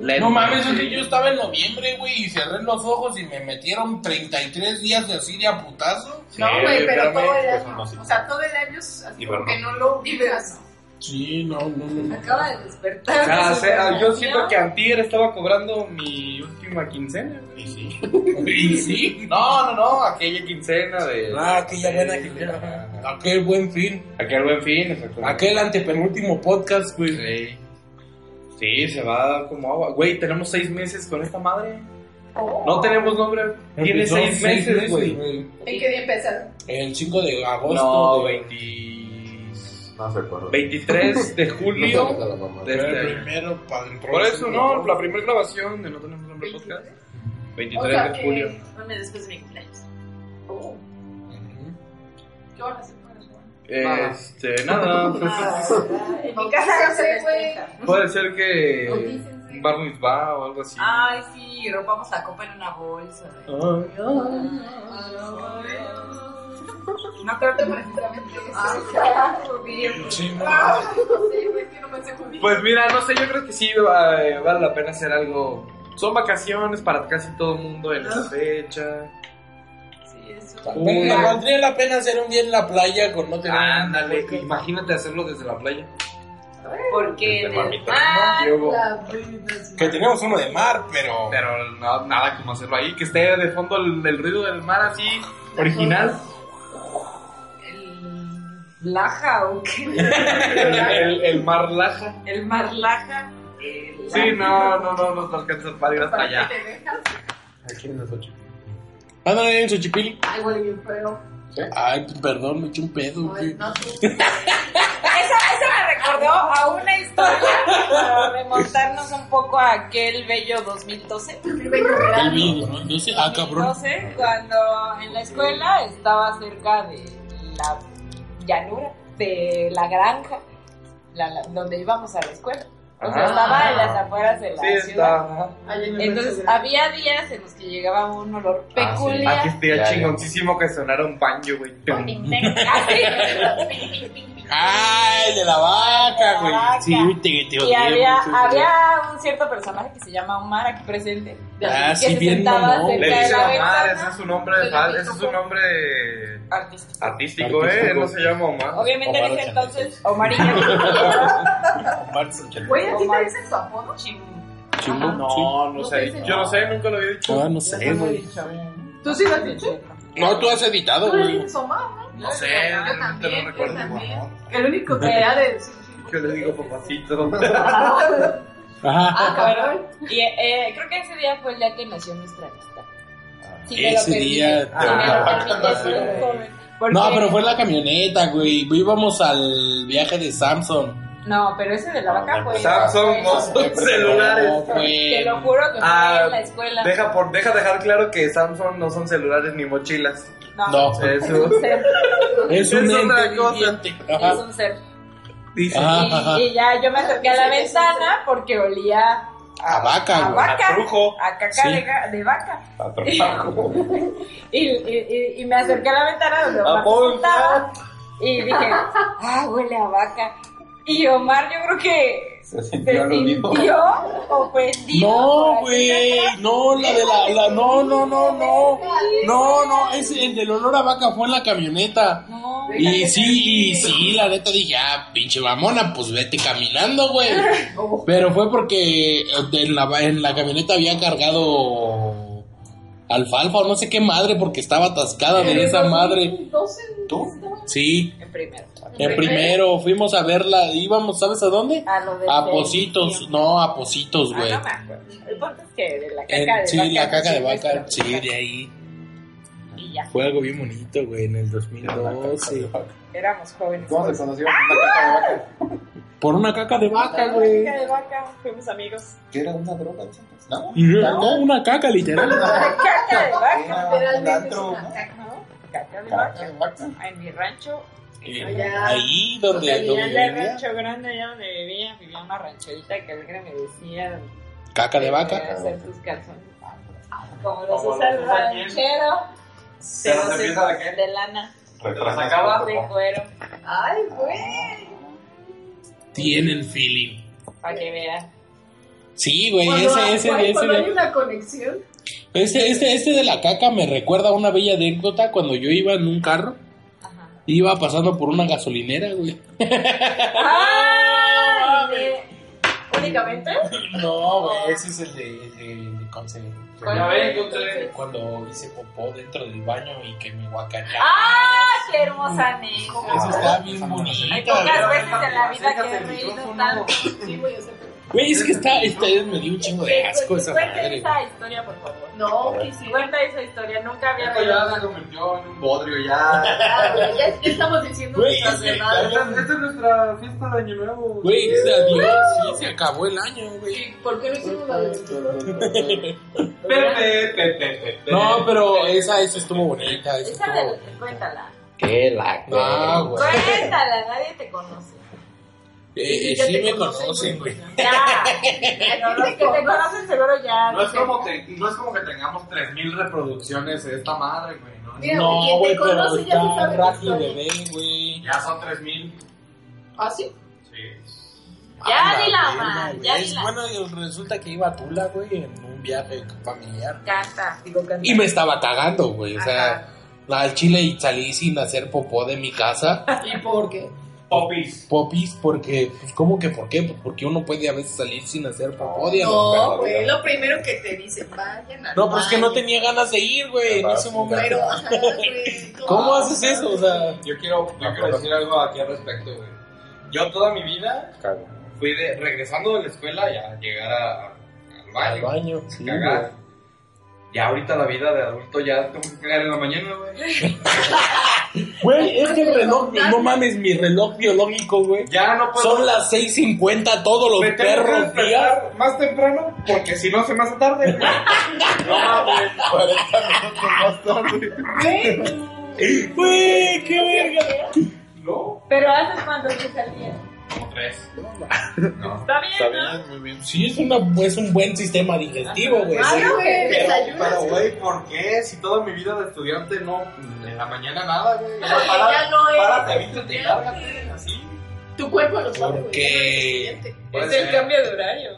Speaker 7: me-
Speaker 4: No mames, es que yo estaba en noviembre, güey, y cerré los ojos y me metieron 33 días de así de a putazo.
Speaker 7: No, güey, pero
Speaker 5: espérame,
Speaker 7: todo el
Speaker 5: que
Speaker 3: pues,
Speaker 7: año.
Speaker 5: son así.
Speaker 7: O sea, todo el año es así
Speaker 5: Y
Speaker 7: como
Speaker 5: bueno.
Speaker 7: que no lo vives.
Speaker 4: Sí, no, no,
Speaker 7: Me
Speaker 4: no.
Speaker 7: acaba de despertar.
Speaker 3: O sea,
Speaker 7: No sé,
Speaker 3: se- ah, yo
Speaker 7: ¿no?
Speaker 3: siento que antier estaba cobrando mi última quincena.
Speaker 5: Y sí.
Speaker 4: ¿Y sí?
Speaker 3: No, no, no, aquella quincena de...
Speaker 4: Ah, aquella buena
Speaker 3: Sí,
Speaker 4: que
Speaker 3: ajá.
Speaker 4: Aquel buen fin.
Speaker 3: Aquel buen fin, exactamente.
Speaker 4: Aquel antepenúltimo podcast, güey.
Speaker 3: Sí. Pues, Sí, se va a dar como agua. Güey, tenemos seis meses con esta madre. No tenemos nombre. Tiene
Speaker 4: Empezó
Speaker 3: seis
Speaker 4: seis
Speaker 3: meses,
Speaker 4: meses,
Speaker 3: güey.
Speaker 10: ¿En qué día empezaron?
Speaker 4: El 5 de agosto.
Speaker 3: No,
Speaker 4: de-
Speaker 3: 20
Speaker 5: No se acuerda.
Speaker 3: 23 de
Speaker 5: No
Speaker 3: julio.
Speaker 5: se acuerda la mamá.
Speaker 3: de este
Speaker 4: Fue
Speaker 3: año.
Speaker 4: primero para el
Speaker 3: Por eso, no, la primera grabación de No Tenemos Nombre Podcast. 23
Speaker 10: O sea,
Speaker 3: de
Speaker 10: que-
Speaker 3: julio.
Speaker 6: Un mes después de mi cumpleaños.
Speaker 10: Oh. ¿Qué van a hacer con eso?
Speaker 3: Este, nada.
Speaker 6: En mi casa no se festeja.
Speaker 3: Puede ser que un bar mitzvah o algo así.
Speaker 6: Ay, sí, rompamos la copa en una bolsa.
Speaker 4: Ah.
Speaker 6: No Ah, creo que precisamente
Speaker 4: Sí, no.
Speaker 3: Pues mira, no sé, yo creo que sí va- eh, vale la pena hacer algo. Son vacaciones para casi todo el mundo en esa fecha.
Speaker 4: Venga, valdría la pena hacer un día en la playa con no tener.
Speaker 3: Ándale, imagínate hacerlo desde la playa.
Speaker 6: Porque
Speaker 3: Desde
Speaker 6: en el
Speaker 3: Mamita,
Speaker 6: mar,
Speaker 3: ¿no? Llevo-
Speaker 4: Que tenemos uno de mar, pero.
Speaker 3: Pero no- nada como hacerlo ahí, que esté de fondo el, el ruido del mar así, original.
Speaker 6: el laja o qué,
Speaker 3: El, el mar laja.
Speaker 6: el mar laja. el-
Speaker 3: Sí, no, no, no, no te alcanzas para ir hasta allá.
Speaker 5: Aquí en Xochitl.
Speaker 4: Ándale en Xochipilli.
Speaker 10: Ay, huele bien feo.
Speaker 4: Ay, perdón, me eché un pedo. güey.
Speaker 6: Ah, Esa, esa me recordó a una historia para remontarnos un poco a aquel bello 2012.
Speaker 4: El vino, ¿no? No sé, ah, cabrón.
Speaker 6: 2012, cuando en la escuela estaba cerca de la llanura, de la granja, la- la- donde íbamos a la escuela. O sea,
Speaker 3: Ah.
Speaker 6: pues, estaba en las afueras de la
Speaker 3: Sí,
Speaker 6: ciudad.
Speaker 3: está.
Speaker 6: Entonces había días en los que llegaba un olor
Speaker 5: Ah, sí.
Speaker 6: peculiar.
Speaker 3: Aquí estaría
Speaker 5: Ya, ya.
Speaker 3: chingoncísimo que sonara un baño, güey.
Speaker 6: Ah, Así.
Speaker 4: Ay, el de la vaca, güey.
Speaker 6: Vaca.
Speaker 4: Sí, uy, te, te
Speaker 6: Y
Speaker 4: odié
Speaker 6: había,
Speaker 4: mucho,
Speaker 6: había un cierto personaje que se llama Omar aquí presente.
Speaker 4: Ah,
Speaker 6: que
Speaker 4: sí,
Speaker 6: se
Speaker 4: bien
Speaker 6: sentaba
Speaker 4: mamón.
Speaker 6: cerca
Speaker 3: Le
Speaker 6: de
Speaker 3: dicen
Speaker 6: la
Speaker 3: Omar,
Speaker 6: ventana.
Speaker 3: ese es su nombre,
Speaker 6: Pero
Speaker 3: ese es su nombre
Speaker 6: Artístico.
Speaker 3: artístico,
Speaker 4: Artístico.
Speaker 3: ¿eh? Él no se llama Omar.
Speaker 6: Obviamente
Speaker 4: Omar
Speaker 6: en ese
Speaker 4: Ochoa.
Speaker 6: entonces Omar y yo.
Speaker 4: güey. Omar Xochitl.
Speaker 10: Güey, ¿a ti
Speaker 6: Omar.
Speaker 10: te dicen su apodo?
Speaker 4: Chimbo,
Speaker 3: No, no sé.
Speaker 10: dicen
Speaker 3: Yo no sé, nunca lo había
Speaker 4: sí.
Speaker 3: dicho.
Speaker 4: Ah, no sé, güey.
Speaker 10: ¿Tú sí lo has dicho?
Speaker 4: No, tú has editado,
Speaker 10: ¿Tú le
Speaker 4: Ah, güey.
Speaker 10: dices Omar, no?
Speaker 3: No sé, realmente
Speaker 10: también,
Speaker 3: no recuerdo.
Speaker 10: yo El único que era de...
Speaker 3: Yo le digo papacito.
Speaker 4: Ajá.
Speaker 10: Ah, cabrón.
Speaker 6: Y eh, creo que ese día fue el día que nació nuestra amistad. Si me lo
Speaker 4: Ese
Speaker 6: permite,
Speaker 4: día.
Speaker 6: si me lo
Speaker 4: Ah.
Speaker 6: permite, soy un joven. Porque-
Speaker 4: No, pero fue en la camioneta, güey. Íbamos al viaje de Samsung.
Speaker 6: No, pero ese de la vaca
Speaker 4: pues,
Speaker 6: fue.
Speaker 4: ah,
Speaker 3: Samsung no son pues.
Speaker 4: No,
Speaker 3: celulares.
Speaker 6: Te
Speaker 4: güey.
Speaker 6: lo juro que fue
Speaker 3: Ah,
Speaker 6: en la escuela.
Speaker 3: Deja, por, deja dejar claro que Samsung no son celulares ni mochilas.
Speaker 4: No.
Speaker 3: Eso.
Speaker 6: Es un ser.
Speaker 4: Es
Speaker 3: Es
Speaker 4: un ente
Speaker 3: otra cosa.
Speaker 4: viviente.
Speaker 6: Es
Speaker 4: Ajá.
Speaker 6: un ser.
Speaker 3: Dice.
Speaker 4: Ajá, ajá.
Speaker 6: Y, y ya yo me acerqué a la ventana porque olía
Speaker 4: A vaca,
Speaker 6: a
Speaker 4: güey.
Speaker 6: vaca,
Speaker 3: A trujo.
Speaker 6: a caca
Speaker 4: Sí.
Speaker 6: de, ga- de vaca. Y, y- y- y me acerqué a la ventana donde Omar
Speaker 3: Apoyo.
Speaker 6: se sentaba y dije, ah, huele a vaca. Y Omar yo creo que se sintió, ofendido. por
Speaker 4: No,
Speaker 6: aquella
Speaker 4: güey, no, la de la, la- no, no, no, no, no, no, es el del olor a vaca fue en la camioneta.
Speaker 6: No,
Speaker 4: Y sí, y sí, la neta dije, ah, pinche mamona, pues vete caminando, güey.
Speaker 6: Oh.
Speaker 4: Pero fue porque eh, en la, en la camioneta había cargado alfalfa o no sé qué madre, porque estaba atascada de esa madre. ¿Tú? Sí,
Speaker 6: en primero.
Speaker 4: en primero fuimos a verla, íbamos, ¿sabes a dónde?
Speaker 6: A Ah, lo de
Speaker 4: A Positos, no, a Positos,
Speaker 6: Ah,
Speaker 4: güey.
Speaker 6: no me acuerdo. El punto es que de la caca
Speaker 4: En-
Speaker 6: de
Speaker 4: sí,
Speaker 6: vaca.
Speaker 4: la caca de
Speaker 6: nuestra
Speaker 4: vaca, sí, de ahí.
Speaker 6: Y ya,
Speaker 4: Fue algo bien bonito, güey, en el 2012.
Speaker 6: éramos jóvenes. ¡Ah!
Speaker 5: ¿Cómo se conoció? Una caca de vaca.
Speaker 4: Por una caca de vaca, güey.
Speaker 6: Caca de vaca, fuimos amigos.
Speaker 5: ¿Qué era una droga? entonces? ¿No?
Speaker 4: Y yo, No, una caca, literal.
Speaker 6: Caca de vaca.
Speaker 5: Era un
Speaker 10: Literalmente es
Speaker 5: antro,
Speaker 10: una
Speaker 5: ¿no?
Speaker 10: caca, ¿no?
Speaker 6: Caca de
Speaker 5: Caca
Speaker 6: vaca.
Speaker 5: de vaca.
Speaker 6: En mi rancho.
Speaker 4: Eh,
Speaker 10: Allá.
Speaker 4: Ahí donde,
Speaker 6: En
Speaker 4: donde
Speaker 6: el
Speaker 4: vivía.
Speaker 6: rancho grande allá donde vivía, vivía una rancherita que alguien me decía
Speaker 4: Caca de
Speaker 6: de
Speaker 4: vaca.
Speaker 6: hacer tus calzones. Como los usa el ranchero.
Speaker 3: ¿Pero se
Speaker 6: hace
Speaker 3: empieza de qué?
Speaker 6: De lana,
Speaker 3: sacaba?
Speaker 6: de cuero,
Speaker 10: Ay, güey.
Speaker 4: Tienen feeling.
Speaker 6: para que vean.
Speaker 4: Sí, güey,
Speaker 10: Cuando
Speaker 4: ese,
Speaker 10: hay-
Speaker 4: ese,
Speaker 10: cuando
Speaker 4: ese,
Speaker 10: hay
Speaker 4: de-
Speaker 10: una conexión.
Speaker 4: este, este, este de la caca me recuerda a una bella anécdota cuando yo iba en un carro. Iba pasando por una gasolinera, güey.
Speaker 10: Ah,
Speaker 6: ¡Ay! de- ¿Únicamente?
Speaker 4: No, güey, ese es el de, el de, el de Conce.
Speaker 3: Ya ven, encontré.
Speaker 4: Cuando hice popó dentro del baño y que me guacañaba.
Speaker 6: ¡Ah! ¡Qué hermosa negra!
Speaker 4: Eso está bien bonito.
Speaker 6: Hay pocas
Speaker 4: güey.
Speaker 6: veces en la vida que he
Speaker 3: Acércate al
Speaker 6: reído
Speaker 3: micrófono.
Speaker 6: tanto.
Speaker 10: Sí, güey, o sea, pero-
Speaker 4: Güey, es que está, esta me dio un chingo de asco esa
Speaker 7: Cuenta
Speaker 4: madre.
Speaker 7: esa historia, por favor.
Speaker 6: Pues, No,
Speaker 7: Cuenta esa historia, nunca había
Speaker 3: Esto ya
Speaker 7: leído.
Speaker 3: se convirtió en un bodrio, ya.
Speaker 6: Ah, ya, ya estamos diciendo
Speaker 4: Güey,
Speaker 6: nuestras
Speaker 4: ese-
Speaker 6: verdades.
Speaker 17: Esta, esta es nuestra fiesta de Año Nuevo.
Speaker 4: Güey, o sea, Dios, sí, se acabó el año, güey.
Speaker 6: ¿Por qué no hicimos la de
Speaker 17: Pepe, pepe, pepe.
Speaker 4: No, pero esa, esa estuvo bonita. Esa
Speaker 7: Esa
Speaker 4: estuvo...
Speaker 7: de- Cuéntala.
Speaker 5: Qué la
Speaker 4: Ah, güey.
Speaker 7: Cuéntala, nadie te conoce.
Speaker 4: Eh, eh,
Speaker 6: Ya
Speaker 4: sí
Speaker 6: te
Speaker 4: me
Speaker 6: conocen,
Speaker 4: conocen, güey.
Speaker 7: Ya. Los que te conocen seguro ya.
Speaker 3: No es, como que, no es como que tengamos 3000 reproducciones de esta madre, güey. ¿no?
Speaker 6: Mira,
Speaker 4: No,
Speaker 6: quien
Speaker 4: güey,
Speaker 6: te
Speaker 4: pero
Speaker 6: conoce ya
Speaker 4: está
Speaker 6: se sabe tu
Speaker 4: Rafi
Speaker 6: historia.
Speaker 4: Bebé, güey.
Speaker 3: Ya son 3000.
Speaker 6: ¿Ah, sí?
Speaker 3: Sí.
Speaker 7: Ya
Speaker 4: Ah,
Speaker 7: di la
Speaker 4: verga,
Speaker 7: mal,
Speaker 4: güey.
Speaker 7: ya
Speaker 4: Es-
Speaker 7: di la
Speaker 4: Bueno, y resulta que iba a Tula, güey, en un viaje familiar.
Speaker 7: Canta, digo canta.
Speaker 4: Y me estaba cagando, güey. O sea, al chile y salí sin hacer popó de mi casa.
Speaker 6: ¿Y por qué?
Speaker 3: Popis.
Speaker 4: popis porque, pues, ¿cómo que por qué? Pues porque uno puede a veces salir sin hacer popó,
Speaker 6: No,
Speaker 4: diablo.
Speaker 6: güey, lo primero que te dicen, vayan a
Speaker 4: No, pero es que no tenía ganas de ir, güey, en ese momento.
Speaker 6: Pero, ajá, güey.
Speaker 4: ¿Cómo haces eso? O sea,
Speaker 3: Yo quiero, yo quiero decir algo aquí al respecto, güey. Yo toda mi vida fui de, regresando de la escuela ya llegar a, al
Speaker 4: al
Speaker 3: baño,
Speaker 4: baño. sí,
Speaker 3: cagar.
Speaker 4: güey.
Speaker 3: Ya ahorita la vida de adulto ya tengo que cagar en la mañana, güey.
Speaker 4: Güey, es que el reloj, no mames, mi reloj biológico, güey.
Speaker 3: Ya no puedo.
Speaker 4: Son las 6.50 todos los
Speaker 3: me tengo que
Speaker 4: perros días.
Speaker 3: despertar más temprano porque si no se me hace tarde. güey. no mames.
Speaker 4: Güey, qué verga.
Speaker 3: No.
Speaker 7: Pero haces cuando te salías.
Speaker 3: Como tres.
Speaker 7: Está bien, ¿no?
Speaker 5: muy bien.
Speaker 4: Sí, es, una, es un buen sistema digestivo, güey.
Speaker 6: Ah, no, güey,
Speaker 3: Pero,
Speaker 6: desayunas.
Speaker 3: pero, güey, ¿por qué? Si toda mi vida de estudiante no. En la mañana nada, güey.
Speaker 6: Ay, ya
Speaker 3: Para,
Speaker 6: no es.
Speaker 3: párate, vístete y lárgate. Así.
Speaker 6: Tu cuerpo lo sabe, güey.
Speaker 4: Porque-
Speaker 3: Puede
Speaker 7: Es el
Speaker 3: ser.
Speaker 7: cambio de horario.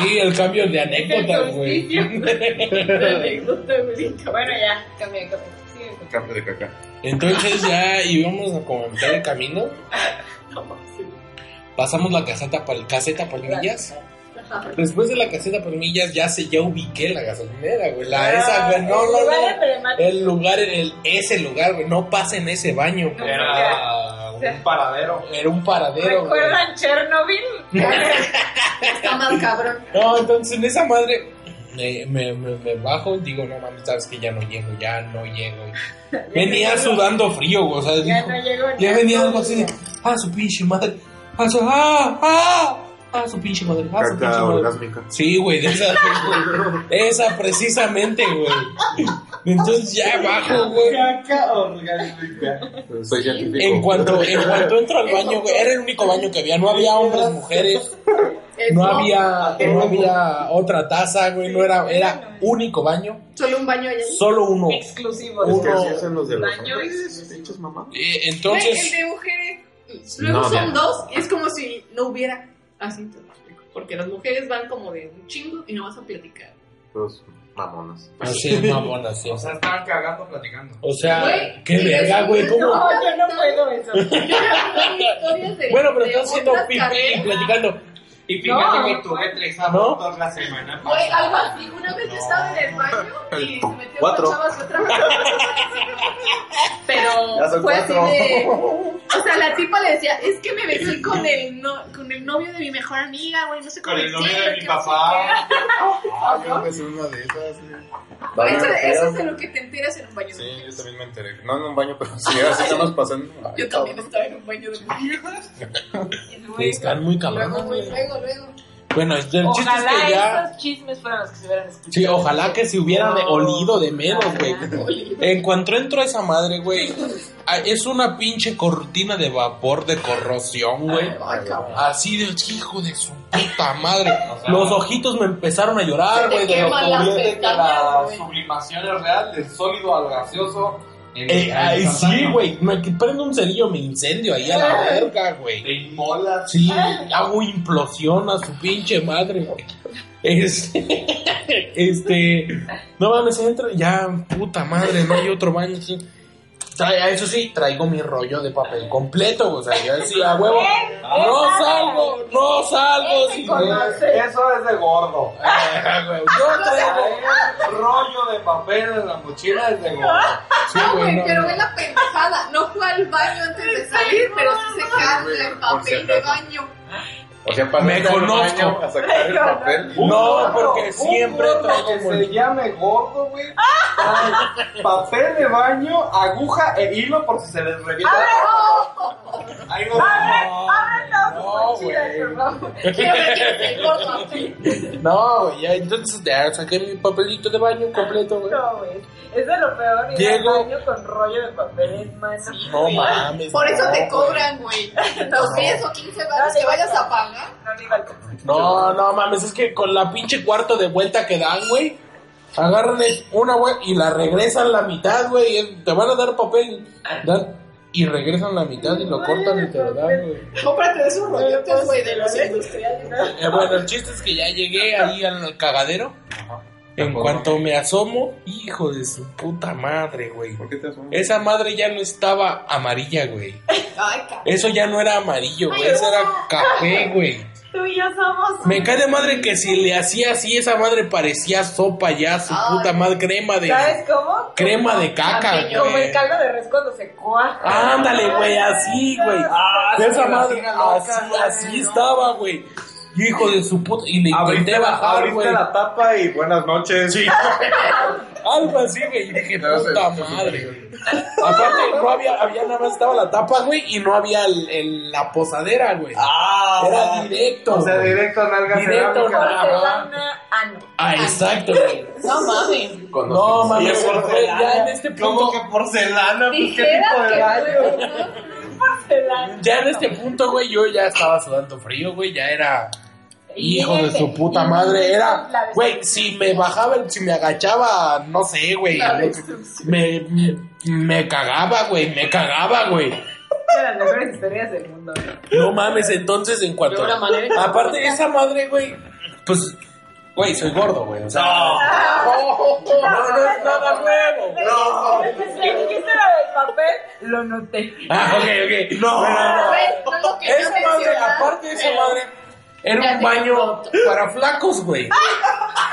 Speaker 4: Sí, el cambio de anécdotas, güey.
Speaker 7: solsticio. La anécdota, güey. Bueno, ya, cambia, cambia. Sigue con-
Speaker 5: Cambio de caca.
Speaker 4: Entonces ya íbamos a comentar el camino. Pasamos la caseta pal- caseta palmillas.
Speaker 6: Ajá.
Speaker 4: Después de la caseta palmillas ya se ya ubiqué la gasolinera, güey. La esa,
Speaker 7: Ah,
Speaker 4: güey. No,
Speaker 7: el
Speaker 4: no,
Speaker 7: lugar
Speaker 4: no.
Speaker 7: emblemático.
Speaker 4: El lugar, el, ese lugar, güey. No pasa en ese baño. güey.
Speaker 3: Era un paradero.
Speaker 4: Era un paradero, güey.
Speaker 7: ¿Recuerdan Chernobyl?
Speaker 6: Está más cabrón.
Speaker 4: No, entonces en esa madre me, me- me- me bajo, digo, no mames, sabes que ya no llego, ya no llego. Venía sudando frío, güey. O sea,
Speaker 7: Ya
Speaker 4: dijo,
Speaker 7: no llegó ni
Speaker 4: Ya
Speaker 7: a
Speaker 4: venía
Speaker 7: todo
Speaker 4: algo así
Speaker 7: el
Speaker 4: de,
Speaker 7: día.
Speaker 4: ah, su pinche madre, ah, su, ah, ah, ah, su pinche madre, ah, su pinche
Speaker 5: Caca
Speaker 4: madre.
Speaker 5: orgásmica.
Speaker 4: Sí, güey, de esa, de esa precisamente, güey. Entonces ya bajo, güey.
Speaker 3: Caca orgánica.
Speaker 5: Pues Soy científico.
Speaker 4: En cuanto, en cuanto entro al baño, güey, era el único baño que había, no había hombres, mujeres,
Speaker 6: Es
Speaker 4: no
Speaker 6: no,
Speaker 4: había, no había otra taza, güey, no era, era único baño,
Speaker 6: Solo un baño allá.
Speaker 4: solo uno.
Speaker 6: Pues,
Speaker 7: Exclusivo.
Speaker 5: Es que
Speaker 4: Uno-
Speaker 5: así hacen los de los
Speaker 7: Baño.
Speaker 5: hombres. Pinches mamá.
Speaker 4: Eh,
Speaker 6: Güey,
Speaker 4: Entonces,
Speaker 6: el de mujeres. Luego
Speaker 5: No,
Speaker 6: son
Speaker 5: ya.
Speaker 6: dos y es como si no hubiera. Así te lo explico. Porque las mujeres van como de un chingo y no vas a platicar.
Speaker 5: Los mamonas.
Speaker 4: así, mamona, sí.
Speaker 3: O sea, estaban cagando platicando.
Speaker 4: O sea,
Speaker 6: Güey,
Speaker 4: qué
Speaker 6: y
Speaker 4: verga, güey,
Speaker 6: resulta-
Speaker 4: cómo...
Speaker 7: No, yo no puedo eso.
Speaker 6: Historias de-
Speaker 4: Bueno, pero
Speaker 6: de
Speaker 4: están haciendo
Speaker 6: otras
Speaker 4: pipí y
Speaker 6: carreras.
Speaker 4: platicando.
Speaker 3: Y fíjate
Speaker 7: No.
Speaker 3: que tuve tres abortos la semana
Speaker 6: Güey, algo
Speaker 3: pasada.
Speaker 6: así. Una vez yo estaba en el baño y se metió
Speaker 5: Cuatro.
Speaker 6: con chavas de otra vez. Pero
Speaker 5: Ya son
Speaker 6: fue así
Speaker 5: cuatro.
Speaker 6: de. O sea, la tipa le decía, es que me besé con el, no, con el novio de mi mejor amiga, güey, no sé cómo
Speaker 3: Con el novio
Speaker 6: decirlo,
Speaker 3: de
Speaker 6: que
Speaker 3: mi
Speaker 6: no sé
Speaker 3: papá.
Speaker 5: Ah, yo empecé una de esas. sí.
Speaker 6: qué".
Speaker 5: Baño
Speaker 6: Eso,
Speaker 5: europeo.
Speaker 6: eso es de lo que te enteras en un baño.
Speaker 5: Sí, yo también me enteré. No en un baño, pero sí, así nada más pasando. Ay,
Speaker 6: Yo también
Speaker 5: cabrón.
Speaker 6: estaba en un baño de mujeres.
Speaker 4: Están muy
Speaker 6: Luego,
Speaker 4: cabrones,
Speaker 6: güey,
Speaker 4: güey.
Speaker 6: luego, luego.
Speaker 4: Bueno, el chiste es
Speaker 7: Ojalá
Speaker 4: que ya.
Speaker 7: estos chismes fueran los que se hubieran escuchado.
Speaker 4: Sí, ojalá que se hubiera de- olido de menos, güey. En cuanto entro a esa madre, güey, a- es una pinche cortina de vapor de corrosión, güey.
Speaker 6: Ay, cabrón.
Speaker 4: Así de hijo de su puta madre. Los ojitos me empezaron a
Speaker 6: Se
Speaker 4: llorar,
Speaker 6: te
Speaker 4: güey, de lo
Speaker 6: queman las
Speaker 4: pobre.
Speaker 3: Fíjate que la
Speaker 6: pestañas, güey.
Speaker 3: sublimación es real del sólido al gaseoso. en-
Speaker 4: Eh,
Speaker 3: en
Speaker 4: ay,
Speaker 3: el
Speaker 4: sí,
Speaker 3: instantáneo.
Speaker 4: güey. Me que- prendo un cerillo, me incendio ahí a la verga, güey.
Speaker 3: Eh. Te inmolas.
Speaker 4: Sí, hago implosión a su pinche madre. Este, este, no mames, entra, ya, puta madre, no hay otro baño. sí. Trae, a eso sí, traigo mi rollo de papel completo, o sea, yo decía, a huevo,
Speaker 6: Eh,
Speaker 4: no
Speaker 6: Ah,
Speaker 4: salgo, no salgo.
Speaker 6: Este
Speaker 4: sin-
Speaker 3: Eh, Eso es de gordo.
Speaker 4: Ah, güey, yo traigo,
Speaker 3: Traer rollo de papel en la mochila es de gordo.
Speaker 4: sí,
Speaker 6: No,
Speaker 4: güey,
Speaker 6: güey,
Speaker 4: no,
Speaker 6: pero
Speaker 4: no.
Speaker 6: ve la pendejada. No fue al baño antes de salir, pero sí se carga el papel de baño.
Speaker 5: O sea, para
Speaker 4: Me
Speaker 5: ir al
Speaker 4: conozco.
Speaker 5: baño a sacar el papel.
Speaker 4: No, porque siempre
Speaker 3: gordo que
Speaker 4: traigo
Speaker 3: se llame gordo, güey. trae Papel de baño, aguja e hilo por si se les revienta. Ay, no.
Speaker 4: No, No, güey, ya, entonces ya saqué mi papelito de baño completo, güey.
Speaker 7: No, güey. Es de lo peor. ir al
Speaker 4: Llego-
Speaker 7: baño con rollo de papel en mano.
Speaker 4: No mames.
Speaker 6: Por eso
Speaker 4: no,
Speaker 6: te
Speaker 4: güey.
Speaker 6: cobran, güey. Los 10 o 15 baros que vayas a pagar.
Speaker 4: No, no mames, es que con la pinche cuarto de vuelta que dan, güey, agarran el- una, güey, y la regresan la mitad, güey, y es- te van a dar papel, dan- y regresan la mitad y lo cortan y te lo dan, güey.
Speaker 6: Cómprate de esos
Speaker 7: Pues,
Speaker 6: rollotes, güey, de los
Speaker 4: Eh, bueno, el chiste es que ya llegué ahí al cagadero. En cuanto me asomo, hijo de su puta madre, güey. Esa madre ya no estaba amarilla, güey.
Speaker 6: Ay, cabrón.
Speaker 4: Eso ya no era amarillo, güey. Eso era café, güey.
Speaker 7: Tú y yo somos.
Speaker 4: Me cae de madre que si le hacía así, esa madre parecía sopa ya, su puta madre, crema de...
Speaker 7: ¿Sabes cómo?
Speaker 4: Crema de caca,
Speaker 7: Como
Speaker 4: güey.
Speaker 7: el caldo de res cuando se cuaja.
Speaker 4: Ándale, güey, así, güey.
Speaker 7: Ah,
Speaker 4: esa
Speaker 7: sí,
Speaker 4: madre,
Speaker 7: la loca,
Speaker 4: así,
Speaker 7: güey,
Speaker 4: así estaba, güey. Hijo de su puta... Y le intenté bajar, güey.
Speaker 3: tapa y buenas noches.
Speaker 4: Sí. Algo así, güey. Y dije, puta madre, güey. Aparte, no había, había nada más estaba la tapa, güey, y no había el- el- la posadera, güey.
Speaker 3: Ah,
Speaker 4: Era directo.
Speaker 3: O sea,
Speaker 4: güey.
Speaker 3: directo a nalga
Speaker 4: Directo,
Speaker 3: cerámica.
Speaker 4: nada.
Speaker 7: Porcelana ano.
Speaker 4: Ah, exacto, güey.
Speaker 6: No mames.
Speaker 4: No, mames, güey, ya en este
Speaker 3: ¿Cómo
Speaker 4: punto,
Speaker 3: que porcelana? Pues, ¿Qué
Speaker 7: Dijera
Speaker 3: tipo de baño?
Speaker 7: que no, porcelana.
Speaker 4: ya en este punto, güey, yo ya estaba sudando frío, güey, ya era... Hijo de su puta madre, era... Güey, si me bajaba, el- si me agachaba, no sé, güey. Me, me cagaba, güey, me cagaba, güey.
Speaker 7: Una de las mejores historias del mundo. güey.
Speaker 4: No mames, entonces en cuanto.
Speaker 6: De una manera que-
Speaker 4: Aparte, esa madre, güey. Pues, güey, soy gordo, güey. O sea, no, no, no es nada nuevo.
Speaker 7: No. Que dijiste la del papel, lo noté.
Speaker 4: Ah, ok, ok. No, no, no.
Speaker 6: No es lo que yo
Speaker 4: Esa madre,
Speaker 6: mencionaba,
Speaker 4: aparte de esa
Speaker 6: pero-
Speaker 4: madre, era
Speaker 6: Ya
Speaker 4: un
Speaker 6: tengo
Speaker 4: baño
Speaker 6: foto.
Speaker 4: para flacos, güey.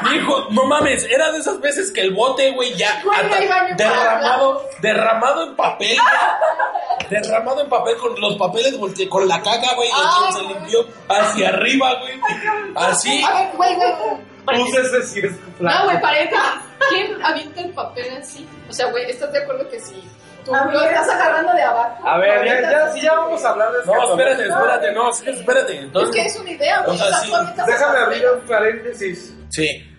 Speaker 4: Dijo, no mames, era de esas veces que el bote, güey, ya
Speaker 6: Güey,
Speaker 4: hasta
Speaker 6: hay baño para
Speaker 4: derramado, derramado en papel, güey. derramado en papel con los papeles, volte- con la caca, güey, y
Speaker 6: Ay,
Speaker 4: se
Speaker 6: güey.
Speaker 4: limpió hacia arriba, güey. Así,
Speaker 6: A ver, güey, güey, güey.
Speaker 3: Puse Pues ese si es
Speaker 6: No, güey, pareja. ¿Quién avienta el papel así? O sea, güey, ¿estás de acuerdo que sí? Tú
Speaker 7: A mí
Speaker 6: lo
Speaker 7: me-
Speaker 6: estás agarrando de abajo.
Speaker 3: A ver, ya, ya, sí, ya vamos a hablar de
Speaker 4: no,
Speaker 3: escatología.
Speaker 4: espérate, espérate, no, sí, espérate.
Speaker 6: Es que
Speaker 4: Entonces,
Speaker 6: es una idea, güey.
Speaker 4: O sea,
Speaker 6: O sea,
Speaker 4: sí.
Speaker 6: tú avientas el
Speaker 3: Déjame
Speaker 6: papel.
Speaker 3: abrir un paréntesis.
Speaker 4: sí.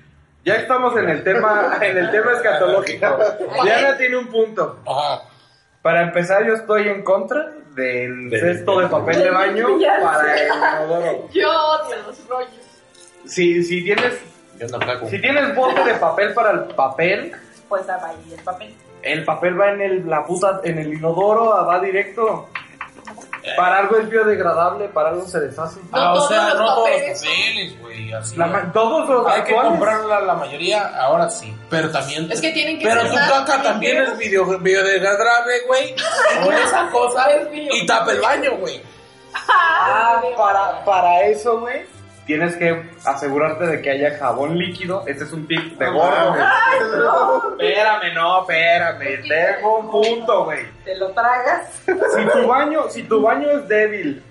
Speaker 3: Ya estamos en el tema, en el tema escatológico. Diana tiene un punto.
Speaker 4: Ajá.
Speaker 3: Para empezar, yo estoy en contra del cesto de papel de baño
Speaker 7: Ya
Speaker 3: para el inodoro.
Speaker 6: Yo odio los rollos.
Speaker 3: Si, si tienes, si tienes bote de papel para el papel,
Speaker 7: Pues a ahí el papel.
Speaker 3: el papel va en el, la puta, en el inodoro, ah, va directo. Para algo es biodegradable, para algo se deshace.
Speaker 6: No
Speaker 4: Ah, o
Speaker 6: todos
Speaker 4: sea, no
Speaker 6: los
Speaker 4: todos los
Speaker 6: papeles son-
Speaker 4: papeles, güey. así,
Speaker 3: La
Speaker 4: güey.
Speaker 3: ma- todos los
Speaker 4: Hay que
Speaker 3: actuales-
Speaker 4: comprarla la mayoría, ahora sí. Pero también.
Speaker 6: Es que tienen que
Speaker 4: Pero tu
Speaker 6: cerrar
Speaker 4: caca también es video, biodegradable, güey. Con esa cosa.
Speaker 6: Es mío.
Speaker 4: Y tapa el baño, güey.
Speaker 3: Ah, para, para eso, güey, tienes que asegurarte de que haya jabón líquido. Este es un tip de gordo. güey. Espérame, no, espérame. Tengo un punto, güey.
Speaker 7: Te lo tragas.
Speaker 3: Si tu baño, si tu baño es débil,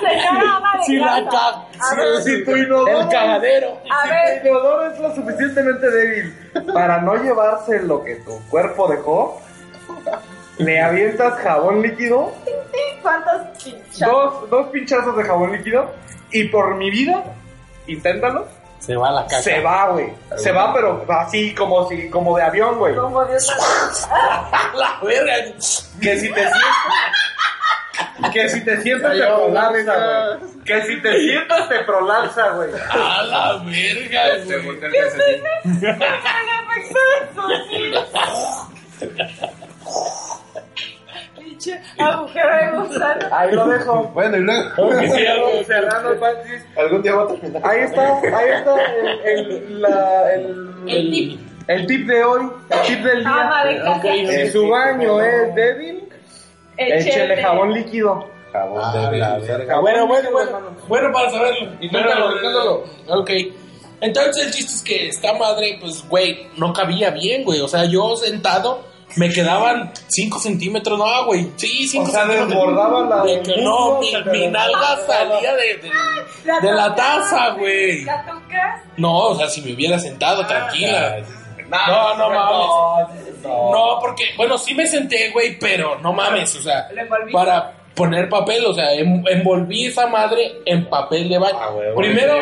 Speaker 7: Señora, ama de
Speaker 4: Si la
Speaker 7: casa.
Speaker 4: ca-
Speaker 7: A
Speaker 4: si-
Speaker 7: ver,
Speaker 4: si
Speaker 3: tu inodoro,
Speaker 4: El cagadero.
Speaker 7: a
Speaker 3: si
Speaker 7: ver,
Speaker 3: tu inodoro es lo suficientemente débil para no llevarse lo que tu cuerpo dejó, le avientas jabón líquido,
Speaker 7: ¿cuántos pinchas?
Speaker 3: dos, dos pinchazos de jabón líquido, y por mi vida, inténtalo.
Speaker 4: Se va la caca.
Speaker 3: Se va, güey. Se va, pero así como si, como de avión, güey.
Speaker 7: Como Dios
Speaker 4: A la verga.
Speaker 3: Que si te sientas. Que si te sientas te prolapsa, güey. Que si te sientas te prolapsa, güey.
Speaker 4: A la verga, güey.
Speaker 7: pinche agujero de gusano.
Speaker 3: Ahí lo dejo.
Speaker 5: Bueno, y luego.
Speaker 4: Que sí, algo-
Speaker 3: Cerrando paréntesis.
Speaker 5: Algún día va a terminar.
Speaker 3: Ahí está, ahí está el, el, la- el,
Speaker 6: El tip.
Speaker 3: el tip de hoy, el tip del
Speaker 7: Ama
Speaker 3: día.
Speaker 7: de casa.
Speaker 3: Si su baño es débil, échele
Speaker 7: Échele.
Speaker 3: jabón líquido.
Speaker 5: Jabón
Speaker 4: A
Speaker 5: débil,
Speaker 4: Ah, la
Speaker 5: usar
Speaker 4: verga.
Speaker 5: jabón.
Speaker 4: Bueno, bueno, bueno. Bueno para saberlo.
Speaker 3: Inténtalo,
Speaker 4: Pero-
Speaker 3: inténtalo.
Speaker 4: Ok. Entonces el chiste es que esta madre, pues, güey, no cabía bien, güey. O sea, yo sentado me quedaban 5 centímetros, no, güey. Sí, 5
Speaker 2: O sea,
Speaker 4: centímetros.
Speaker 2: desbordaba la-
Speaker 4: De que no,
Speaker 2: muslo,
Speaker 4: mi,
Speaker 2: se te
Speaker 4: mi nalga salía de, de- de la taza, güey.
Speaker 6: ¿La tocas?
Speaker 4: No, o sea, si me hubiera sentado, tranquila. No,
Speaker 2: No,
Speaker 4: no mames. No, porque, bueno, sí me senté, güey, pero no mames, o sea, para poner papel, o sea, en- envolví esa madre en papel de baño. Primero,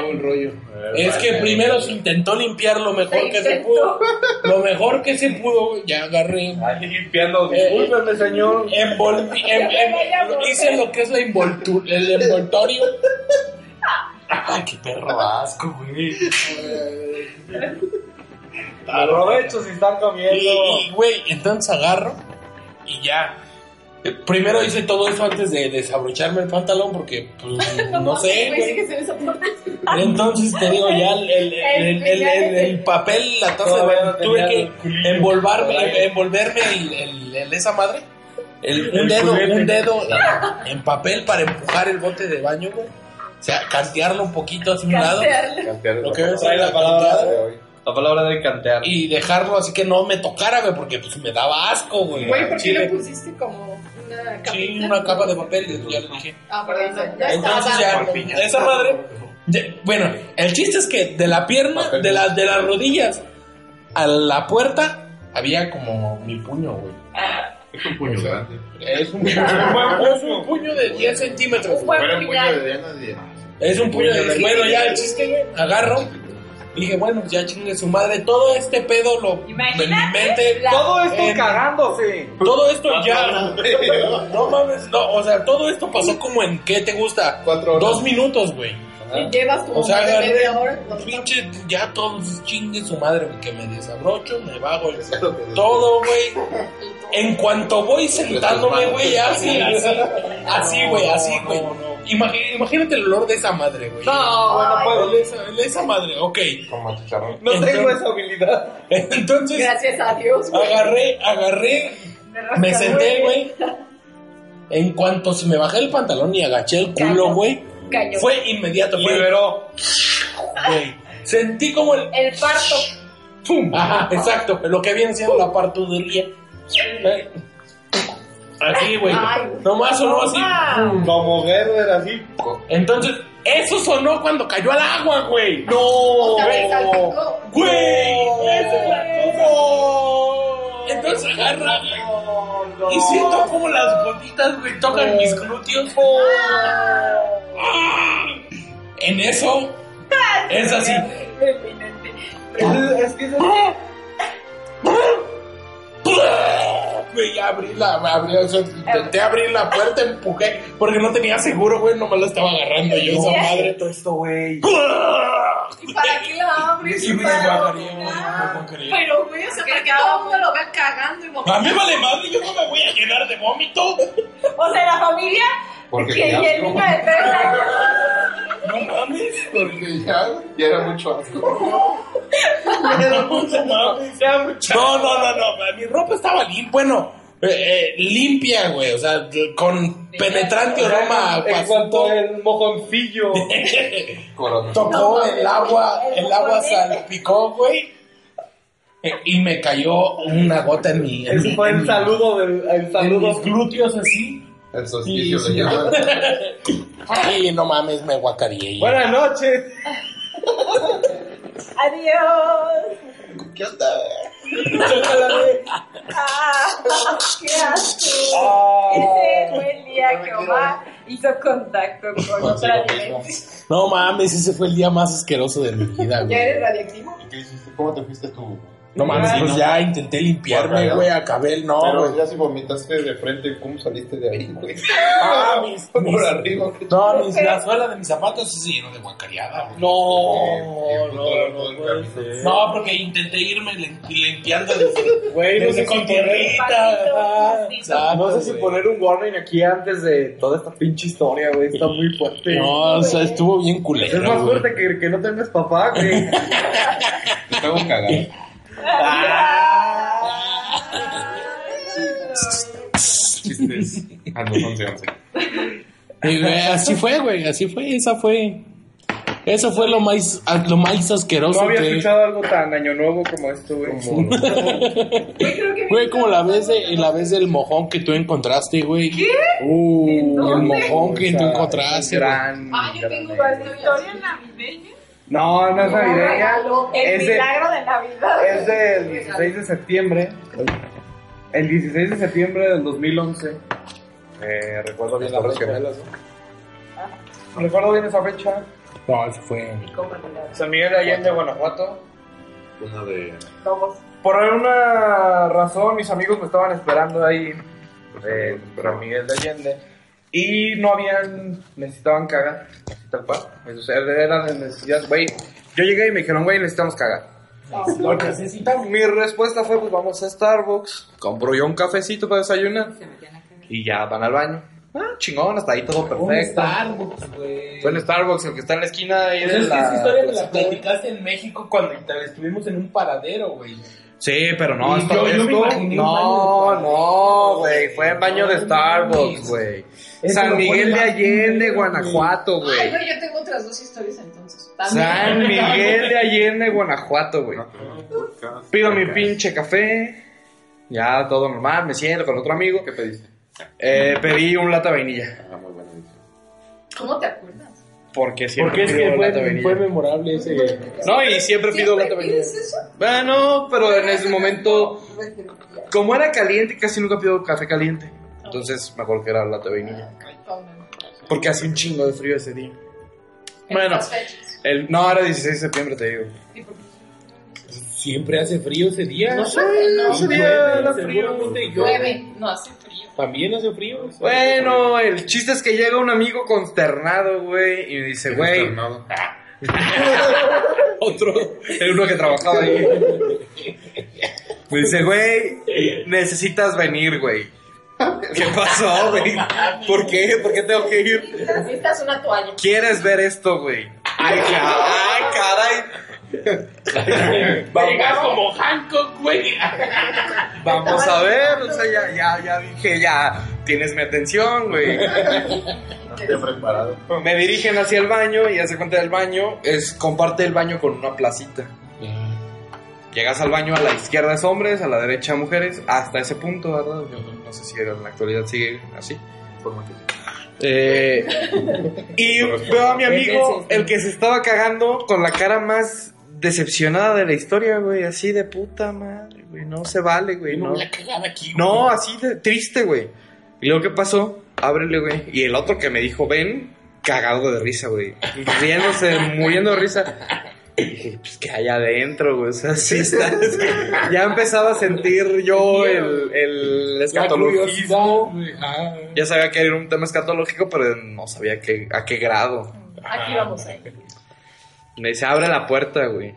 Speaker 4: es que primero se intentó limpiar lo mejor que se pudo. Lo mejor que se pudo, güey, ya agarré. Eh,
Speaker 2: limpiando,
Speaker 4: discúlpeme, señor. Envolví, em- em- hice lo que es la envoltu- el envoltorio. Ay, qué perro asco, güey.
Speaker 2: Aprovecho si están comiendo.
Speaker 4: Y, y, güey, entonces agarro y ya. Eh, Primero hice todo eso antes de desabrocharme el pantalón porque, pues, no sé, güey.
Speaker 10: que se me soporta.
Speaker 4: Entonces te digo, ya el, el- el- el- el- el papel, la taza de baño, tuve que envolverme, envolverme el, el- el- esa madre. El- un
Speaker 2: El
Speaker 4: dedo,
Speaker 2: culete.
Speaker 4: un dedo en, en papel para empujar el bote de baño, güey. O sea, cantearlo un poquito hacia un lado. Lo que ves
Speaker 2: Trae
Speaker 4: ahí,
Speaker 2: la palabra de hoy. La palabra de cantear.
Speaker 4: Y dejarlo así que no me tocara, güey, porque pues me daba asco, güey.
Speaker 10: Güey, ¿por qué
Speaker 4: Chile.
Speaker 10: le pusiste como una capita?
Speaker 4: Sí, una capa de papel, ya lo dije.
Speaker 10: Ah, perdón, no, ya
Speaker 4: Entonces
Speaker 10: estaba.
Speaker 4: ya, esa madre. ya- bueno, el chiste es que de la pierna, de, la, de las rodillas a la puerta, había como mi puño, güey.
Speaker 5: Es un puño grande.
Speaker 4: Es un, es un puño de 10 centímetros. güey.
Speaker 5: Era un puño de Diana de-
Speaker 4: Es un puño de.
Speaker 5: Sí.
Speaker 4: Bueno, ya el chiste, güey. Agarro. y Dije, bueno, pues ya chingue su madre. Todo este pedo lo.
Speaker 6: Imagínate
Speaker 4: En mi mente.
Speaker 6: la-
Speaker 2: Todo esto
Speaker 4: en-
Speaker 2: cagándose.
Speaker 4: Todo esto ya. No mames, no. O sea, todo esto pasó como en. ¿Qué te gusta?
Speaker 5: Cuatro horas.
Speaker 4: Dos minutos, güey.
Speaker 10: Y llevas como
Speaker 4: O sea,
Speaker 10: más de
Speaker 4: agarré
Speaker 10: media hora.
Speaker 4: un pinche, ya todos chingue su madre, güey, que me desabrocho, me bajo el-
Speaker 5: Eso es lo que decía.
Speaker 4: todo, güey. En cuanto voy sentándome, güey, ya así, así, así, güey, así, güey. Imagi- Imagínate el olor de esa madre, güey. Ah,
Speaker 2: No, bueno,
Speaker 4: El
Speaker 2: puedo.
Speaker 4: de esa, el de esa madre, ok.
Speaker 5: Como chicharrón.
Speaker 2: No tengo
Speaker 4: Entonces-
Speaker 2: esa habilidad.
Speaker 4: Entonces,
Speaker 10: Gracias a Dios, güey.
Speaker 4: agarré, agarré, me senté, güey. En cuanto se me bajé el pantalón y agaché el culo, güey,
Speaker 6: Cayó.
Speaker 4: fue inmediato, fue-
Speaker 2: Liberó.
Speaker 4: güey. Sentí como el
Speaker 6: El parto.
Speaker 4: ¡Pum! Ajá, exacto. Lo que viene siendo la partudería. Eh, Así, güey.
Speaker 10: Ay.
Speaker 4: Nomás sonó así. ¡Pum!
Speaker 2: Como Gerber, así.
Speaker 4: Entonces, eso sonó cuando cayó al agua, güey. ¡No!
Speaker 10: O sea, me salpicó.
Speaker 4: ¡Güey! ¡Esa es la cosa! Entonces agarra, güey. Y siento como las gotitas, güey, tocan mis glúteos. ¡Ah! En eso, es así.
Speaker 2: Es, es que es
Speaker 4: Güey, ya abrí la, abrí, o sea, intenté abrir la puerta, empujé, porque no tenía seguro, güey, nomás la estaba agarrando yo esa madre.
Speaker 2: esto, güey.
Speaker 10: ¿Y para qué la abres?
Speaker 4: Sí, güey,
Speaker 10: Para
Speaker 4: yo agarré, güey,
Speaker 10: orinar.
Speaker 4: no quería.
Speaker 10: Pero, güey, o sea, para que todo el mundo lo vea cagando y
Speaker 4: A mí
Speaker 10: vomitando.
Speaker 4: vale madre, yo no me voy a llenar de vómito.
Speaker 6: O sea, la familia
Speaker 5: Porque
Speaker 6: que, y
Speaker 5: ya-
Speaker 6: el niño de tres años.
Speaker 4: No mames.
Speaker 5: Porque ya, ya era mucho asco.
Speaker 4: No, no, mames. no, no, no, no, mi ropa estaba limpia, bueno, eh, eh, limpia, güey, o sea, con penetrante aroma a
Speaker 2: En cuanto
Speaker 4: pasito.
Speaker 2: el mojoncillo.
Speaker 5: Corona.
Speaker 4: Tocó el agua, el agua salpicó, güey. eh, Y me cayó una gota en mi. En mi-
Speaker 2: Ese fue
Speaker 4: en
Speaker 2: el
Speaker 4: mi-
Speaker 2: saludo del el
Speaker 4: en mis
Speaker 2: saludo.
Speaker 4: glúteos así.
Speaker 5: El solsticio
Speaker 2: Sí,
Speaker 5: le
Speaker 2: sí.
Speaker 5: llaman.
Speaker 4: Y no mames, me guacaría.
Speaker 2: Buenas noches.
Speaker 6: Adiós.
Speaker 5: ¿Qué onda?
Speaker 6: Ah, qué asco.
Speaker 3: Ah.
Speaker 6: Ese fue el día que Omar hizo contacto con otra dimensión.
Speaker 4: No mames, ese fue el día más asqueroso de mi vida,
Speaker 10: ¿Ya
Speaker 4: güey.
Speaker 10: eres radioactivo?
Speaker 5: ¿Y qué hiciste? ¿Cómo te fuiste tú?
Speaker 4: No mames,
Speaker 5: Ay,
Speaker 4: pues
Speaker 5: no.
Speaker 4: ya intenté limpiarme,
Speaker 5: Guacala.
Speaker 4: güey. Acabé el no,
Speaker 5: Pero
Speaker 4: güey.
Speaker 5: ya si vomitaste de frente, ¿cómo saliste de ahí, güey?
Speaker 4: Ah, mis-
Speaker 5: Por
Speaker 4: mis-
Speaker 5: arriba. qué
Speaker 4: No, mis, la suela de mis zapatos sí se llenó de guacariada, güey.
Speaker 5: Eh,
Speaker 4: No,
Speaker 5: el
Speaker 4: no,
Speaker 5: puto
Speaker 4: no,
Speaker 5: olor
Speaker 4: no,
Speaker 5: del camisón.
Speaker 4: No, porque intenté irme lim- limpiando desde,
Speaker 2: Güey, no
Speaker 4: desde
Speaker 2: sé
Speaker 4: con
Speaker 2: si poner,
Speaker 4: tierrita.
Speaker 6: Pasito,
Speaker 4: ajá,
Speaker 6: pasito.
Speaker 4: exacto,
Speaker 2: no sé si
Speaker 4: güey.
Speaker 2: poner un warning aquí antes de toda esta pinche historia, güey. Está muy fuerte.
Speaker 4: No, o sea, estuvo bien culero.
Speaker 2: Es más
Speaker 4: güey.
Speaker 2: fuerte que, que no tengas papá, güey.
Speaker 5: Te tengo que cagar. Chistes.
Speaker 3: Ah,
Speaker 5: A los 11, 11.
Speaker 4: Y, güey, así fue, güey, así fue, esa fue Eso fue lo más, ah, lo más asqueroso
Speaker 3: No había
Speaker 4: que-
Speaker 3: escuchado algo tan año nuevo como esto, güey.
Speaker 4: Fue como la vez, de, la vez del mojón que tú encontraste, güey. ¿Qué? Uh, el
Speaker 3: dónde?
Speaker 4: mojón que tú
Speaker 3: Esa-
Speaker 4: encontraste.
Speaker 3: esa
Speaker 4: güey.
Speaker 6: Ah, yo tengo una historia navideña.
Speaker 3: No, no es navideña.
Speaker 6: El
Speaker 3: Es de-
Speaker 6: milagro de Navidad.
Speaker 3: Es del 16 de septiembre. El 16 de septiembre del 2011. Eh, recuerdo bien la
Speaker 5: Las Torres
Speaker 3: fecha.
Speaker 5: Gemelas,
Speaker 3: Recuerdo bien esa fecha.
Speaker 4: No, eso fue.
Speaker 3: San Miguel de Allende, Guanajuato.
Speaker 5: Una de.
Speaker 3: Por alguna razón, mis amigos me estaban esperando ahí en San Miguel de Allende y no habían, necesitaban cagar, así tal cual. O sea, eran las necesidades, güey. Yo llegué y me dijeron, güey, necesitamos cagar. Lo necesitamos. Mi respuesta fue, pues vamos a Starbucks, compro yo un cafecito para desayunar y ya van al baño. Ah, chingón, hasta ahí todo perfecto.
Speaker 4: Starbucks, pues, güey?
Speaker 3: Fue el Starbucks, el que está en la esquina ahí
Speaker 4: Pues
Speaker 3: de
Speaker 4: es que esa
Speaker 3: la...
Speaker 4: historia me la platicaste en México cuando te- estuvimos en un paradero, güey.
Speaker 3: Sí, pero no,
Speaker 4: Y
Speaker 3: esto,
Speaker 4: yo- yo me
Speaker 3: esto-
Speaker 4: imaginé un
Speaker 3: no,
Speaker 4: baño de
Speaker 3: no, güey, fue el baño de
Speaker 4: No,
Speaker 3: Starbucks,
Speaker 4: mames.
Speaker 3: güey.
Speaker 4: Eso
Speaker 3: San
Speaker 4: lo fue
Speaker 3: Miguel de
Speaker 4: más
Speaker 3: Allende,
Speaker 4: culero,
Speaker 3: Guanajuato,
Speaker 7: Ay,
Speaker 3: güey.
Speaker 7: güey, yo tengo otras dos historias entonces.
Speaker 3: San Miguel de Allende, Guanajuato, güey. Pido mi pinche café, ya todo normal, me siento con otro amigo. ¿Qué pediste? Eh, pedí un lata vainilla,
Speaker 5: Ah, muy buena.
Speaker 7: ¿Cómo te acuerdas?
Speaker 3: porque
Speaker 4: Porque
Speaker 3: siempre
Speaker 4: es
Speaker 3: pido
Speaker 4: que
Speaker 3: lata
Speaker 4: fue,
Speaker 3: vainilla.
Speaker 4: fue memorable ese.
Speaker 3: No, y siempre pido lata
Speaker 7: ¿Siempre
Speaker 3: vainilla.
Speaker 7: pides eso?
Speaker 3: Bueno, pero en ese momento Como era caliente, casi nunca pido café caliente. Entonces me acuerdo que era lata de vainilla. Porque hacía un chingo de frío ese día. Bueno,
Speaker 7: Estas fechas.
Speaker 3: el, no, era 16 de septiembre, te digo.
Speaker 4: Siempre hace frío ese día.
Speaker 7: No sé, no
Speaker 3: sé,
Speaker 4: Y
Speaker 3: era
Speaker 4: llueve,
Speaker 3: frío.
Speaker 4: seguramente llueve.
Speaker 7: Llueve, no hace frío.
Speaker 4: También hace frío. o sea.
Speaker 3: Bueno, el chiste es que llega un amigo consternado, güey, y me dice, güey,
Speaker 5: Externado.
Speaker 4: Otro.
Speaker 3: el uno que trabajaba ahí. Me dice, güey, necesitas venir, güey. ¿Qué pasó, güey? ¿Por qué? ¿Por qué tengo que ir?
Speaker 7: Necesitas una toalla.
Speaker 3: ¿Quieres ver esto, güey? ¡Ay, caray! caray!
Speaker 4: Llega como Hancock, güey.
Speaker 3: Vamos a ver, o sea, ya, ya, ya dije, ya tienes mi atención, güey.
Speaker 5: No estoy preparado.
Speaker 3: Me dirigen hacia el baño y hace cuenta del baño, es comparte el baño con una placita. Llegas al baño, a la izquierda es hombres, a la derecha mujeres, hasta ese punto, ¿verdad? Yo no- no sé si en la actualidad sigue así. Eh, y veo a mi amigo, el que se estaba cagando, con la cara más decepcionada de la historia, güey. Así de puta madre, güey. No se vale, güey. No, no así de triste, güey. Y luego, ¿qué pasó? Ábrele, güey. Y el otro que me dijo, ven, cagado de risa, güey. Riéndose, muriendo de risa. Y dije, pues que hay adentro, güey. O sea, sí está. Ya empezaba a sentir yo el, el
Speaker 4: La
Speaker 3: escatologismo.
Speaker 4: curiosidad, güey. Ah.
Speaker 3: Ya sabía que era un tema escatológico, pero no sabía qué- a qué grado.
Speaker 7: Aquí vamos a ir.
Speaker 3: Me dice, abre la puerta, güey.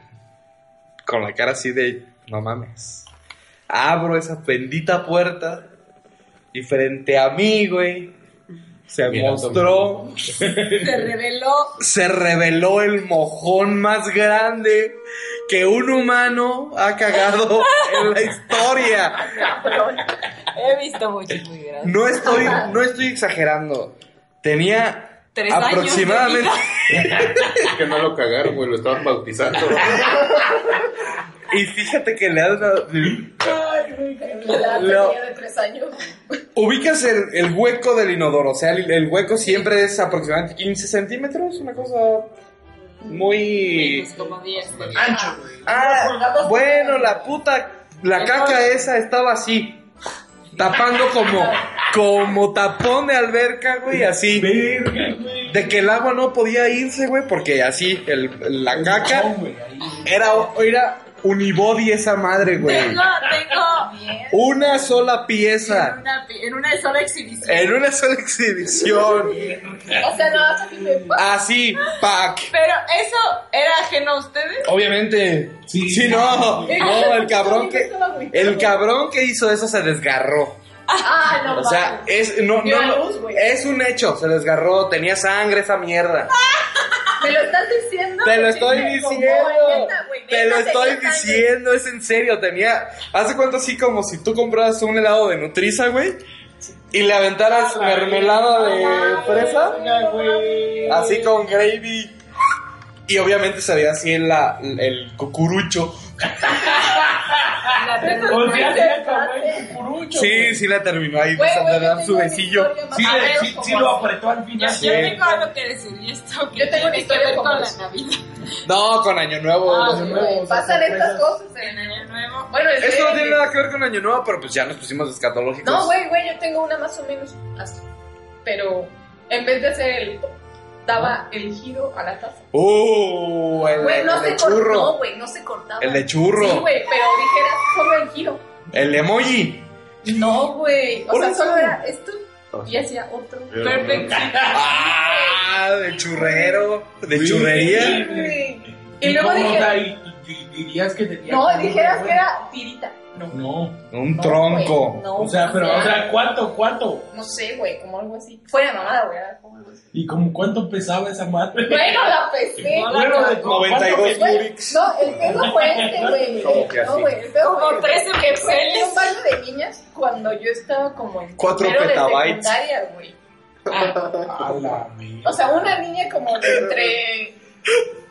Speaker 3: Con la cara así de, no mames. Abro esa bendita puerta y frente a mí, güey, se
Speaker 4: Mira,
Speaker 3: mostró,
Speaker 6: Se reveló.
Speaker 3: se reveló el mojón más grande que un humano ha cagado en la historia.
Speaker 6: He visto muchos muy grandes.
Speaker 3: No estoy, no estoy exagerando. Tenía
Speaker 6: Tres años de
Speaker 3: aproximadamente...
Speaker 6: vida.
Speaker 5: Es que no lo cagaron, güey, lo estaban bautizando.
Speaker 3: Y fíjate que le han dado...
Speaker 7: La
Speaker 3: Lo-
Speaker 7: tenía de tres años.
Speaker 3: Ubicas el, el hueco del inodoro, o sea, el, el hueco siempre es aproximadamente 15 centímetros, una cosa muy...
Speaker 6: Pues como 10.
Speaker 4: Ancho, güey.
Speaker 3: Ah, bueno, la puta, la caca esa estaba así, tapando como, como tapón de alberca, güey, así. De que el agua no podía irse, güey, porque así, el, la caca
Speaker 4: No, güey, ahí.
Speaker 3: era, era unibody esa madre, güey.
Speaker 6: Tengo, tengo
Speaker 3: Una sola
Speaker 6: en
Speaker 3: pieza,
Speaker 6: una, pi- en una sola exhibición.
Speaker 3: en una sola exhibición. Ah,
Speaker 7: O sea, no, así me...
Speaker 3: Así, pack.
Speaker 6: Pero eso era ajeno a ustedes.
Speaker 3: Obviamente. Sí, no. No, el cabrón que. El cabrón que hizo eso se desgarró.
Speaker 7: Ah, no,
Speaker 3: O sea, es. No,
Speaker 7: Dio a
Speaker 3: no.
Speaker 7: luz, güey.
Speaker 3: Es un hecho. Se desgarró. Tenía sangre esa mierda.
Speaker 7: Ah, ¿Me lo estás diciendo?
Speaker 3: Te lo estoy
Speaker 7: Chinga, como,
Speaker 3: diciendo.
Speaker 7: neta, güey,
Speaker 3: Te lo
Speaker 7: neta,
Speaker 3: estoy
Speaker 7: tenía sangre.
Speaker 3: diciendo. Es en serio. Tenía. Hace cuánto así como si tú compraras un helado de Nutriza, güey. Y le
Speaker 7: Ah,
Speaker 3: aventaras mermelada de fresa.
Speaker 4: Güey.
Speaker 3: Así con gravy. Y obviamente se veía así en la, el cucurucho.
Speaker 4: Pues
Speaker 3: Sí, sí la terminó ahí,
Speaker 7: Güey, güey,
Speaker 3: de
Speaker 7: yo
Speaker 3: dar su
Speaker 7: tengo una
Speaker 3: besillo.
Speaker 7: historia más
Speaker 3: Sí,
Speaker 7: a ver,
Speaker 3: le- sí,
Speaker 7: como
Speaker 3: sí lo
Speaker 7: así.
Speaker 3: apretó al final.
Speaker 7: Yo tengo algo que decir y esto que
Speaker 6: Yo tengo una
Speaker 7: tiene que
Speaker 6: historia
Speaker 7: ver
Speaker 6: como
Speaker 7: con la
Speaker 6: esa.
Speaker 7: Navidad.
Speaker 3: No, con Año Nuevo.
Speaker 7: Ah,
Speaker 3: Año
Speaker 7: sí,
Speaker 3: Nuevo,
Speaker 7: güey,
Speaker 3: o sea,
Speaker 7: pasan
Speaker 3: sorpresas.
Speaker 7: estas cosas en Año Nuevo.
Speaker 6: Bueno, es
Speaker 3: Esto no
Speaker 6: de-
Speaker 3: tiene nada que ver con Año Nuevo, pero pues ya nos pusimos escatológicos.
Speaker 6: No, güey, güey, yo tengo una más o menos así. Pero en vez de hacer el daba el giro a la taza.
Speaker 3: Uh, el,
Speaker 6: Güey, no
Speaker 3: el de
Speaker 6: se cortó,
Speaker 3: churro.
Speaker 6: no, güey, no se cortaba.
Speaker 3: El de churro.
Speaker 6: Sí, güey, pero dijera solo el giro.
Speaker 3: El emoji.
Speaker 6: No, güey. O
Speaker 3: Por
Speaker 6: sea,
Speaker 3: eso.
Speaker 6: solo era esto y hacía otro. Perfecto.
Speaker 3: Ah, de churrero. De churrería.
Speaker 6: Güey. Y luego dije,
Speaker 4: dirías que tenía.
Speaker 6: no, dijeras que era tirita.
Speaker 4: No.
Speaker 3: Un tronco.
Speaker 6: güey, no,
Speaker 4: o sea, pero,
Speaker 6: o sea-
Speaker 4: o sea, ¿cuánto, cuánto?
Speaker 6: No sé, güey, como algo así. Fuera mamada, güey. era como algo así.
Speaker 4: ¿Y como cuánto pesaba esa madre?
Speaker 6: Bueno, la pesé.
Speaker 4: Bueno, de como
Speaker 3: 92
Speaker 4: cuánto
Speaker 3: Yurix.
Speaker 6: No, el pedo fue este, güey.
Speaker 3: Como que
Speaker 6: No,
Speaker 3: así.
Speaker 6: güey, el pedo
Speaker 7: Como
Speaker 6: fue
Speaker 7: tres
Speaker 6: que fue este
Speaker 7: pixeles.
Speaker 6: un baile de niñas cuando yo estaba como en
Speaker 3: Cuatro
Speaker 6: primero de
Speaker 3: petabytes.
Speaker 6: secundaria, güey.
Speaker 4: A la mierda.
Speaker 6: O sea, una niña como de entre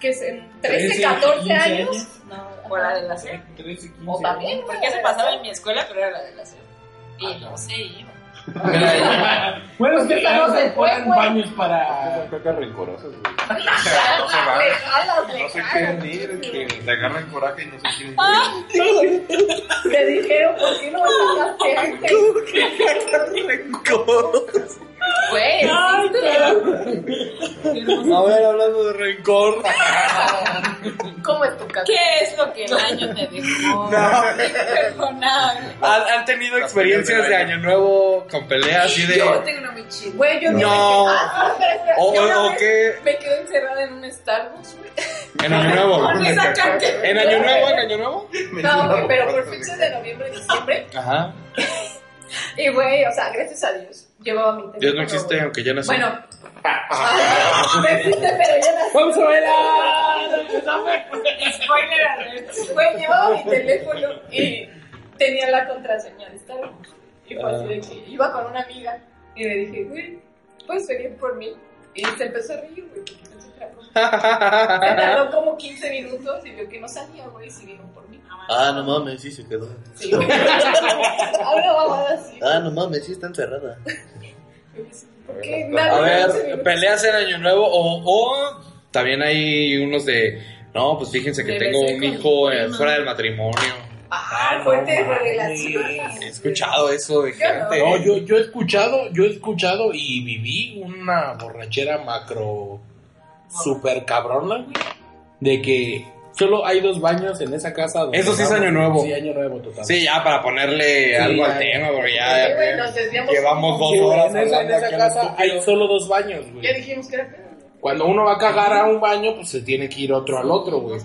Speaker 6: que es en 13,
Speaker 4: Trece,
Speaker 6: 14
Speaker 4: quince
Speaker 6: años.
Speaker 4: años.
Speaker 6: No,
Speaker 7: O la de la C.
Speaker 4: 13, 15.
Speaker 6: O también, güey,
Speaker 7: Porque se pasaba en mi escuela, pero era la de la C.
Speaker 3: Ah,
Speaker 7: Y no sé, ¿eh? iba.
Speaker 4: Bueno,
Speaker 6: Pues
Speaker 4: es que
Speaker 6: estamos
Speaker 4: claro, se
Speaker 6: después,
Speaker 4: ponen
Speaker 6: güey.
Speaker 4: baños para.
Speaker 5: Cacas rencorosas, güey.
Speaker 6: No se va.
Speaker 5: No se quieren ir, es que le agarran coraje y no se quieren ir.
Speaker 6: Te dijeron, ¿por qué no sacaste antes? Güey,
Speaker 3: A ver, hablando de rencor.
Speaker 6: ¿cómo es tu casa?
Speaker 7: ¿Qué es lo que el año te dejó? Imperdonable.
Speaker 3: ¿Han, han tenido experiencias de Año Nueva con peleas así de.
Speaker 6: Yo tengo una muy chida. Güey, yo
Speaker 3: No.
Speaker 6: me quedé- Ah, espera, espera.
Speaker 3: O-
Speaker 6: Yo una
Speaker 3: o- o
Speaker 6: vez
Speaker 3: qué.
Speaker 6: Me quedé encerrada en un Starbucks, güey.
Speaker 3: En Año Nuevo.
Speaker 7: Con esa caca.
Speaker 3: En Año Nuevo, en Año Nuevo.
Speaker 6: No, güey, pero por fechas de noviembre y diciembre.
Speaker 3: Ajá.
Speaker 6: Y, güey, o sea, gracias a Dios, llevaba mi teléfono.
Speaker 3: Dios no existe,
Speaker 6: güey.
Speaker 3: aunque ya nació.
Speaker 6: Bueno. Ah, no existe, pero ya nació.
Speaker 4: ¡Vamos a bailar!
Speaker 7: Spoiler alert.
Speaker 6: Güey, llevaba mi teléfono y tenía la contraseña de Starbucks. Y fue así de que iba con una amiga y le dije, güey, ¿puedes venir por mí? Y se empezó a reír, güey, porque pensó que era broma. Se tardó como 15 minutos y vio que no salía, güey, si vino por mí.
Speaker 5: Ah, no mames, sí se quedó.
Speaker 6: Sí, güey. Habla babada así.
Speaker 5: Ah, no mames, sí está encerrada.
Speaker 6: ¿Por qué? Me
Speaker 3: A
Speaker 6: habló 15
Speaker 3: ver,
Speaker 6: minutos.
Speaker 3: peleas en Año Nuevo o, o también hay unos de, no, pues fíjense que
Speaker 7: Me
Speaker 3: tengo
Speaker 7: besé
Speaker 3: un
Speaker 7: con
Speaker 3: hijo
Speaker 7: mi
Speaker 3: eh,
Speaker 7: prima.
Speaker 3: fuera del matrimonio.
Speaker 6: Ah, fuertes revelaciones.
Speaker 3: He escuchado eso de
Speaker 6: Yo no.
Speaker 3: gente.
Speaker 4: No, yo, yo he escuchado, yo he escuchado y viví una borrachera macro super cabrona, güey. De que solo hay dos baños en esa casa. donde
Speaker 3: Eso sí es
Speaker 4: estamos.
Speaker 3: Año Nuevo.
Speaker 4: Sí, año nuevo
Speaker 5: Ah.
Speaker 4: total.
Speaker 3: Sí, ya para ponerle
Speaker 4: Sí,
Speaker 3: algo al
Speaker 4: ya.
Speaker 3: tema, porque ya
Speaker 6: Sí, güey, nos desviamos.
Speaker 3: llevamos dos
Speaker 4: Sí, güey,
Speaker 3: horas
Speaker 4: en esa, en
Speaker 3: hablando
Speaker 4: esa
Speaker 3: aquí a lo
Speaker 4: casa hay
Speaker 3: estúpido.
Speaker 4: solo dos baños,
Speaker 6: Ya
Speaker 4: güey.
Speaker 6: dijimos que era pedo.
Speaker 4: Cuando uno va a cagar a un baño, pues se tiene que ir otro al otro, güey.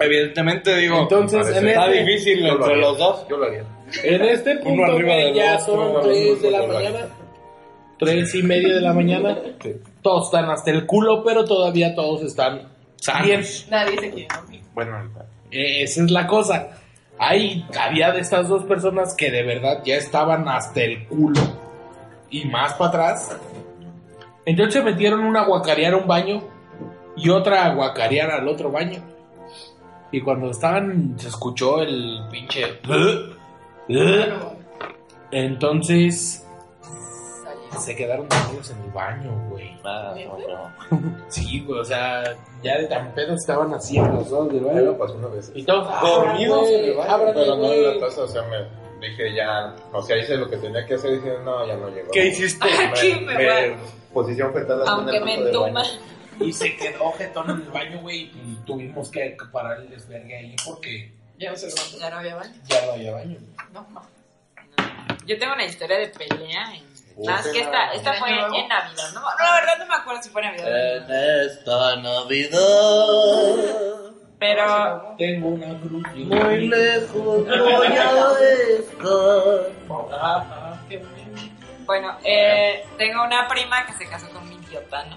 Speaker 3: Evidentemente, digo,
Speaker 4: Entonces, en
Speaker 3: está
Speaker 4: este-
Speaker 3: difícil
Speaker 5: Yo lo
Speaker 3: entre
Speaker 5: haría.
Speaker 3: los dos.
Speaker 5: Yo lo haría.
Speaker 4: En este punto
Speaker 3: arriba
Speaker 4: güey,
Speaker 3: del
Speaker 4: ya
Speaker 3: otro,
Speaker 4: son
Speaker 3: uno
Speaker 4: 3 de la
Speaker 5: arriba del
Speaker 4: mañana, 3 y media de la mañana. Todos están hasta el culo, pero todavía todos están
Speaker 3: Sanos.
Speaker 4: bien.
Speaker 6: Nadie se quiere dormir.
Speaker 5: Bueno,
Speaker 4: Eh, Esa es la cosa. Ahí había de estas dos personas que de verdad ya estaban hasta el culo y más para atrás. Entonces se metieron una a guacarear a un baño y otra a guacarear al otro baño. Y cuando estaban, se escuchó el pinche. ¿eh? Entonces se quedaron solos en el baño, güey. Ah, Sí, güey, o sea, ya de tan pedo estaban así en los dos del
Speaker 5: a mí me
Speaker 4: baño.
Speaker 5: pasó una vez.
Speaker 4: Y todos
Speaker 5: dormidos en el baño, pero no en
Speaker 4: Ah, güey.
Speaker 5: la taza, o sea, me dije ya, o sea, hice lo que tenía que hacer y dije, no, ya no llegó.
Speaker 3: ¿Qué hiciste?
Speaker 7: Aquí me
Speaker 3: Me-
Speaker 7: voy.
Speaker 5: Posición fetal así
Speaker 7: Aunque
Speaker 5: en
Speaker 7: me
Speaker 5: el fondo del
Speaker 7: entuma.
Speaker 5: baño.
Speaker 4: Y se quedó jetón en el baño, güey. Y tuvimos que parar el desvergue ahí porque
Speaker 6: Ya no se levantó.
Speaker 7: Ya no había baño.
Speaker 4: ya no había baño.
Speaker 7: No, no. Yo tengo una historia de pelea. En...
Speaker 3: Oh.
Speaker 5: Uy,
Speaker 7: Nada, es que esta, esta
Speaker 6: ¿En
Speaker 7: fue
Speaker 6: Año Nuevo?
Speaker 7: en Navidad. No, no, la verdad no me acuerdo si fue Navidad.
Speaker 3: Eh.
Speaker 5: esta Navidad,
Speaker 7: Pero
Speaker 4: Tengo una grulla.
Speaker 5: lejos voy a estar.
Speaker 4: Ah,
Speaker 7: bueno, eh, tengo una prima que se casó con mi idiotano.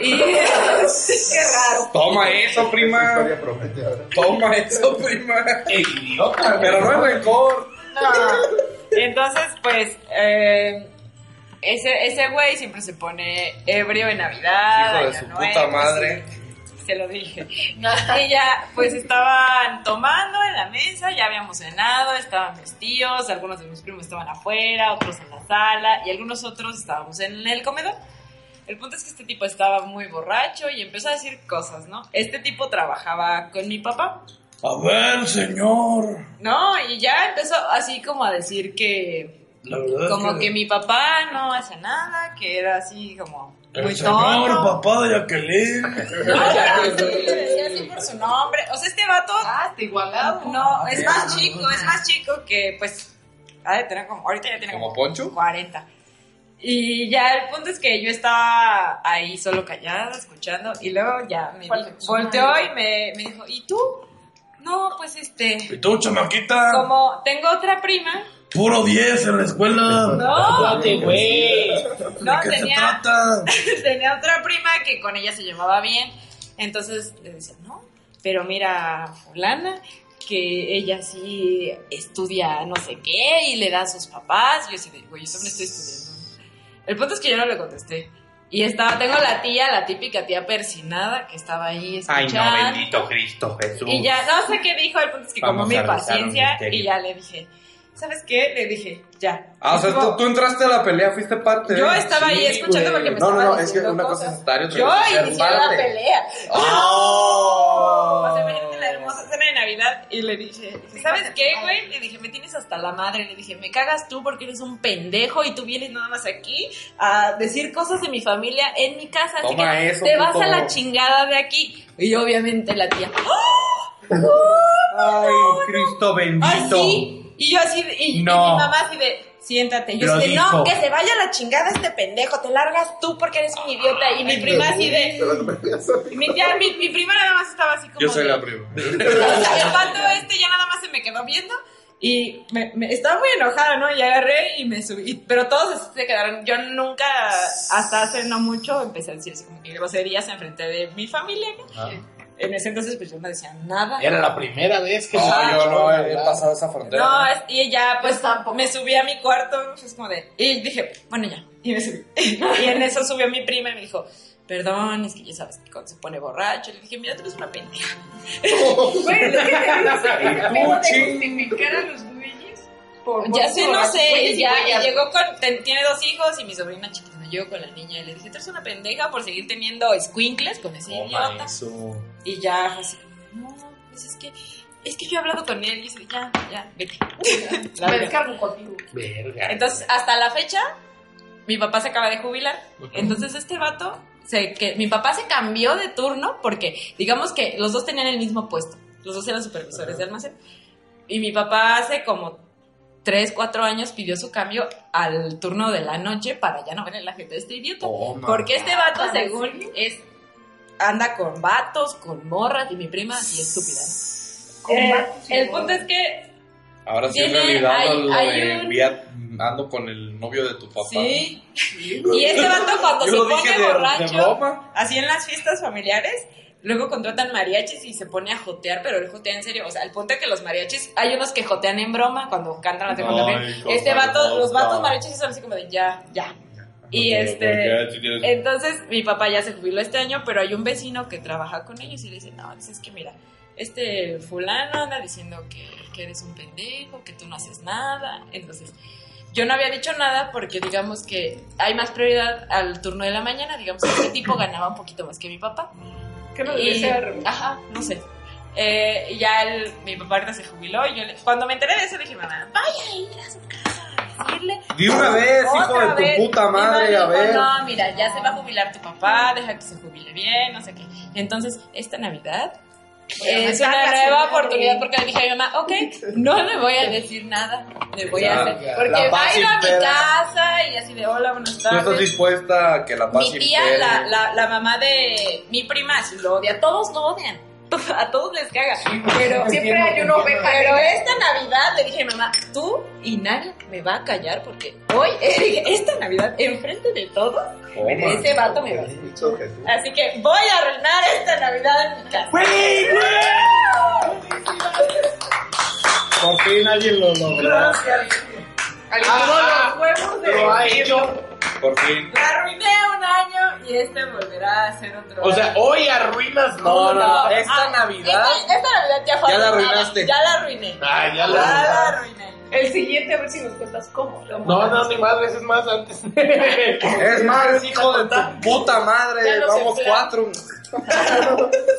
Speaker 7: Y
Speaker 6: Qué raro.
Speaker 3: Toma eso,
Speaker 5: Esa
Speaker 3: prima.
Speaker 5: historia promete ahora.
Speaker 3: Toma eso, prima.
Speaker 4: idiota!
Speaker 3: Pero no es rencor.
Speaker 7: No. Entonces, pues, eh, ese ese güey siempre se pone ebrio en Navidad.
Speaker 3: Hijo de
Speaker 7: Año
Speaker 3: su
Speaker 7: Nuevo,
Speaker 3: puta madre.
Speaker 7: Ah, sí.
Speaker 6: se lo dije. Y ya, pues estaban tomando en la mesa, ya habíamos cenado, estaban mis tíos, algunos de mis primos estaban afuera, otros en la sala y algunos otros estábamos en el comedor. El punto es que este tipo estaba muy borracho y empezó a decir cosas, ¿no? Este tipo trabajaba con mi papá.
Speaker 18: A ver, señor.
Speaker 6: No, y ya empezó así como a decir que
Speaker 18: La
Speaker 4: Pues,
Speaker 18: verdad
Speaker 6: como
Speaker 18: que-
Speaker 6: que... mi papá no hacía nada, que era así como muy
Speaker 18: El señor,
Speaker 6: tonto.
Speaker 18: papá de Jacqueline.
Speaker 6: Le decía así por su nombre. O sea, este vato. Ah, está igualado. No, es más chico, es más chico que pues. Ha de tener como. Ahorita ya tiene como.
Speaker 3: ¿Como Poncho?
Speaker 6: 40. Y ya el punto es que yo estaba ahí solo callada, escuchando. Y luego ya me dijo- volteó y me, me dijo: ¿Y tú? No, pues este.
Speaker 18: Y tú, chamaquita,
Speaker 6: Como tengo otra prima.
Speaker 18: puro 10 en la escuela.
Speaker 6: No,
Speaker 18: Date, güey.
Speaker 6: No,
Speaker 18: qué se
Speaker 6: tenía, tenía otra prima que con ella se llevaba bien. Entonces le decía, no, pero mira, a fulana, que ella sí estudia no sé qué y le da a sus papás. Yo así de, güey, yo también estoy estudiando. El punto es que yo no le contesté. Y estaba, tengo la tía, la típica tía persinada que estaba ahí
Speaker 2: Ay,
Speaker 6: escuchando.
Speaker 2: no, bendito Cristo Jesús.
Speaker 6: Y ya, no sé qué dijo, el punto es que como
Speaker 2: Vamos
Speaker 6: mi
Speaker 2: a rezar un
Speaker 6: paciencia
Speaker 2: misterio.
Speaker 6: y ya le dije, ¿sabes qué? Le dije, ya.
Speaker 3: Ah, o sea, tú, tú entraste a la pelea, fuiste parte.
Speaker 6: Yo
Speaker 3: ¿eh?
Speaker 6: estaba ahí escuchando porque me
Speaker 3: No, no, no,
Speaker 6: estaban
Speaker 3: es que
Speaker 6: diciendo
Speaker 3: una cosa es
Speaker 6: cosas.
Speaker 3: estar y otra
Speaker 6: Yo
Speaker 3: cosa es ser
Speaker 6: inicié la
Speaker 3: parte.
Speaker 6: pelea.
Speaker 3: ¡Oh!
Speaker 6: O sea, imagínate la hermosa cena de Navidad y le dije, ¿sabes qué, güey? Le dije, me tienes hasta la madre. Le dije, me cagas tú porque eres un pendejo y tú vienes nada más aquí a decir cosas de mi familia en mi casa. Así
Speaker 3: Toma
Speaker 6: que
Speaker 3: eso,
Speaker 6: te vas
Speaker 3: puto.
Speaker 6: a la chingada de aquí. Y obviamente la tía, "¡Ah!".
Speaker 2: Ay, Cristo bendito.
Speaker 6: así. Y yo así, de- y, y
Speaker 2: No.
Speaker 6: mi mamá así de, siéntate. Yo
Speaker 2: Lo
Speaker 6: así de,
Speaker 2: dijo.
Speaker 6: no, que se vaya a la chingada este pendejo. Te largas tú porque eres un idiota. Y mi prima así de, Y Mi tía, mi, mi prima nada más estaba así como.
Speaker 3: Yo soy
Speaker 6: de-
Speaker 3: la prima.
Speaker 6: El pato este ya nada más se me quedó viendo y me, me- estaba muy enojada, ¿no? Y agarré y me subí. Pero todos se quedaron. Yo nunca, hasta hace no mucho, empecé a decir así como que groserías enfrente de mi familia, ¿no?
Speaker 3: Ah.
Speaker 6: En ese entonces, pues yo no decía nada.
Speaker 18: Ah. Era la primera vez que Ah,
Speaker 3: No,
Speaker 18: se-
Speaker 3: yo no he pasado esa frontera.
Speaker 6: No, es- y ya, pues me subí a mi cuarto, pues, es como de, y dije, bueno, ya, y me subí. y en eso subió mi prima y me dijo, perdón, es que ya sabes que cuando se pone borracho, le dije, mira, tú eres una pendeja.
Speaker 7: Oh.
Speaker 10: Güey, es que te digo, acabo de
Speaker 6: Puchi.
Speaker 10: justificar a los güeyes.
Speaker 6: Ya sé, no sé,
Speaker 10: Güeyes y
Speaker 6: y ya,
Speaker 10: güeyas.
Speaker 6: y llegó con, ten- tiene dos hijos y mi sobrina chiquita, me llegó con la niña y le dije, tú eres una pendeja por seguir teniendo squinkles con ese idiota. Y ya, así, no, pues es que, es que yo he hablado con él y dice, ya, ya, vete. La
Speaker 10: Me
Speaker 6: verdad.
Speaker 10: descargo contigo.
Speaker 18: Verga.
Speaker 6: Entonces, hasta la fecha, mi papá se acaba de jubilar. Entonces, este vato, se, que, mi papá se cambió de turno porque, digamos que los dos tenían el mismo puesto. Los dos eran supervisores de almacén. Y mi papá hace como 3, 4 años pidió su cambio al turno de la noche para ya no ver a la gente de este idiota. porque este vato, según es, anda con vatos, con morras y mi prima así estúpida. ¿no?
Speaker 10: Con
Speaker 6: Eh,
Speaker 10: vatos y
Speaker 6: el
Speaker 10: morras.
Speaker 6: punto es que
Speaker 3: Ahora sí, en
Speaker 6: Tiene-
Speaker 3: realidad,
Speaker 6: hay-
Speaker 3: lo
Speaker 6: hay
Speaker 3: de
Speaker 6: un-
Speaker 3: Viat- ando con el novio de tu papá.
Speaker 6: Sí. Y este vato cuando
Speaker 3: Yo
Speaker 6: se
Speaker 3: lo dije
Speaker 6: pone
Speaker 3: de- de
Speaker 6: borracho,
Speaker 3: broma.
Speaker 6: así en las fiestas familiares, luego contratan mariachis y se pone a jotear, pero él jotea en serio. O sea, el punto es que los mariachis, hay unos que jotean en broma cuando cantan la segunda
Speaker 3: Ay,
Speaker 6: vez.
Speaker 3: cosa
Speaker 6: Este vato,
Speaker 3: loca.
Speaker 6: los vatos mariachis son así como de ya, ya. Y
Speaker 3: Pero, ¿por
Speaker 6: este...
Speaker 3: qué? Si tienes-
Speaker 6: Entonces mi papá ya se jubiló este año, pero hay un vecino que trabaja con ellos y le dice, no, pues es que mira, este fulano anda diciendo que, que eres un pendejo, que tú no haces nada. Entonces yo no había dicho nada porque digamos que hay más prioridad al turno de la mañana, digamos que este tipo ganaba un poquito más que mi papá.
Speaker 10: Que no
Speaker 6: Y-
Speaker 10: debe ser.
Speaker 6: Ajá, no sé. Eh, y ya el- mi papá ahorita se jubiló y yo le- cuando me enteré de eso le dije, mamá, vaya a ir a su casa a decirle
Speaker 3: De una vez, hijo de
Speaker 6: otra
Speaker 3: tu
Speaker 6: vez.
Speaker 3: puta
Speaker 6: Mi mamá
Speaker 3: madre, a
Speaker 6: dijo,
Speaker 3: ver.
Speaker 6: No, mira, ya se va a jubilar tu papá, deja que se jubile bien, no sé qué. Entonces, esta Navidad es una
Speaker 10: sacas
Speaker 6: nueva
Speaker 10: una, güey.
Speaker 6: oportunidad porque le dije a mi mamá, ok, no le voy a decir nada, le voy a
Speaker 3: Ya,
Speaker 6: hacer.
Speaker 3: ya.
Speaker 6: Porque
Speaker 3: La
Speaker 6: va a ir a
Speaker 3: paz
Speaker 6: mi
Speaker 3: impera.
Speaker 6: casa y así de hola, buenas
Speaker 3: ¿Tú estás
Speaker 6: tardes.
Speaker 3: dispuesta a que la paz
Speaker 6: Mi tía,
Speaker 3: impere?
Speaker 6: la, la, la mamá de mi prima, así lo odia, todos lo odian. A todos les caga, pero
Speaker 10: Siempre hay una oveja
Speaker 6: pero
Speaker 10: negra.
Speaker 6: esta Navidad le dije a mi mamá, tú y nadie me va a callar porque hoy, esta Navidad, enfrente de todos,
Speaker 3: Toma.
Speaker 6: ese vato me va a escuchar. Así que voy a arruinar esta Navidad en mi casa.
Speaker 5: Por fin alguien lo logró.
Speaker 10: Al igual que los huevos de.
Speaker 5: Lo ha hecho.
Speaker 3: Por fin.
Speaker 6: La arruiné una año y este volverá a ser otro.
Speaker 4: O sea,
Speaker 6: año.
Speaker 4: hoy arruinas. No,
Speaker 6: No,
Speaker 4: no,
Speaker 6: no,
Speaker 4: Esta
Speaker 6: ah,
Speaker 4: Navidad.
Speaker 6: Esta, esta Navidad ya fue.
Speaker 4: Ya la
Speaker 6: arruinada,
Speaker 4: arruinaste.
Speaker 6: Ya la arruiné.
Speaker 4: Ah, ya la
Speaker 6: El siguiente, a ver si nos cuentas cómo.
Speaker 4: No, no, ni madre, es más antes.
Speaker 3: Es más, hijo de tu puta madre.
Speaker 6: Ya no se
Speaker 3: Vamos
Speaker 6: plan.
Speaker 3: cuatro.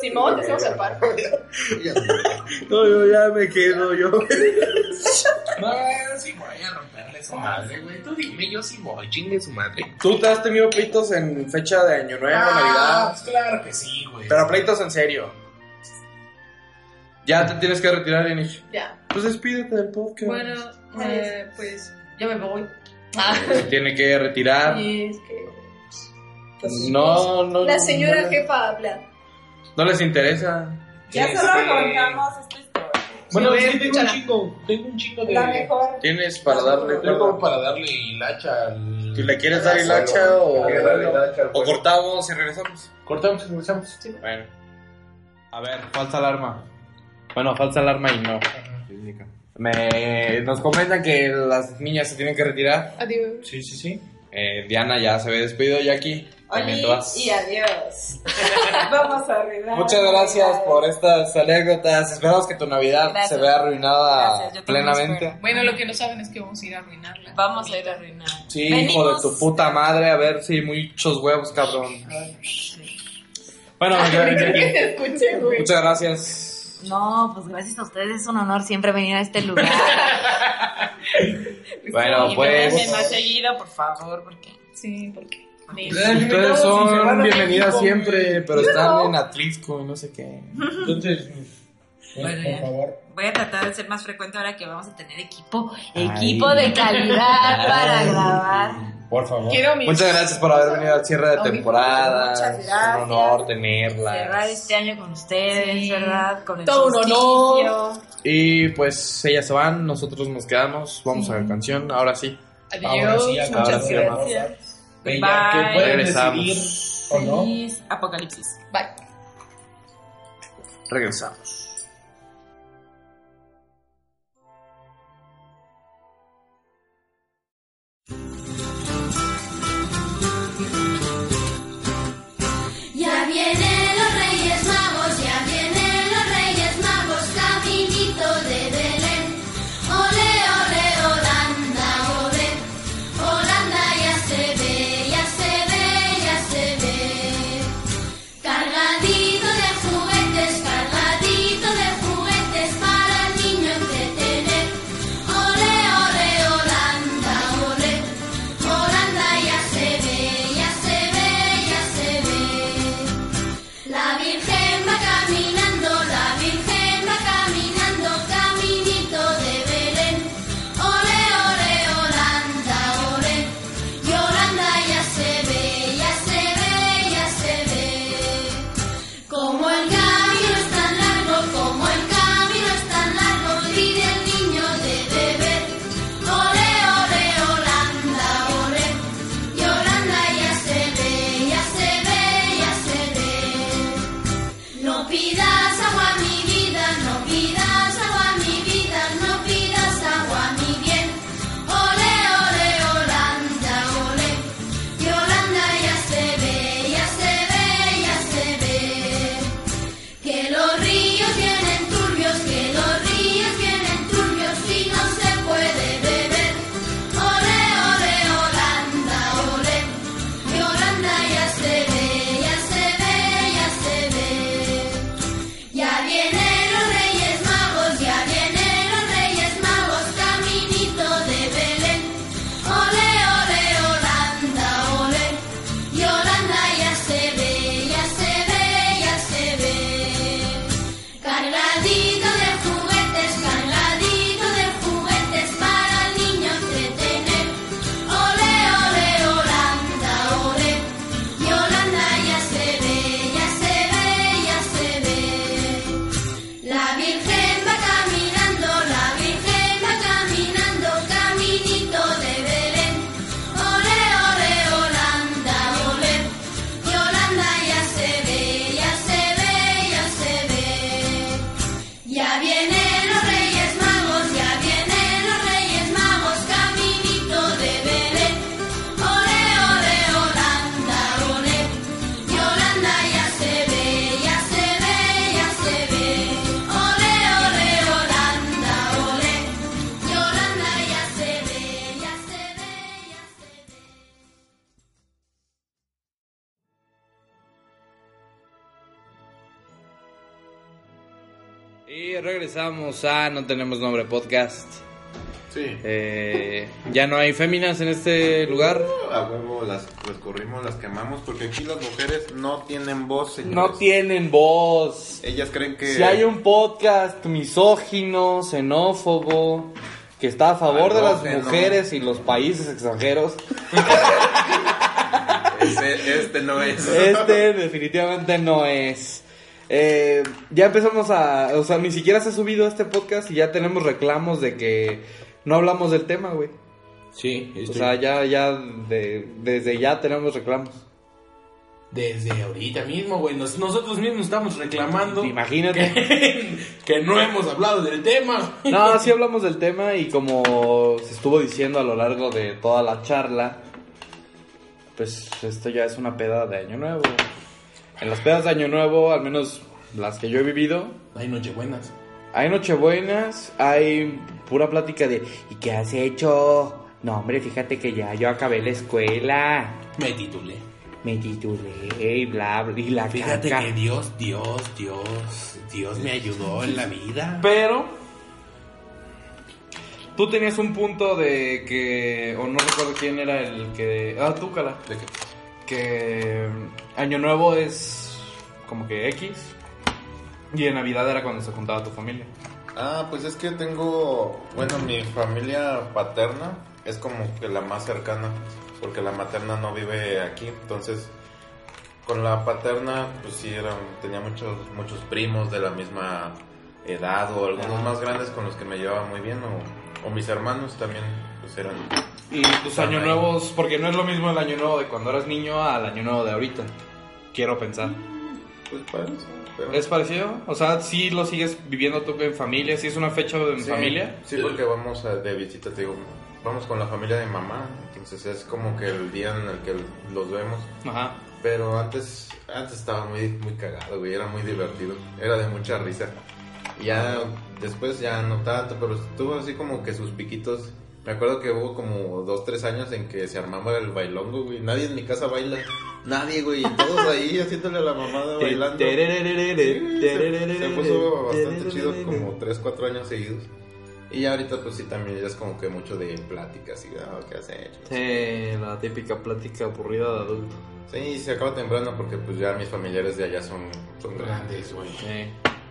Speaker 19: Simón, te hacemos el paro.
Speaker 3: No, yo ya me quedo, yo.
Speaker 4: No, sí voy a romperle su madre, güey. Tú dime, yo sí voy, chingue su madre.
Speaker 3: ¿Tú te has tenido pleitos en fecha de Año Nuevo,
Speaker 4: Ah,
Speaker 3: Navidad?
Speaker 4: pues claro que sí, güey.
Speaker 3: Pero pleitos en serio. Ya te tienes que retirar, Inish.
Speaker 6: Ya.
Speaker 3: Pues despídete del podcast.
Speaker 6: Bueno, eh, pues yo me voy.
Speaker 3: Se tiene que retirar.
Speaker 6: Y es que. pues,
Speaker 3: No, no.
Speaker 19: La señora
Speaker 3: no,
Speaker 19: jefa habla.
Speaker 3: no les interesa.
Speaker 6: Ya
Speaker 4: Este-
Speaker 6: solo contamos esta historia.
Speaker 4: Bueno,
Speaker 6: Sí,
Speaker 4: es
Speaker 6: ven,
Speaker 4: que tengo un
Speaker 6: échala.
Speaker 4: chingo, tengo un chingo de.
Speaker 6: La mejor.
Speaker 3: Tienes para darle.
Speaker 4: Tengo como para darle hilacha al.
Speaker 3: ¿Tú le quieres dar hilacha o,
Speaker 20: Quiero darle hilacha al
Speaker 3: o cortamos y regresamos?
Speaker 4: Cortamos y regresamos.
Speaker 3: Bueno. A ver, falsa alarma. Bueno, falsa alarma y no. Me, nos comentan que las niñas se tienen que retirar.
Speaker 19: Adiós.
Speaker 4: Sí, sí, sí.
Speaker 3: Eh, Diana ya se ve despedido, Jackie. también te
Speaker 6: Oli
Speaker 3: vas.
Speaker 6: y adiós. Vamos a arreglar.
Speaker 3: Muchas gracias por estas anécdotas. Esperamos que tu Navidad
Speaker 6: Gracias.
Speaker 3: se vea arruinada
Speaker 6: Gracias, yo también
Speaker 3: plenamente.
Speaker 6: espero.
Speaker 7: Bueno, lo que no saben es que vamos a ir a arruinarla.
Speaker 6: Vamos a ir a arruinar.
Speaker 3: Sí, hijo de
Speaker 6: Venimos.
Speaker 3: tu puta madre. A ver si muchos huevos, cabrón. Bueno, mi querida
Speaker 7: Creo que
Speaker 3: Jackie,
Speaker 7: te escuché, güey.
Speaker 3: muchas gracias.
Speaker 6: No, pues gracias a ustedes. Es un honor siempre venir a este lugar.
Speaker 3: Bueno,
Speaker 6: Y véanme más
Speaker 3: pues.
Speaker 6: seguido, por favor, porque.
Speaker 7: Sí, porque.
Speaker 3: Ustedes son bienvenidas siempre, pero están
Speaker 6: Claro.
Speaker 3: en Atlisco y no sé qué.
Speaker 4: Entonces,
Speaker 6: Bueno,
Speaker 4: por
Speaker 6: ya.
Speaker 4: favor.
Speaker 6: Voy a tratar de ser más frecuente ahora que vamos a tener equipo.
Speaker 3: Ay.
Speaker 6: Equipo de calidad para grabar.
Speaker 4: Por favor.
Speaker 7: Quiero mis.
Speaker 3: Muchas gracias por haber venido al cierre de temporada.
Speaker 6: Muchas
Speaker 3: Es un honor tenerla.
Speaker 6: Cerrar este año con ustedes,
Speaker 7: Sí.
Speaker 6: ¿verdad? Con el
Speaker 7: Todo un honor.
Speaker 6: solsticio.
Speaker 3: Y pues ellas se van, nosotros nos quedamos. Vamos a la canción, ahora sí.
Speaker 4: Ahora
Speaker 7: Adiós.
Speaker 4: sí, ahora
Speaker 7: muchas
Speaker 3: sí,
Speaker 4: vamos.
Speaker 7: gracias.
Speaker 4: Bella, que
Speaker 6: Bye.
Speaker 4: pueden
Speaker 3: Regresamos.
Speaker 4: decidir o no.
Speaker 6: Feliz apocalipsis.
Speaker 7: Bye.
Speaker 3: Regresamos.
Speaker 2: Ya vienen los Reyes Magos, ya vienen los Reyes Magos, caminito de Belén. Ole, ole, Holanda, ole. Holanda ya se ve, ya se ve, ya se ve. Cargadito de juguetes, cargadito de juguetes para el niño entretener. Ole, ole, Holanda, ole. Holanda ya se ve, ya se ve, ya se ve.
Speaker 3: Y regresamos a No Tenemos Nombre Podcast.
Speaker 5: Sí.
Speaker 3: Eh, ya no hay féminas en este lugar.
Speaker 5: A huevo las, las corrimos, las quemamos, porque aquí las mujeres no tienen voz, señores.
Speaker 3: No tienen voz.
Speaker 5: Ellas creen que...
Speaker 3: Si hay un podcast misógino, xenófobo, que está a favor
Speaker 5: Ay,
Speaker 3: de
Speaker 5: no,
Speaker 3: las
Speaker 5: xenó-
Speaker 3: mujeres y los países extranjeros,
Speaker 5: Ese- este no es.
Speaker 3: este definitivamente no es. Eh, ya empezamos a... O sea, ni siquiera se ha subido este podcast y ya tenemos reclamos de que no hablamos del tema, güey.
Speaker 4: Sí,
Speaker 3: O sea, ya, ya, de- desde ya tenemos reclamos.
Speaker 4: Desde ahorita mismo, güey. nos- nosotros mismos estamos reclamando.
Speaker 3: Imagínate.
Speaker 4: Que, que no hemos hablado del tema.
Speaker 3: No, sí hablamos del tema y como se estuvo diciendo a lo largo de toda la charla, pues esto ya es una peda de Año Nuevo. En las pedas de Año Nuevo, al menos las que yo he vivido,
Speaker 4: Hay nochebuenas.
Speaker 3: hay nochebuenas, hay pura plática de ¿y qué has hecho? No, hombre, fíjate que ya yo acabé la escuela.
Speaker 4: Me titulé.
Speaker 3: Me titulé y bla, bla, y la
Speaker 4: Fíjate
Speaker 3: caca.
Speaker 4: que Dios, Dios, Dios, Dios me ayudó en la vida.
Speaker 3: Pero tú tenías un punto de que o no recuerdo quién era el que ah tú cala
Speaker 5: de qué
Speaker 3: que mm, año nuevo es como que X y en Navidad era cuando se juntaba tu familia.
Speaker 5: Ah, pues es que tengo, bueno, mi familia paterna es como que la más cercana, porque la materna no vive aquí, entonces con la paterna, pues sí, era, tenía muchos, muchos primos de la misma edad o algunos
Speaker 3: Ah.
Speaker 5: más grandes con los que me llevaba muy bien, o, o mis hermanos también, pues eran...
Speaker 3: Y tus año nuevos porque no es lo mismo el año nuevo de cuando eras niño al año nuevo de ahorita. Quiero pensar.
Speaker 5: Pues parece, pero-
Speaker 3: ¿Es parecido? O sea, si lo sigues viviendo tú en familia, si es una fecha en
Speaker 5: Sí,
Speaker 3: familia.
Speaker 5: Sí, porque vamos a- de visita, te digo, vamos con la familia de mi mamá, entonces es como que el día en el que los vemos.
Speaker 3: Ajá.
Speaker 5: Pero antes, antes estaba muy, muy cagado, güey, era muy divertido, era de mucha risa. Y Ya después ya no tanto, pero tuvo así como que sus piquitos. Me acuerdo que hubo como dos, tres años en que se armaba el bailongo, güey. Nadie en mi casa baila. Nadie, güey. y Todos ahí haciéndole a la mamada bailando. Sí, se, se puso bastante chido como 3, 4 años seguidos. Y ya ahorita pues sí también ya es como que mucho de pláticas y ah, qué has hecho.
Speaker 3: Sí, la típica plática aburrida de adulto.
Speaker 5: Sí, y se acaba temprano porque pues ya mis familiares de allá son, son grandes, güey.
Speaker 3: Sí.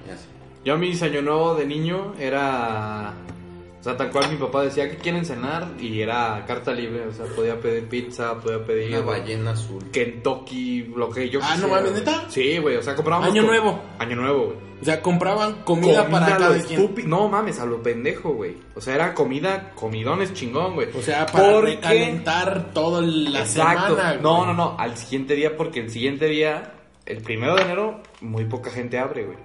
Speaker 5: Y así.
Speaker 3: Yo mi año nuevo de niño era... O sea, tal cual mi papá decía que quieren cenar y era carta libre. O sea, podía pedir pizza, podía pedir...
Speaker 5: Una ballena azul.
Speaker 3: Kentucky, lo que yo
Speaker 4: Ah, no
Speaker 3: quisiera,
Speaker 4: mames,
Speaker 3: güey.
Speaker 4: ¿neta?
Speaker 3: Sí, güey, o sea, comprábamos...
Speaker 4: Año
Speaker 3: co-
Speaker 4: nuevo.
Speaker 3: Año nuevo, güey.
Speaker 4: O sea, compraban comida, para
Speaker 3: a
Speaker 4: cada
Speaker 3: lo
Speaker 4: quien.
Speaker 3: estúpido. No mames, a lo pendejo, güey. O sea, era comida, comidones chingón, güey.
Speaker 4: O sea, para
Speaker 3: Porque-
Speaker 4: recalentar toda la
Speaker 3: Exacto.
Speaker 4: semana.
Speaker 3: no,
Speaker 4: güey.
Speaker 3: no, no. Al siguiente día, porque el siguiente día, el primero de enero, muy poca gente abre, güey.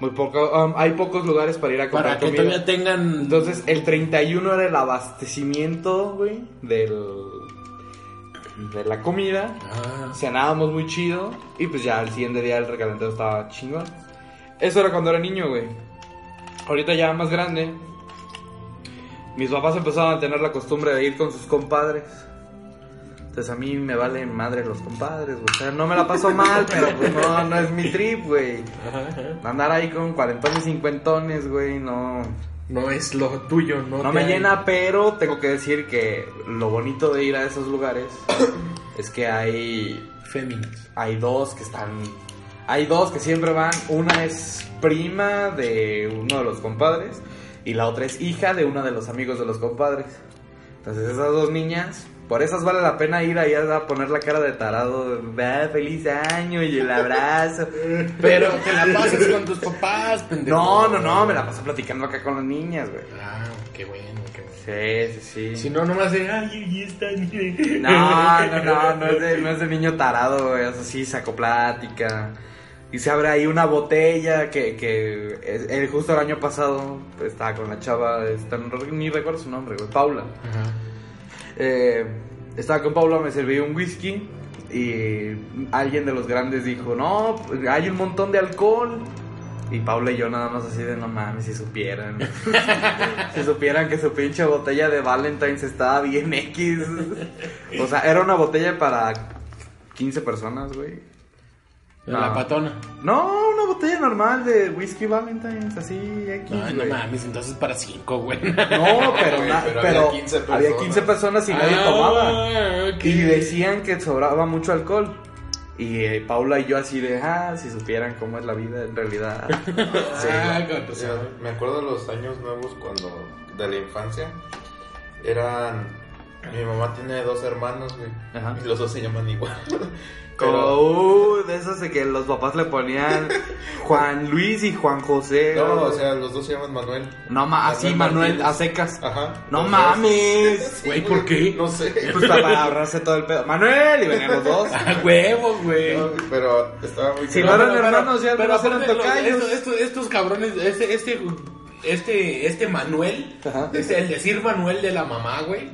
Speaker 3: Muy poco, um, hay pocos lugares para ir a comprar
Speaker 4: Para que
Speaker 3: comida.
Speaker 4: todavía tengan.
Speaker 3: Entonces, el 31 era el abastecimiento, güey, del, de la comida. Cenábamos muy chido. Y pues ya al siguiente día el recalentado estaba chingón. Eso era cuando era niño, güey. Ahorita ya más grande. Mis papás empezaron a tener la costumbre de ir con sus compadres. Entonces a mí me valen madre los compadres, güey. O sea, no me la paso mal, pero pues no, no es mi trip, güey. Andar ahí con cuarentones, cincuentones, güey, no.
Speaker 4: No es lo tuyo, ¿no?
Speaker 3: No
Speaker 4: te
Speaker 3: me
Speaker 4: hay-
Speaker 3: llena, pero tengo que decir que lo bonito de ir a esos lugares es que hay.
Speaker 4: Féminas.
Speaker 3: Hay dos que están. Hay dos que siempre van. Una es prima de uno de los compadres y la otra es hija de uno de los amigos de los compadres. Entonces, esas dos niñas. Por esas vale la pena ir allá a poner la cara de tarado. de, "Ah, feliz año y el abrazo.
Speaker 4: Pero que la pases con tus papás, pendejo.
Speaker 3: No, no, no, me la paso platicando acá con las niñas, güey.
Speaker 4: Ah, qué bueno, qué bueno.
Speaker 3: Sí, sí, sí.
Speaker 4: Si no, nomás de, ay, ahí está. mire".
Speaker 3: No, no, no, no es de, no es de niño tarado, güey. O sea, sí, sacó plática. Y se abre ahí una botella que, que es- el, justo el año pasado pues, estaba con la chava, esta, no re- ni recuerdo su nombre, güey, Paula. Eh, estaba con Paula, me serví un whisky y alguien de los grandes dijo, no, pues, hay un montón de alcohol. Y Paula y yo nada más así de, no mames, si supieran. si supieran que su pinche botella de Valentine's estaba bien X. O sea, era una botella para 15 personas, güey.
Speaker 4: La patona.
Speaker 3: No, una botella normal de whisky Valentine's, así, X.
Speaker 4: Ay, no
Speaker 3: güey.
Speaker 4: mames, entonces para cinco, güey.
Speaker 3: No, pero, na- pero, había 15 personas, y nadie
Speaker 4: Ah,
Speaker 3: tomaba.
Speaker 4: ok.
Speaker 3: Y decían que sobraba mucho alcohol. Y eh, Paula y yo así de, ah, si supieran cómo es la vida en realidad. Sí.
Speaker 5: Ah, me acuerdo los años nuevos cuando de la infancia eran mi mamá tiene dos hermanos güey y los dos se llaman igual
Speaker 3: Como,
Speaker 5: Pero-
Speaker 3: uh, de esas de que los papás le ponían Juan Luis y Juan José.
Speaker 5: no
Speaker 3: güey.
Speaker 5: o sea los dos se llaman Manuel
Speaker 3: No ma- así, Manuel, a secas.
Speaker 5: Ajá.
Speaker 3: No
Speaker 5: Los dos.
Speaker 3: mames.
Speaker 5: Sí, Güey, ¿por qué? No sé.
Speaker 3: Pues para ahorrarse todo el pedo. Manuel, y venían los dos.
Speaker 4: A huevo, güey.
Speaker 5: pero estaba muy
Speaker 3: Si no eran hermanos, ya no eran
Speaker 4: aparte, los-
Speaker 3: tocayos.
Speaker 4: estos- estos- Estos cabrones, este, este, este, este Manuel, es el decir Manuel de la mamá, güey,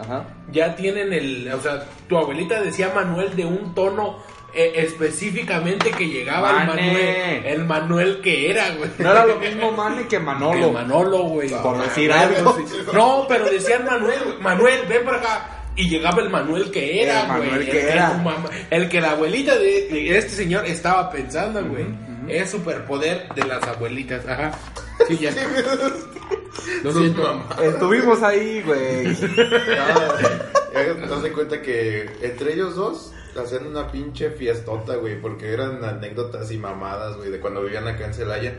Speaker 4: ya tienen el, o sea, tu abuelita decía Manuel de un tono eh, específicamente que llegaba el
Speaker 3: Mane.
Speaker 4: Manuel, el Manuel que era, güey.
Speaker 3: No era lo mismo Mane que Manolo.
Speaker 4: Que Manolo, güey.
Speaker 3: Por decir algo.
Speaker 4: No, pero decían Manuel, güey, Manuel, ven para acá. Y llegaba el Manuel que era,
Speaker 3: El
Speaker 4: güey.
Speaker 3: Manuel
Speaker 4: el
Speaker 3: que era.
Speaker 4: tu mamá- el que la abuelita de, de este señor estaba pensando, güey. Es superpoder de las abuelitas. Ajá. Sí, ya. Lo siento.
Speaker 3: Estuvimos ahí, güey.
Speaker 5: Ya te das de cuenta que entre ellos dos hacían una pinche fiestota, güey, porque eran anécdotas y mamadas, güey, de cuando vivían acá en Celaya.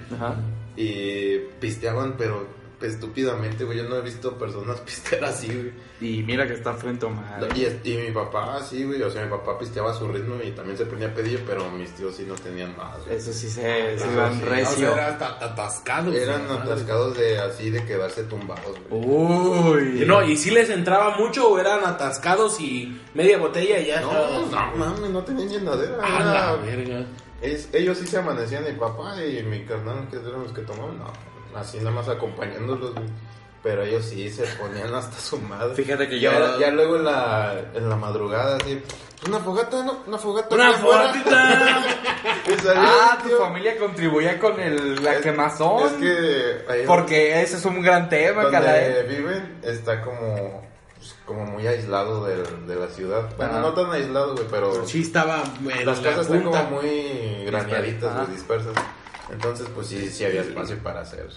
Speaker 5: Y pisteaban, pero estúpidamente, güey. Yo no he visto personas pistear así, güey.
Speaker 3: Y mira que está frente a madre.
Speaker 5: Y, es- y mi papá, sí, güey. O sea, mi papá pisteaba a su ritmo y también se ponía a pedir, pero mis tíos sí no tenían más, güey.
Speaker 3: Eso Ah, sí se, se
Speaker 5: Eso
Speaker 3: iban
Speaker 5: sí.
Speaker 3: recio.
Speaker 5: O sea, era-
Speaker 4: atascados.
Speaker 5: Eran
Speaker 4: güey.
Speaker 5: atascados de así, de quedarse tumbados, güey.
Speaker 3: Uy.
Speaker 4: No, y si les entraba mucho o eran atascados y media botella y ya.
Speaker 5: No, no mames, no tenían llenadera.
Speaker 4: A
Speaker 5: era-
Speaker 4: la verga.
Speaker 5: Es- ellos sí se amanecían, mi papá y mi carnal, que eran los que tomaban, no, así nada más acompañándolos, güey. Pero ellos sí se ponían hasta su madre.
Speaker 3: Fíjate que
Speaker 5: ya,
Speaker 3: yo-
Speaker 5: Ya luego en la, en la madrugada, así, "Pues una fogata, no, una fogata.
Speaker 3: ¡Una
Speaker 5: aquí afuera". Y salió
Speaker 3: Ah,
Speaker 5: el
Speaker 3: tu
Speaker 5: tío.
Speaker 3: familia contribuía con el, la quemazón.
Speaker 5: Es que ahí
Speaker 3: Porque ese es un gran tema,
Speaker 5: donde
Speaker 3: caray.
Speaker 5: viven está como, pues, como muy aislado del- de la ciudad. Bueno,
Speaker 3: Ah.
Speaker 5: no tan aislado, güey, pero...
Speaker 4: Sí estaba en
Speaker 5: Las
Speaker 4: la
Speaker 5: casas están como
Speaker 4: punta.
Speaker 5: muy graneaditas,
Speaker 4: Ajá.
Speaker 5: muy dispersas. Entonces, pues sí, sí había espacio para hacer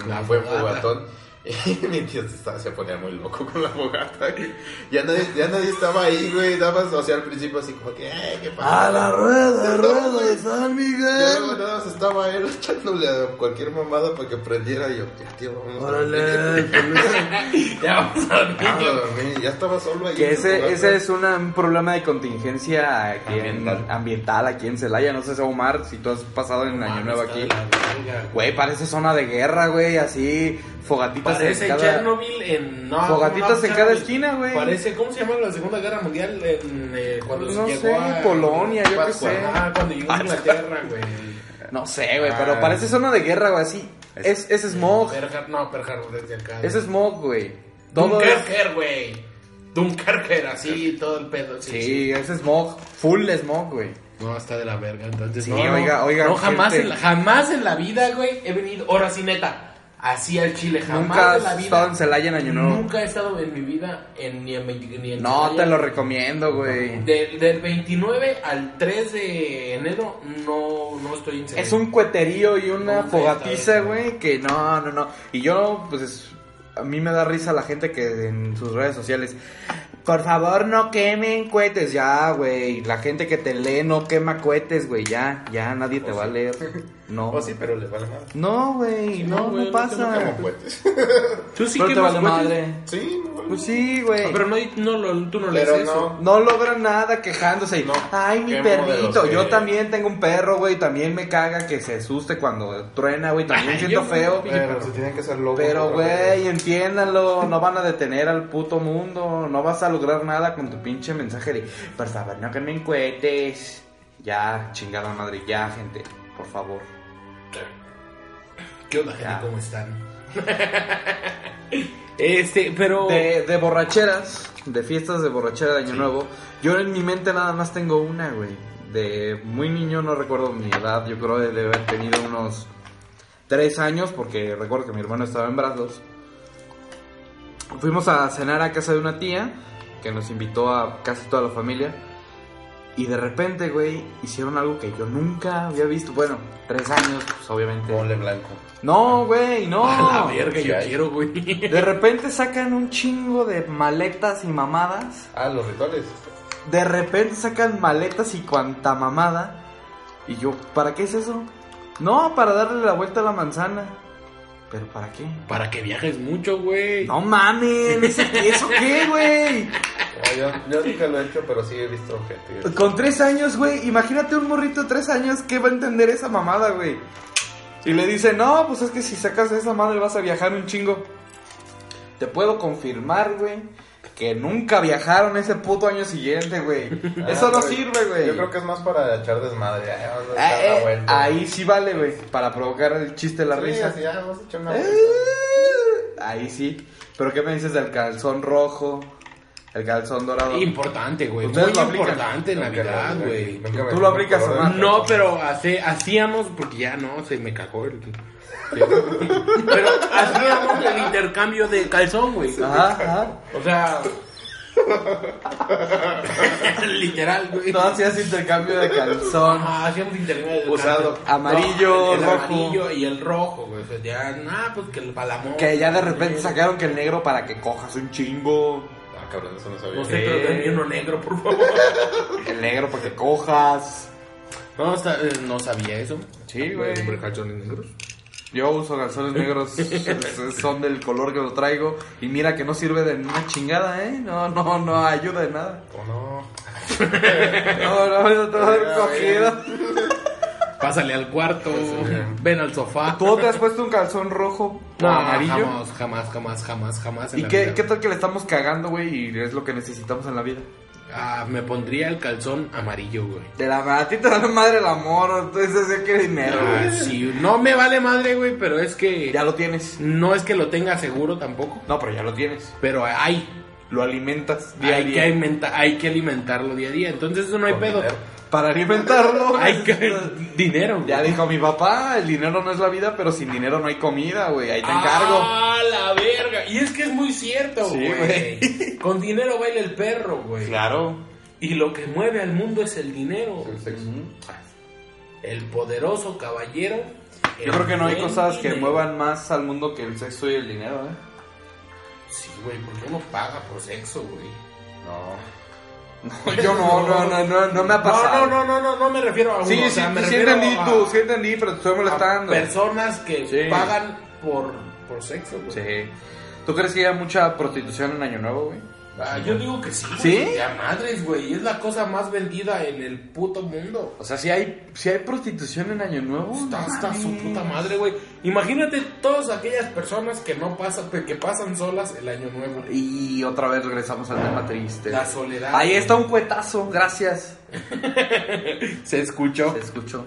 Speaker 4: La
Speaker 5: una buen
Speaker 4: fogata.
Speaker 5: fogatón. Y mi tío se, estaba- se ponía muy loco con la fogata. güey. Ya nadie, ya nadie estaba ahí, güey. Nada más, o sea, al principio así como que, "Eh, ¿qué pasa?
Speaker 3: A la rueda, rueda de San
Speaker 5: Ya
Speaker 3: Miguel.
Speaker 5: luego nada más estaba él echándole a cualquier mamada para que prendiera. Y yo, "Ya, tío, vamos a
Speaker 3: Órale,
Speaker 5: dormir".
Speaker 4: Ya vamos a dormir.
Speaker 5: Ah, dormí, Ya estaba solo ahí.
Speaker 3: Que
Speaker 5: en su
Speaker 3: ese,
Speaker 5: fogata.
Speaker 3: ese es una- un problema de contingencia aquí en- ambiental. aquí en Celaya. No sé, Omar, si tú has pasado en Año Nuevo aquí. Güey, parece zona de guerra, güey, así, fogatitas
Speaker 4: Parece
Speaker 3: en cada...
Speaker 4: Chernobyl en. no,
Speaker 3: Fogatitas
Speaker 4: no, no,
Speaker 3: en cada
Speaker 4: Chernobyl.
Speaker 3: esquina, güey.
Speaker 4: Parece, ¿cómo se llama la Segunda Guerra Mundial? En, eh, cuando
Speaker 3: No
Speaker 4: llegó
Speaker 3: sé,
Speaker 4: a-
Speaker 3: Polonia, yo qué
Speaker 4: Pascua.
Speaker 3: sé.
Speaker 4: Ah, cuando llegó a Inglaterra, güey.
Speaker 3: No sé, Eh, güey, pero
Speaker 4: Ah.
Speaker 3: parece zona de guerra, güey, así. Es, es smog,
Speaker 4: Pearl Har- no, Pearl Harbor desde acá.
Speaker 3: es smog, güey. Todo es...
Speaker 4: Dunkerque, güey. Dunkerque, así, todo el pedo. Sí,
Speaker 3: Sí, es smog, full smog, güey.
Speaker 4: No, está de la verga, entonces
Speaker 3: Sí,
Speaker 4: no, no,
Speaker 3: oiga, oiga.
Speaker 4: No, jamás
Speaker 3: gente.
Speaker 4: en, la, jamás en la vida, güey, he venido, ahora sí, neta, así al Chile, jamás
Speaker 3: Nunca
Speaker 4: en la
Speaker 3: has
Speaker 4: vida.
Speaker 3: estado en Celaya en Año Nuevo.
Speaker 4: Nunca he estado en mi vida en, ni en, 20 ni en
Speaker 3: No,
Speaker 4: Celaya.
Speaker 3: te lo recomiendo, güey.
Speaker 4: Del, del 29 al 3 de enero no, no estoy en Celaya.
Speaker 3: Es un cueterío y una
Speaker 4: Nunca he
Speaker 5: eh.
Speaker 3: fogatiza, güey, que no, no, no. Y yo, pues, es- a mí me da risa la gente que en sus redes sociales, por favor no quemen cohetes, ya, güey. La gente que te lee no quema cohetes, güey, ya, ya, nadie te va a leer. No.
Speaker 5: O sí, pero le vale madre.
Speaker 3: No, güey, no, no,
Speaker 5: güey,
Speaker 3: pasa.
Speaker 5: No como cohetes.
Speaker 4: Tú sí
Speaker 3: Pero
Speaker 4: que
Speaker 3: te
Speaker 4: más
Speaker 3: vale
Speaker 4: cuates.
Speaker 3: madre.
Speaker 5: Sí, me vale
Speaker 3: Pues sí, güey.
Speaker 4: Ah, Pero no, no, lo- tú no lees
Speaker 5: Pero
Speaker 4: eso.
Speaker 5: no.
Speaker 3: No logra nada quejándose. y, Ay, mi
Speaker 5: quemo
Speaker 3: perrito.
Speaker 5: de los
Speaker 3: Yo
Speaker 5: que-
Speaker 3: también tengo un perro, güey. También me caga que se asuste cuando truena, güey. También
Speaker 4: Ay,
Speaker 3: siento
Speaker 4: yo-
Speaker 3: feo.
Speaker 5: Pero se tienen que ser locos.
Speaker 3: Pero,
Speaker 5: otra
Speaker 3: güey, entiéndanlo. No van a detener al puto mundo. No vas a lograr nada con tu pinche mensaje de, por favor, no quemen cohetes. Ya, chingada madre. Ya, gente. Por favor.
Speaker 4: ¿Qué onda, gente?
Speaker 3: Ya.
Speaker 4: ¿Cómo están? este, pero...
Speaker 3: De, de borracheras, de fiestas de borrachera de Año Nuevo, yo en mi mente nada más tengo una, güey. De muy niño no recuerdo mi edad, yo creo de de haber tenido unos tres años, porque recuerdo que mi hermano estaba en brazos. Fuimos a cenar a casa de una tía, que nos invitó a casi toda la familia. Y de repente, güey, hicieron algo que yo nunca había visto. Bueno, tres años, pues obviamente. Ponle
Speaker 5: blanco.
Speaker 3: No, güey, no.
Speaker 4: A la verga, yo
Speaker 3: quiero, güey. De repente sacan un chingo de maletas y mamadas.
Speaker 5: Ah, los rituales.
Speaker 3: De repente sacan maletas y cuanta mamada. Y yo, ¿para qué es eso? No, para darle la vuelta a la manzana. ¿Pero para qué?
Speaker 4: Para que viajes mucho, güey.
Speaker 3: No mames, ¿eso qué- ¿eso qué, güey?
Speaker 5: No, yo, yo nunca lo he hecho, pero sí he visto gente.
Speaker 3: Con tres años, güey, imagínate un morrito de tres años, ¿qué va a entender esa mamada, güey? Y le dice, no, pues es que si sacas esa madre vas a viajar un chingo. Te puedo confirmar, güey, que nunca viajaron ese puto año siguiente, güey. Eso no sirve, güey.
Speaker 5: Ah, pues, Yo creo que es más para echar desmadre. Ay, vamos a
Speaker 3: Ah,
Speaker 5: echar la
Speaker 3: eh,
Speaker 5: vuelta.
Speaker 3: ahí sí vale, güey, para provocar el chiste, la
Speaker 5: Sí,
Speaker 3: risa.
Speaker 5: así, ah, vamos a echar una
Speaker 3: Eh,
Speaker 5: vuelta.
Speaker 3: Ahí sí. Pero ¿qué me dices del calzón rojo? El calzón dorado.
Speaker 4: Importante, güey. Muy
Speaker 3: Ustedes lo aplican.
Speaker 4: importante en
Speaker 3: Nunca
Speaker 4: Navidad,
Speaker 3: lo-
Speaker 4: güey.
Speaker 3: nunca me- Tú lo aplicas, Omar.
Speaker 4: No, pero hace- hacíamos, porque ya no, se me cagó el. pero hacíamos el intercambio de calzón, güey.
Speaker 3: Ajá, ajá.
Speaker 4: O sea. Literal, güey.
Speaker 3: No hacías intercambio de calzón.
Speaker 4: Ajá, hacíamos Ah, intercambio de
Speaker 3: Usado.
Speaker 4: calzón.
Speaker 3: Amarillo,
Speaker 4: el
Speaker 3: rojo.
Speaker 4: amarillo y el rojo, güey. O sea, ya, nada, pues que el palamón.
Speaker 3: Que ya de repente sacaron que el negro para que cojas un chingo.
Speaker 5: Ah, cabrón, eso no sabía.
Speaker 4: No sé, pero también uno negro, por favor.
Speaker 3: El negro para que cojas.
Speaker 4: No, sa- eh, no sabía eso.
Speaker 3: Sí, güey.
Speaker 4: ¿Hombre, calzones negros?
Speaker 3: Yo uso calzones negros, es- son del color que lo traigo. Y mira que no sirve de una chingada, ¿eh? No, no, no ayuda de nada.
Speaker 5: ¿O no?
Speaker 3: No, no, yo todo
Speaker 4: Mira,
Speaker 3: cogido.
Speaker 4: Pásale al cuarto. Ven al sofá.
Speaker 3: ¿Tú te has puesto un calzón rojo o
Speaker 4: No,
Speaker 3: amarillo?
Speaker 4: Jamás, jamás, jamás, jamás, jamás. en
Speaker 3: ¿Y
Speaker 4: la
Speaker 3: qué,
Speaker 4: vida.
Speaker 3: qué tal que le estamos cagando, güey? Y es lo que necesitamos en la vida.
Speaker 4: Ah, me pondría el calzón amarillo, güey.
Speaker 3: De la, a ti te da madre el amor, entonces es que dinero.
Speaker 4: Ah,
Speaker 3: güey.
Speaker 4: sí, no me vale madre, güey, pero es que.
Speaker 3: Ya lo tienes.
Speaker 4: No es que lo tenga seguro tampoco.
Speaker 3: No, pero ya lo tienes.
Speaker 4: Pero hay.
Speaker 3: Lo alimentas día a
Speaker 4: Hay que,
Speaker 3: día.
Speaker 4: alimenta- hay que alimentarlo día a día. Entonces eso no hay pedo.
Speaker 3: Para alimentarlo.
Speaker 4: Hay que. dinero.
Speaker 3: Ya dijo mi papá, el dinero no es la vida, pero sin dinero no hay comida, güey. Ahí te encargo.
Speaker 4: ¡Ah, la verga! Y es que es muy cierto,
Speaker 3: Sí,
Speaker 4: güey. Con dinero baila el perro, güey.
Speaker 3: Claro.
Speaker 4: Y lo que mueve al mundo es el dinero.
Speaker 5: El sexo.
Speaker 4: El poderoso caballero.
Speaker 3: Yo creo que no hay
Speaker 4: el
Speaker 3: cosas que
Speaker 4: dinero.
Speaker 3: muevan más al mundo que el sexo y el dinero, ¿eh?
Speaker 4: Sí, güey, porque uno paga por sexo, güey.
Speaker 5: No.
Speaker 3: Yo no, no, no, no, no me ha
Speaker 4: No,
Speaker 3: pasado.
Speaker 4: no, no, no, no, no me refiero a uno.
Speaker 3: Sí,
Speaker 4: o
Speaker 3: sí,
Speaker 4: sea, me
Speaker 3: sí
Speaker 4: refiero
Speaker 3: entendí
Speaker 4: a-
Speaker 3: tú, sí entendí, pero te estoy molestando.
Speaker 4: Personas que
Speaker 3: Sí.
Speaker 4: pagan por, por sexo, güey.
Speaker 3: Sí. ¿Tú crees que haya mucha prostitución en Año Nuevo, güey?
Speaker 4: Ah, yo digo que sí. güey.
Speaker 3: ¿Sí?
Speaker 4: Ya madres, güey. Es la cosa más vendida en el puto mundo.
Speaker 3: O sea, si hay, si hay prostitución en Año Nuevo.
Speaker 4: Está
Speaker 3: no
Speaker 4: hasta su
Speaker 3: mames.
Speaker 4: puta madre, güey. Imagínate todas aquellas personas que no pasan, que pasan solas el año nuevo.
Speaker 3: Y otra vez regresamos al tema triste.
Speaker 4: La soledad.
Speaker 3: Ahí está un cuetazo, gracias.
Speaker 4: Se escuchó.
Speaker 3: Se escuchó.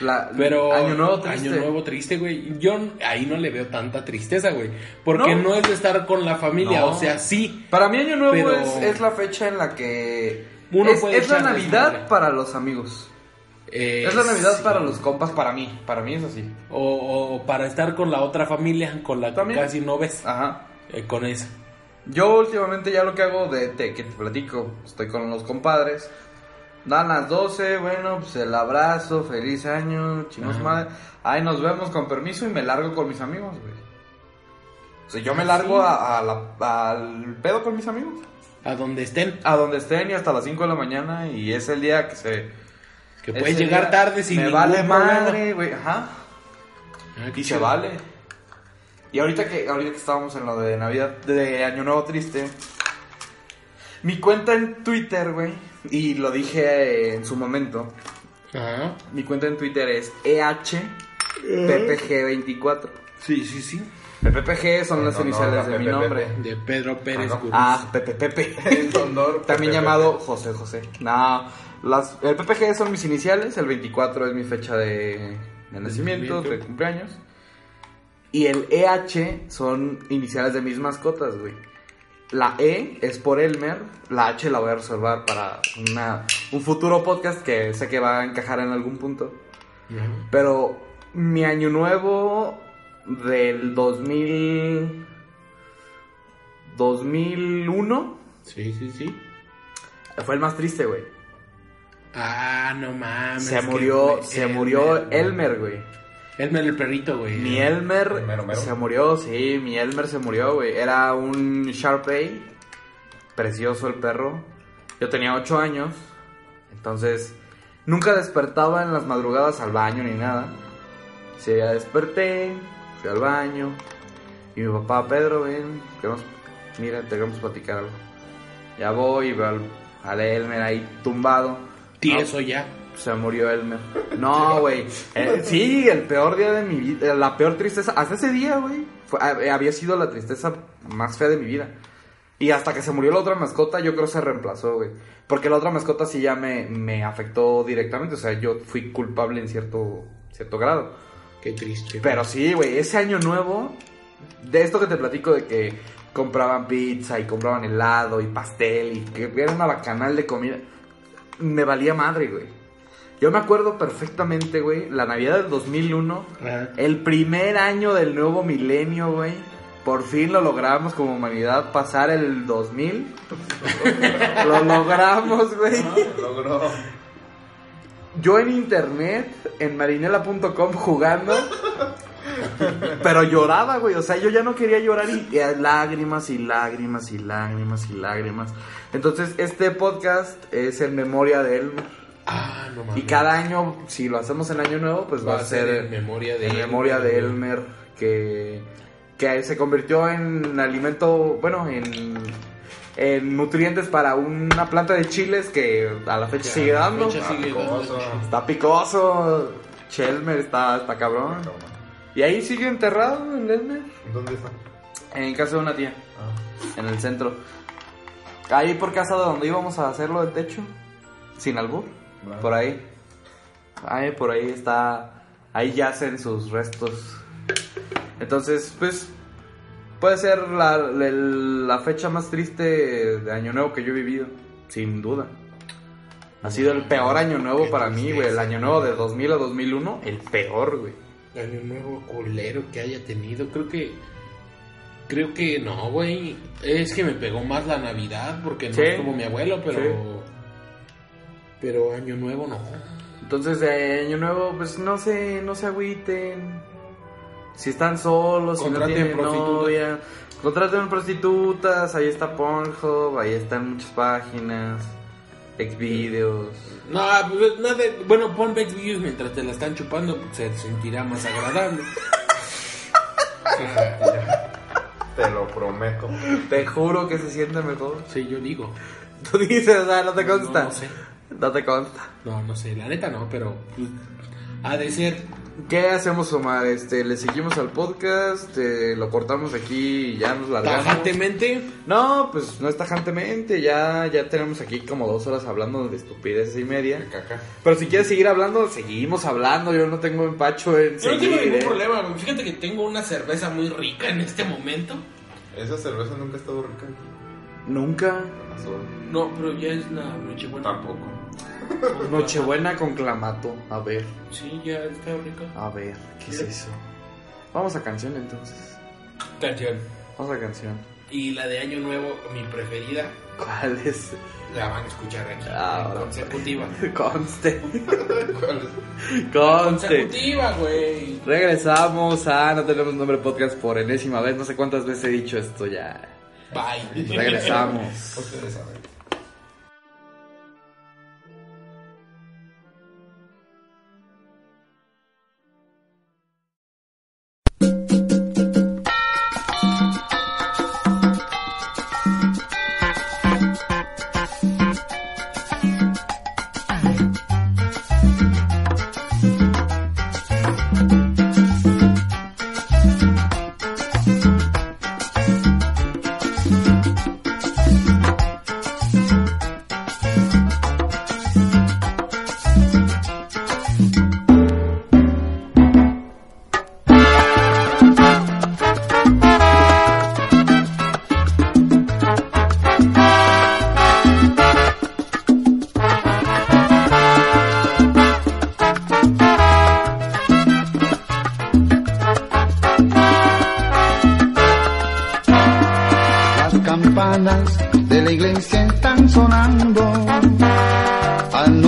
Speaker 3: La-
Speaker 4: Pero
Speaker 3: Año Nuevo triste.
Speaker 4: Año Nuevo triste, güey. Yo n- ahí no le veo tanta tristeza, güey. Porque
Speaker 3: No.
Speaker 4: no, es de estar con la familia,
Speaker 3: No.
Speaker 4: o sea, sí.
Speaker 3: Para mí Año Nuevo
Speaker 4: Pero-
Speaker 3: es, es la fecha en la que...
Speaker 4: Uno
Speaker 3: es
Speaker 4: puede
Speaker 3: es la
Speaker 4: echar
Speaker 3: Navidad
Speaker 4: desmadre.
Speaker 3: para los amigos.
Speaker 4: eh,
Speaker 3: es la Navidad
Speaker 4: sí.
Speaker 3: para los compas, para mí. Para mí es así.
Speaker 4: O, o para estar con la otra familia, con la que
Speaker 3: También.
Speaker 4: casi no ves.
Speaker 3: Ajá.
Speaker 4: Eh, con esa.
Speaker 3: Yo últimamente ya lo que hago de, de que te platico, estoy con los compadres. Dan las 12, bueno, pues el abrazo, feliz año, chingos
Speaker 4: Ajá.
Speaker 3: madre. Ahí nos vemos con permiso y me largo con mis amigos, güey. O sea, yo me largo a- a la- al pedo con mis amigos.
Speaker 4: A donde estén.
Speaker 3: A donde estén y hasta las 5 de la mañana y es el día que se...
Speaker 4: Que
Speaker 3: ese
Speaker 4: puedes llegar
Speaker 3: día
Speaker 4: tarde sin
Speaker 3: Me
Speaker 4: ningún
Speaker 3: vale
Speaker 4: problema.
Speaker 3: madre, güey, ajá.
Speaker 4: Ah, qué
Speaker 3: Y se
Speaker 4: chido.
Speaker 3: vale. Y ahorita que, ahorita que estábamos en lo de Navidad, de Año Nuevo Triste, mi cuenta en Twitter, güey, y lo dije eh, en su momento,
Speaker 4: Ajá. Eh.
Speaker 3: mi cuenta en Twitter es E EHPPG24.
Speaker 4: Sí, sí, sí. Eh,
Speaker 3: PPG son las
Speaker 5: no, no,
Speaker 3: iniciales
Speaker 5: no,
Speaker 3: de mi
Speaker 5: Pepe,
Speaker 3: nombre.
Speaker 5: Pepe.
Speaker 4: De Pedro Pérez
Speaker 3: Ah, no.
Speaker 4: Gurús.
Speaker 3: Ah, Pepe Pepe. También llamado José José. No, las, el PPG son mis iniciales, el 24 es mi fecha de, de nacimiento, de
Speaker 4: nacimiento.
Speaker 3: cumpleaños. Y el EH son iniciales de mis mascotas, güey. La E es por Elmer, la H la voy a reservar para una- un futuro podcast que sé que va a encajar en algún punto.
Speaker 4: Ajá.
Speaker 3: Pero mi año nuevo del 2000... 2001
Speaker 4: Sí, sí, sí.
Speaker 3: fue el más triste, güey.
Speaker 4: Ah, no mames.
Speaker 3: Se
Speaker 4: que
Speaker 3: murió,
Speaker 4: fue
Speaker 3: se murió
Speaker 4: güey.
Speaker 3: Elmer, güey.
Speaker 4: Elmer el perrito, güey.
Speaker 3: Mi Elmer se murió, sí, mi Elmer se murió, güey. Era un Sharpei, precioso el perro. Yo tenía 8 años, entonces nunca despertaba en las madrugadas al baño ni nada. Sí, ya desperté, fui al baño y mi papá, Pedro, ven, queremos- mira, te queremos platicar algo. Ya voy y veo al, al Elmer ahí tumbado.
Speaker 4: Tieso
Speaker 3: No,
Speaker 4: ya.
Speaker 3: se murió Elmer. No, güey. Eh, sí, el peor día de mi vida. La peor tristeza. Hasta ese día, güey. fue- ha- eh, Había sido la tristeza más fea de mi vida. Y hasta que se murió la otra mascota, yo creo se reemplazó, güey. Porque la otra mascota sí ya me, me afectó directamente. O sea, yo fui culpable en cierto, cierto grado.
Speaker 4: Qué triste.
Speaker 3: Pero sí, güey, ese año nuevo, de esto que te platico de que compraban pizza y compraban helado y pastel y que era una bacanal de comida, me valía madre, güey. Yo me acuerdo perfectamente, güey, la Navidad del 2001, el primer año del nuevo milenio, güey. Por fin lo logramos como humanidad pasar el 2000. lo logramos, güey.
Speaker 7: Logró.
Speaker 3: Yo en internet, en marinela.com jugando, pero lloraba, güey. O sea, yo ya no quería llorar y, y lágrimas y lágrimas y lágrimas y lágrimas. Entonces, este podcast es en memoria de él. y cada año, si lo hacemos en Año Nuevo, pues Ah, va, a ser
Speaker 4: en memoria de
Speaker 3: en
Speaker 4: Elmer,
Speaker 3: memoria de
Speaker 4: güey.
Speaker 3: Elmer, que, que se convirtió en alimento, bueno, en, en nutrientes para una planta de chiles que a la fecha
Speaker 4: Ya,
Speaker 3: sigue
Speaker 4: a la
Speaker 3: dando.
Speaker 4: fecha sigue dando.
Speaker 3: Está picoso. Chelmer está, está cabrón. Y ahí sigue enterrado el Elmer.
Speaker 7: ¿Dónde está?
Speaker 3: En casa de una tía.
Speaker 4: Ah.
Speaker 3: En el centro. Ahí por casa de donde íbamos a hacerlo del techo. Sin albur.
Speaker 7: Bravo.
Speaker 3: Por ahí. Ahí por ahí está. Ahí yacen sus restos. Entonces, pues. Puede ser la, la- la fecha más triste de Año Nuevo que yo he vivido. Sin duda. Ha sido el peor Año Nuevo para mí, güey. El Año Nuevo de 2000 a 2001. El peor, güey.
Speaker 4: Año nuevo culero que haya tenido. Creo que. Creo que no, güey. Es que me pegó más la Navidad porque no
Speaker 3: Sí.
Speaker 4: es como mi abuelo, pero. Pero año nuevo no.
Speaker 3: Entonces, de año nuevo, pues no se, no se agüiten. Si están solos, si no
Speaker 4: Contraten
Speaker 3: tienen
Speaker 4: prostitutas.
Speaker 3: novia, contraten prostitutas, ahí está Pornhub, ahí están muchas páginas, Xvideos.
Speaker 4: No, pues, nada. de- Bueno, pon Bex Videos mientras te la están chupando, pues, se sentirá más agradable.
Speaker 7: Te lo prometo.
Speaker 3: Te juro que se siente mejor.
Speaker 4: Sí, yo digo.
Speaker 3: Tú dices, o sea, ah, no te consta.
Speaker 4: no sé.
Speaker 3: No te consta.
Speaker 4: No, no sé, la neta no, pero pues, ha de ser.
Speaker 3: ¿Qué hacemos, Omar? Este, le seguimos al podcast, Eh, lo cortamos aquí y ya nos largamos.
Speaker 4: ¿Tajantemente?
Speaker 3: No, pues no es tajantemente, ya, ya tenemos aquí como dos horas hablando de estupideces y media. Pero si quieres seguir hablando, seguimos hablando, yo no tengo empacho en
Speaker 4: Yo no tengo
Speaker 3: seguir,
Speaker 4: ningún
Speaker 3: ¿eh?
Speaker 4: problema, güey. fíjate que tengo una cerveza muy rica en este momento.
Speaker 7: Esa cerveza nunca ha estado rica.
Speaker 3: Nunca.
Speaker 4: No, pero ya es la nochebuena.
Speaker 7: Tampoco.
Speaker 3: Nochebuena con clamato, a ver,
Speaker 4: Sí, ya está rica.
Speaker 3: a ver, ¿qué es eso? Vamos a canción entonces,
Speaker 4: Canción.
Speaker 3: vamos a canción.
Speaker 4: Y la de Año Nuevo, mi preferida,
Speaker 3: ¿Cuál Ah. es?
Speaker 4: la van a escuchar aquí.
Speaker 3: Ahora,
Speaker 4: consecutiva.
Speaker 3: Conste. Conste.
Speaker 4: Consecutiva, güey.
Speaker 3: Regresamos a No Tenemos Nombre Podcast por enésima vez, no sé cuántas veces he dicho esto ya.
Speaker 4: Bye.
Speaker 3: Regresamos.
Speaker 7: Ustedes saben.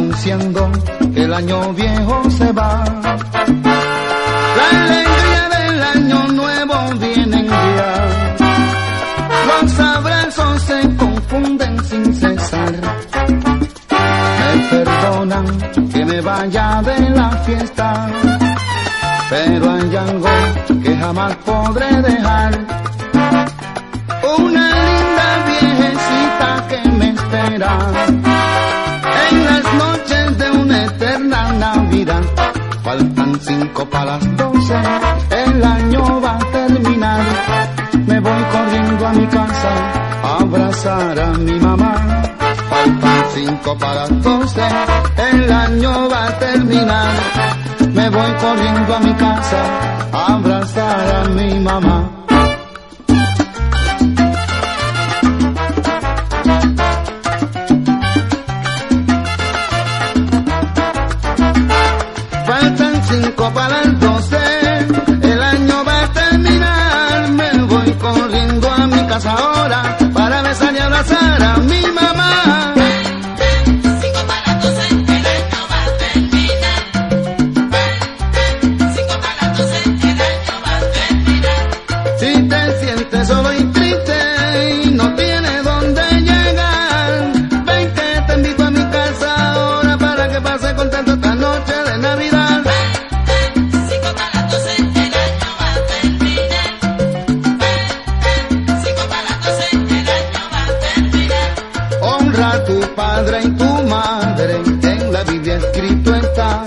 Speaker 21: diciendo que el año viejo se va. La alegría del año nuevo viene ya. Los abrazos se confunden sin cesar. Me perdonan que me vaya de la fiesta, pero hay algo que jamás podré dejar. Una linda viejecita que me espera en las noches de una eterna Navidad. Faltan cinco para las doce, el año va a terminar. Me voy corriendo a mi casa a abrazar a mi mamá. Faltan cinco para las doce, el año va a terminar. Me voy corriendo a mi casa a abrazar a mi mamá. Faltan cinco para las doce, el año va a terminar. Me voy corriendo a mi casa ahora para besar y abrazar a mi mamá.
Speaker 12: Cinco para las doce, el año va a terminar. Cinco para las doce, el año va a terminar.
Speaker 21: Si te sientes solo y triste y no tienes dónde llegar, ven que te invito a mi casa ahora para que pase contento esta noche de Navidad.
Speaker 12: Cinco para las doce, el año va a terminar. Cinco para las doce, el año va a terminar.
Speaker 21: Honra a tu padre y tu madre, en la Biblia escrito está.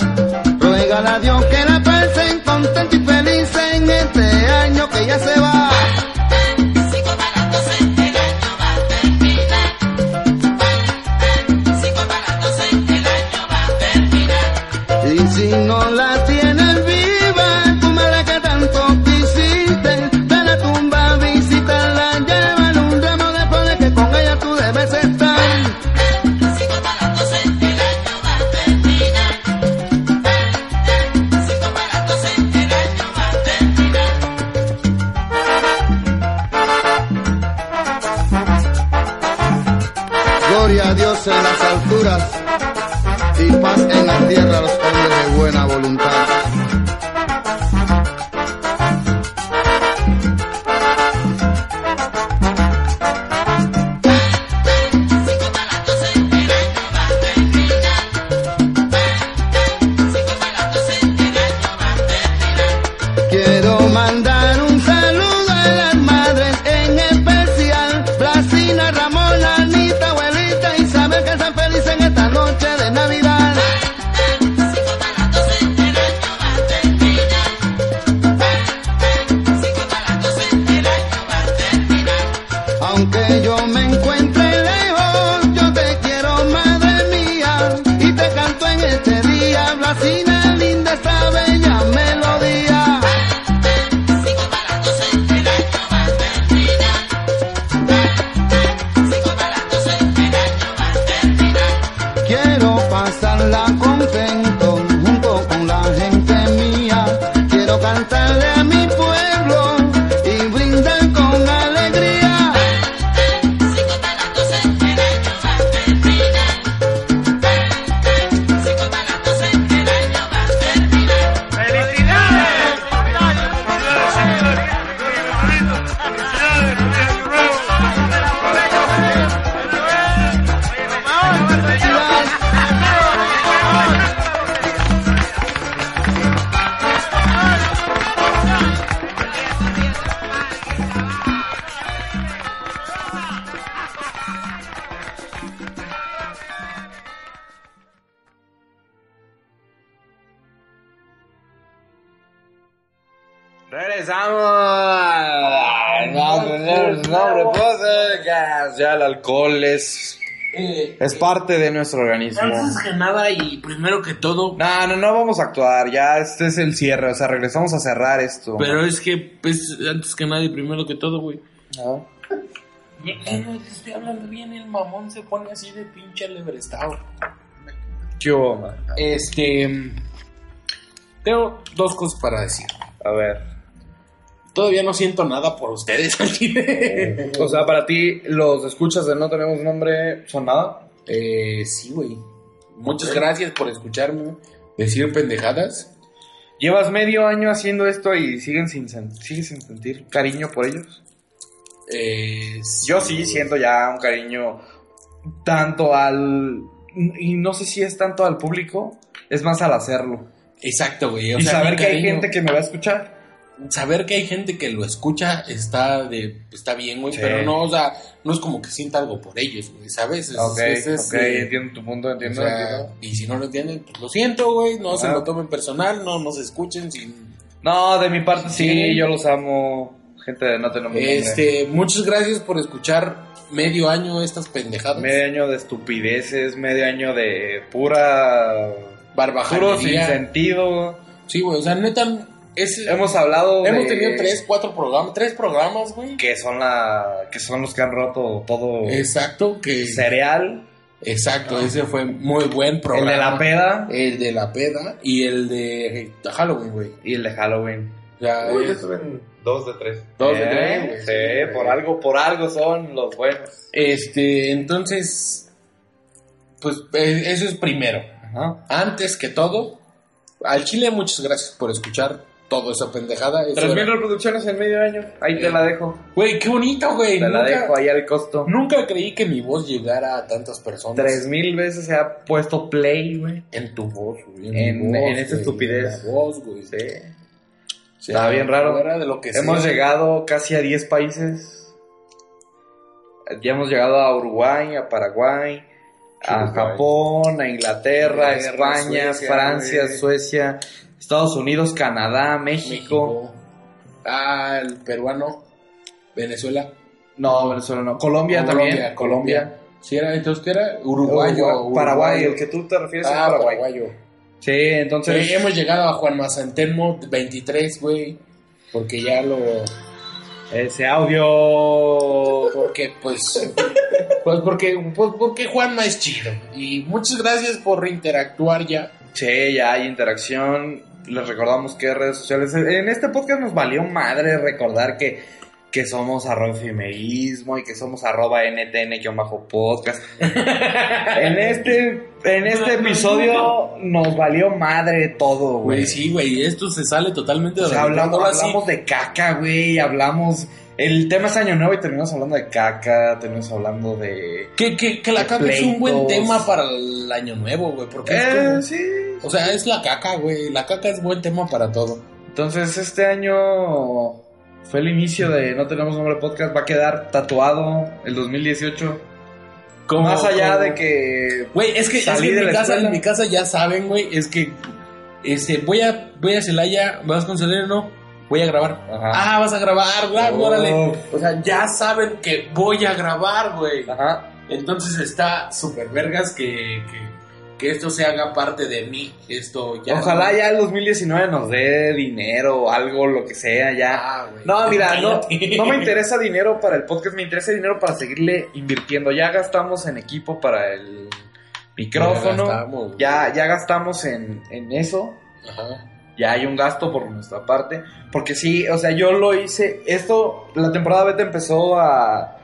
Speaker 21: Ruégale a Dios que la pasen contenta y feliz en este año que ya se va.
Speaker 12: Cinco para las doce, el año va a terminar. Cinco para las doce, el año va a terminar.
Speaker 21: Y si no la tienes viva, tu madre que tanto quisiste, de la tumba visítala, llévale un ramo de flores que con ella tú debes estar.
Speaker 12: Cinco para las doce, el año va a terminar. Cinco para las doce, el año va a terminar.
Speaker 21: Gloria a Dios en las alturas y paz en la tierra a los hombres de buena voluntad. Quiero mandar un saludo a las madres, en especial Blasina, Ramona, Anita, abuelita y saber que están felices en esta noche de Navidad. Aunque yo me encuentre lejos, yo te quiero, madre mía, y te canto en este día, Blasina, linda esta bella melodía. Quiero pasarla contento junto con la gente mía. Quiero cantarle a mi pueblo y brindar con alegría.
Speaker 3: Regresamos. No podcast. Ya el alcohol es. Es parte de nuestro organismo.
Speaker 4: Antes Eh, que nada y primero que todo,
Speaker 3: No, no, no vamos a actuar. Ya este es el cierre. O sea, regresamos a cerrar esto.
Speaker 4: pero es que pues, antes que nada y primero que todo, güey.
Speaker 3: No.
Speaker 4: Estoy hablando bien, el mamón se pone así de pinche lebrestado.
Speaker 3: Yo, ma.
Speaker 4: Este. Tengo dos cosas para decir.
Speaker 3: A ver.
Speaker 4: Todavía no siento nada por ustedes aquí.
Speaker 3: O sea, para ti, los escuchas de No Tenemos Nombre son nada.
Speaker 4: Eh, sí, güey. Muchas gracias por escucharme decir pendejadas.
Speaker 3: ¿Llevas medio año haciendo esto y siguen sin, sen- sigues sin sentir cariño por ellos?
Speaker 4: Eh,
Speaker 3: Yo sí siento ya un cariño tanto al... Y no sé si es tanto al público, es más al hacerlo.
Speaker 4: Exacto, güey. o
Speaker 3: Y
Speaker 4: sea,
Speaker 3: saber
Speaker 4: mi
Speaker 3: que hay
Speaker 4: cariño-
Speaker 3: gente que me va a escuchar.
Speaker 4: Saber que hay gente que lo escucha está de está bien, güey,
Speaker 3: Sí.
Speaker 4: pero no, o sea, no es como que sienta algo por ellos, güey, ¿sabes? Es-
Speaker 3: ok,
Speaker 4: es- es,
Speaker 3: ok,
Speaker 4: eh,
Speaker 3: entiendo tu punto,
Speaker 4: o
Speaker 3: entiendo.
Speaker 4: sea,
Speaker 3: entiendo.
Speaker 4: y si no lo entienden, pues lo siento, güey, no se
Speaker 3: Ah.
Speaker 4: lo tomen personal, no nos escuchen sin
Speaker 3: No, de mi parte sí,
Speaker 4: Sí.
Speaker 3: yo los amo. Gente de No Te Nombres.
Speaker 4: Este, muchas gracias por escuchar medio año estas pendejadas.
Speaker 3: Medio año de estupideces, medio año de pura... Puro sin
Speaker 4: Barbajanería.
Speaker 3: sentido.
Speaker 4: Sí, güey, o sea, neta, es-
Speaker 3: Hemos hablado
Speaker 4: hemos
Speaker 3: de-
Speaker 4: tenido tres, cuatro programas, tres programas, güey.
Speaker 3: que son la que son los que han roto todo
Speaker 4: Exacto, que
Speaker 3: cereal
Speaker 4: exacto, ese fue muy buen programa.
Speaker 3: El de la peda.
Speaker 4: El de la peda y el de Halloween, güey.
Speaker 3: Pues, y el de Halloween
Speaker 4: Ya,
Speaker 5: Uy,
Speaker 4: es-
Speaker 5: ya suben dos de tres.
Speaker 4: Dos de
Speaker 3: Eh,
Speaker 4: tres, güey.
Speaker 3: sí, por algo por algo son los buenos
Speaker 4: Este, entonces, pues eh, eso es primero. Antes que todo, al Chile muchas gracias por escuchar toda esa pendejada. Eso
Speaker 3: tres mil
Speaker 4: era-
Speaker 3: reproducciones en medio año ahí te la dejo
Speaker 4: Güey, qué bonito, güey.
Speaker 3: te la
Speaker 4: Nunca-
Speaker 3: dejo ahí al costo
Speaker 4: Nunca creí que mi voz llegara a tantas personas.
Speaker 3: tres mil veces se ha puesto play güey
Speaker 4: En tu voz, güey.
Speaker 3: en,
Speaker 4: mi voz,
Speaker 3: en esa
Speaker 4: güey,
Speaker 3: estupidez
Speaker 4: en la voz, güey.
Speaker 3: Sí.
Speaker 4: O sea,
Speaker 3: está bien raro
Speaker 4: fuera de lo que
Speaker 3: hemos
Speaker 4: sea.
Speaker 3: llegado casi a 10 países ya hemos llegado a Uruguay a Paraguay a
Speaker 5: Uruguay.
Speaker 3: Japón, a Inglaterra, a
Speaker 5: Inglaterra,
Speaker 3: España,
Speaker 5: Suecia,
Speaker 3: Francia,
Speaker 5: güey.
Speaker 3: Suecia, Estados Unidos, Canadá, México.
Speaker 4: México. Ah, el peruano. Venezuela.
Speaker 3: No, Venezuela no. Colombia, también.
Speaker 4: Colombia. Si era, entonces, ¿qué era? Uruguayo.
Speaker 3: Uruguay, Paraguay, el que tú te refieres
Speaker 4: Ah,
Speaker 3: es Paraguay.
Speaker 4: paraguayo.
Speaker 3: Sí, entonces.
Speaker 4: Sí, hemos llegado a Juan Mazantelmo 23, güey. Porque ya lo.
Speaker 3: Ese audio.
Speaker 4: Porque, pues. pues porque, pues porque Juanma es chido. Y muchas gracias por interactuar ya.
Speaker 3: Sí, ya hay interacción. Les recordamos que redes sociales. En este podcast nos valió madre recordar que, que somos arroba efimeísmo y que somos arroba ntn-podcast. en este, en este episodio nos valió madre todo, güey.
Speaker 4: Güey, sí, güey. Esto se sale totalmente
Speaker 3: O
Speaker 4: de
Speaker 3: sea, hablamos,
Speaker 4: Ahora sí,
Speaker 3: hablamos de caca, güey. Hablamos. El tema es Año Nuevo y terminamos hablando de caca. Terminamos hablando de.
Speaker 4: Que, que, que la
Speaker 3: De
Speaker 4: caca es un buen
Speaker 3: pleitos.
Speaker 4: tema para el año nuevo, güey. Porque es
Speaker 3: Eh,
Speaker 4: como-
Speaker 3: sí.
Speaker 4: O sea, es la caca, güey. La caca es buen tema para todo.
Speaker 3: Entonces, este año fue el inicio de No Tenemos Nombre Podcast. Va a quedar tatuado el 2018. Más allá
Speaker 4: como-
Speaker 3: de que.
Speaker 4: Güey, es que, es que
Speaker 3: Salí
Speaker 4: en,
Speaker 3: de
Speaker 4: mi
Speaker 3: la
Speaker 4: casa,
Speaker 3: escuela.
Speaker 4: en mi casa ya saben, güey. Es que este, voy a voy a Celaya, vas con Celaya, no. Voy a grabar.
Speaker 3: Ajá.
Speaker 4: Ah, vas a grabar, güey,
Speaker 3: Oh.
Speaker 4: órale. O sea, ya saben que voy a grabar, güey.
Speaker 3: Ajá.
Speaker 4: Entonces está súper vergas que, que, que esto se haga parte de mí. Esto ya.
Speaker 3: Ojalá ya el 2019 nos dé dinero o algo, lo que sea, ya.
Speaker 4: Ah, güey.
Speaker 3: No, mira, no,
Speaker 4: Cállate.
Speaker 3: no me interesa dinero para el podcast, me interesa dinero para seguirle invirtiendo. Ya gastamos en equipo para el micrófono,
Speaker 4: Ya gastamos, güey.
Speaker 3: ya, ya gastamos en, en eso,
Speaker 4: Ajá.
Speaker 3: ya hay un gasto por nuestra parte. Porque sí, o sea, yo lo hice, esto, la temporada beta empezó a...